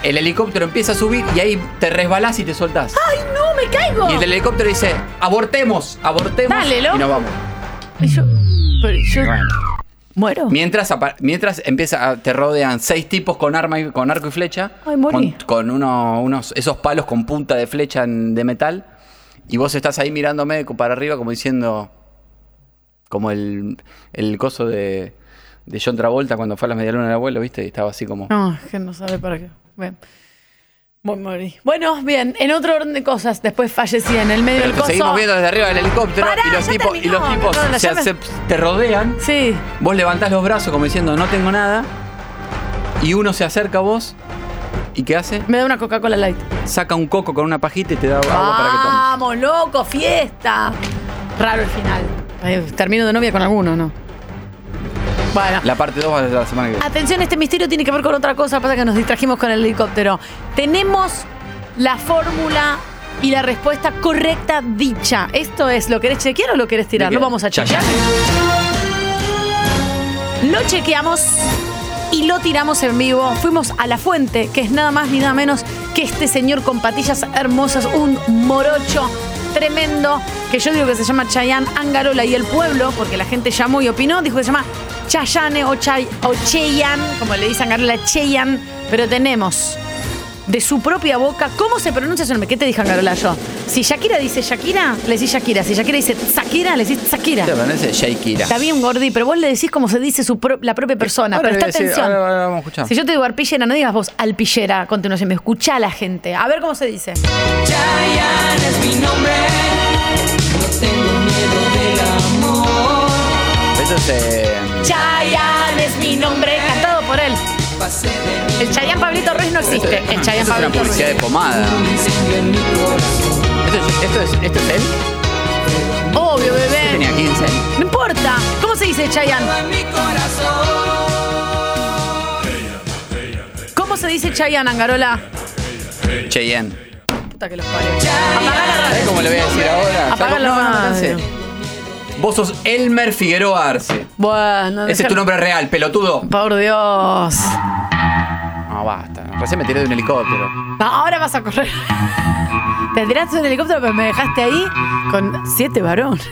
Speaker 5: el helicóptero empieza a subir y ahí te resbalás y te soltás.
Speaker 6: ¡Ay, no! ¡Me caigo!
Speaker 5: Y el helicóptero dice, abortemos, abortemos
Speaker 6: Dale,
Speaker 5: y
Speaker 6: loco.
Speaker 5: nos vamos.
Speaker 6: Y yo, pero yo- ¿Muero?
Speaker 5: Mientras, apa- mientras empieza a- te rodean seis tipos con arma y- con arco y flecha.
Speaker 6: Ay, morí.
Speaker 5: Con, con uno- unos, esos palos con punta de flecha en- de metal. Y vos estás ahí mirándome co- para arriba como diciendo... Como el, el coso de, de John Travolta cuando fue a las medialunas del abuelo, ¿viste? Y estaba así como...
Speaker 6: No, es que no sabe para qué. Bien. Muy morí. Bueno, bien, en otro orden de cosas, después fallecí en el medio
Speaker 5: Pero
Speaker 6: del
Speaker 5: te
Speaker 6: coso.
Speaker 5: seguimos viendo desde arriba del helicóptero
Speaker 6: Pará,
Speaker 5: y los
Speaker 6: ya
Speaker 5: tipos, y
Speaker 6: terminó.
Speaker 5: los tipos
Speaker 6: No, no,
Speaker 5: se
Speaker 6: ya me-
Speaker 5: acep- te rodean.
Speaker 6: Sí.
Speaker 5: Vos levantás los brazos como diciendo no tengo nada. Y uno se acerca a vos. ¿Y qué hace?
Speaker 6: Me da una Coca-Cola Light. Ah,
Speaker 5: Saca un coco con una pajita y te da agua para que tomes.
Speaker 6: Vamos, loco, fiesta. Raro el final. Ay, Termino de novia con alguno, ¿no? Bueno.
Speaker 5: La parte 2 va a ser la semana que viene.
Speaker 6: Atención, este misterio tiene que ver con otra cosa, pasa que nos distrajimos con el helicóptero. Tenemos la fórmula y la respuesta correcta dicha. Esto es, ¿lo querés chequear o lo querés tirar? Lo vamos a chequear. Lo chequeamos y lo tiramos en vivo. Fuimos a la fuente, que es nada más ni nada menos que este señor con patillas hermosas, un morocho tremendo, que yo digo que se llama Chayán Angarola y el pueblo, porque la gente llamó y opinó, dijo que se llama Chayane o, Chay, o Cheyán, como le dice Angarola, Cheyán, pero tenemos de su propia boca. ¿Cómo se pronuncia su nombre? ¿Qué te dije, Angarola, yo? Si Shakira dice Shakira, le decís Shakira. Si Shakira dice Shakira, le decís Shakira.
Speaker 5: Te parece Shakira.
Speaker 6: Está bien, Gordi, pero vos le decís como se dice su pro- la propia persona.
Speaker 5: Ahora
Speaker 6: pero está
Speaker 5: voy a decir-
Speaker 6: atención.
Speaker 5: ahora- ahora vamos a escuchar.
Speaker 6: si yo te digo arpillera, no digas vos alpillera a continuación. Me escucha la gente. A ver cómo se dice.
Speaker 14: Chayanne es mi nombre. No tengo miedo del amor.
Speaker 5: Eso es. eh,
Speaker 6: Chayanne es mi nombre. Cantado por él. El Chayanne Pablito Ruiz no existe. El
Speaker 5: eso es
Speaker 6: Chayanne
Speaker 5: una
Speaker 6: Pablito Ruiz.
Speaker 5: publicidad de pomada. ¿Esto es, esto, es, ¿Esto es él? años.
Speaker 6: Obvio, bebé.
Speaker 5: Yo tenía 15.
Speaker 6: No importa. ¿Cómo se dice, Chayanne? ¿Cómo se dice Chayanne, Angarola?
Speaker 5: Cheyenne.
Speaker 6: Puta que los parió. Apagá la
Speaker 5: ¿Sabés
Speaker 6: radio.
Speaker 5: cómo le voy a decir ahora?
Speaker 6: Apagá la
Speaker 5: No, no, no,
Speaker 6: radio.
Speaker 5: Arce. Vos sos Elmer Figueroa Arce.
Speaker 6: Bueno,
Speaker 5: Ese es
Speaker 6: dejar-
Speaker 5: tu nombre real, pelotudo.
Speaker 6: Por Dios.
Speaker 5: No, basta. Recién me tiré de un helicóptero.
Speaker 6: No, ahora vas a correr. Te tiraste un helicóptero, pero me dejaste ahí con siete varones.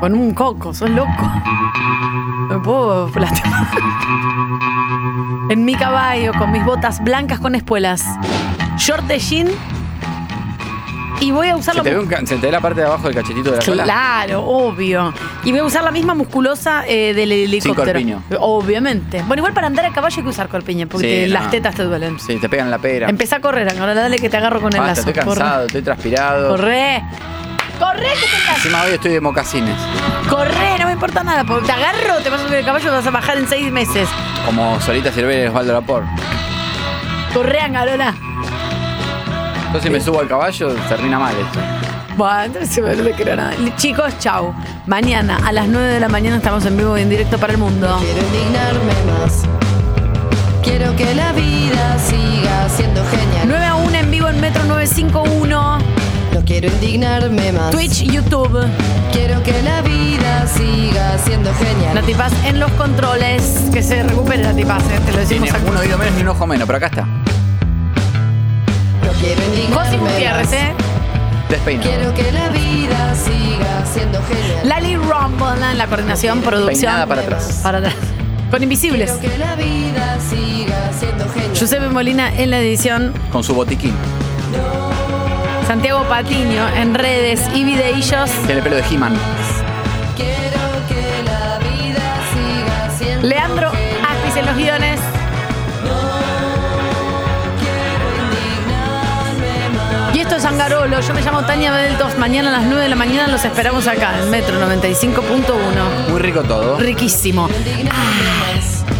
Speaker 6: Con un coco, sos loco. Me puedo lastimar. En mi caballo, con mis botas blancas con espuelas. Short de jean. Y voy a usar
Speaker 5: Se
Speaker 6: la
Speaker 5: te, ve un ca- se te ve la parte de abajo del cachetito de la cola.
Speaker 6: Claro, obvio. Y voy a usar la misma musculosa eh, del helicóptero.
Speaker 5: corpiño.
Speaker 6: Obviamente. Bueno, igual para andar a caballo hay que usar corpiña, porque
Speaker 5: Sí, no.
Speaker 6: las tetas te duelen.
Speaker 5: Sí, te pegan en la pera.
Speaker 6: Empezá a correr, ahora dale que te agarro con el
Speaker 5: Basta,
Speaker 6: lazo.
Speaker 5: estoy
Speaker 6: Corre.
Speaker 5: cansado, estoy transpirado.
Speaker 6: Corre. Corre, que te cansas.
Speaker 5: Encima hoy estoy de mocasines.
Speaker 6: Corre, no me importa nada. Porque te agarro, te vas a subir el caballo, vas a bajar en seis meses.
Speaker 5: Como solita sirve Osvaldo Lapor.
Speaker 6: Corre, Angarola.
Speaker 5: Entonces me subo al caballo, termina mal esto.
Speaker 6: Bueno, entonces no le creo nada. Chicos, chau. Mañana a las 9 de la mañana estamos en vivo y en directo para el mundo.
Speaker 14: Quiero indignarme más. Quiero que la vida siga siendo genial.
Speaker 6: 9 a 1 en vivo en Metro 951.
Speaker 14: No quiero indignarme más.
Speaker 6: Twitch, YouTube.
Speaker 14: Quiero que la vida siga siendo genial.
Speaker 6: Nati Paz en los controles. Que se recupere Nati Paz, eh, te lo decimos
Speaker 5: Tiene
Speaker 6: acá.
Speaker 5: un oído menos y un ojo menos, pero acá está.
Speaker 14: No quiero
Speaker 6: José
Speaker 14: indignarme
Speaker 6: Gutiérrez,
Speaker 14: más.
Speaker 6: ¿eh?
Speaker 5: Despeinado.
Speaker 14: Quiero que la vida siga siendo genial.
Speaker 6: Lali Rumble en la coordinación, producción.
Speaker 5: Peinada para atrás.
Speaker 6: Para atrás. Con Invisibles.
Speaker 14: Quiero que la vida siga siendo genial.
Speaker 6: Giuseppe Molina en la edición.
Speaker 5: Con su botiquín.
Speaker 6: Santiago Patiño en redes y videillos.
Speaker 5: Tiene pelo de He-Man.
Speaker 14: Quiero que la vida siga siendo
Speaker 6: Leandro Aspis en los guiones. Y esto es Angarolo. Yo me llamo Tania Bedeltoft. Mañana a las 9 de la mañana los esperamos acá en Metro 95.1.
Speaker 5: Muy rico todo.
Speaker 6: Riquísimo. Ah,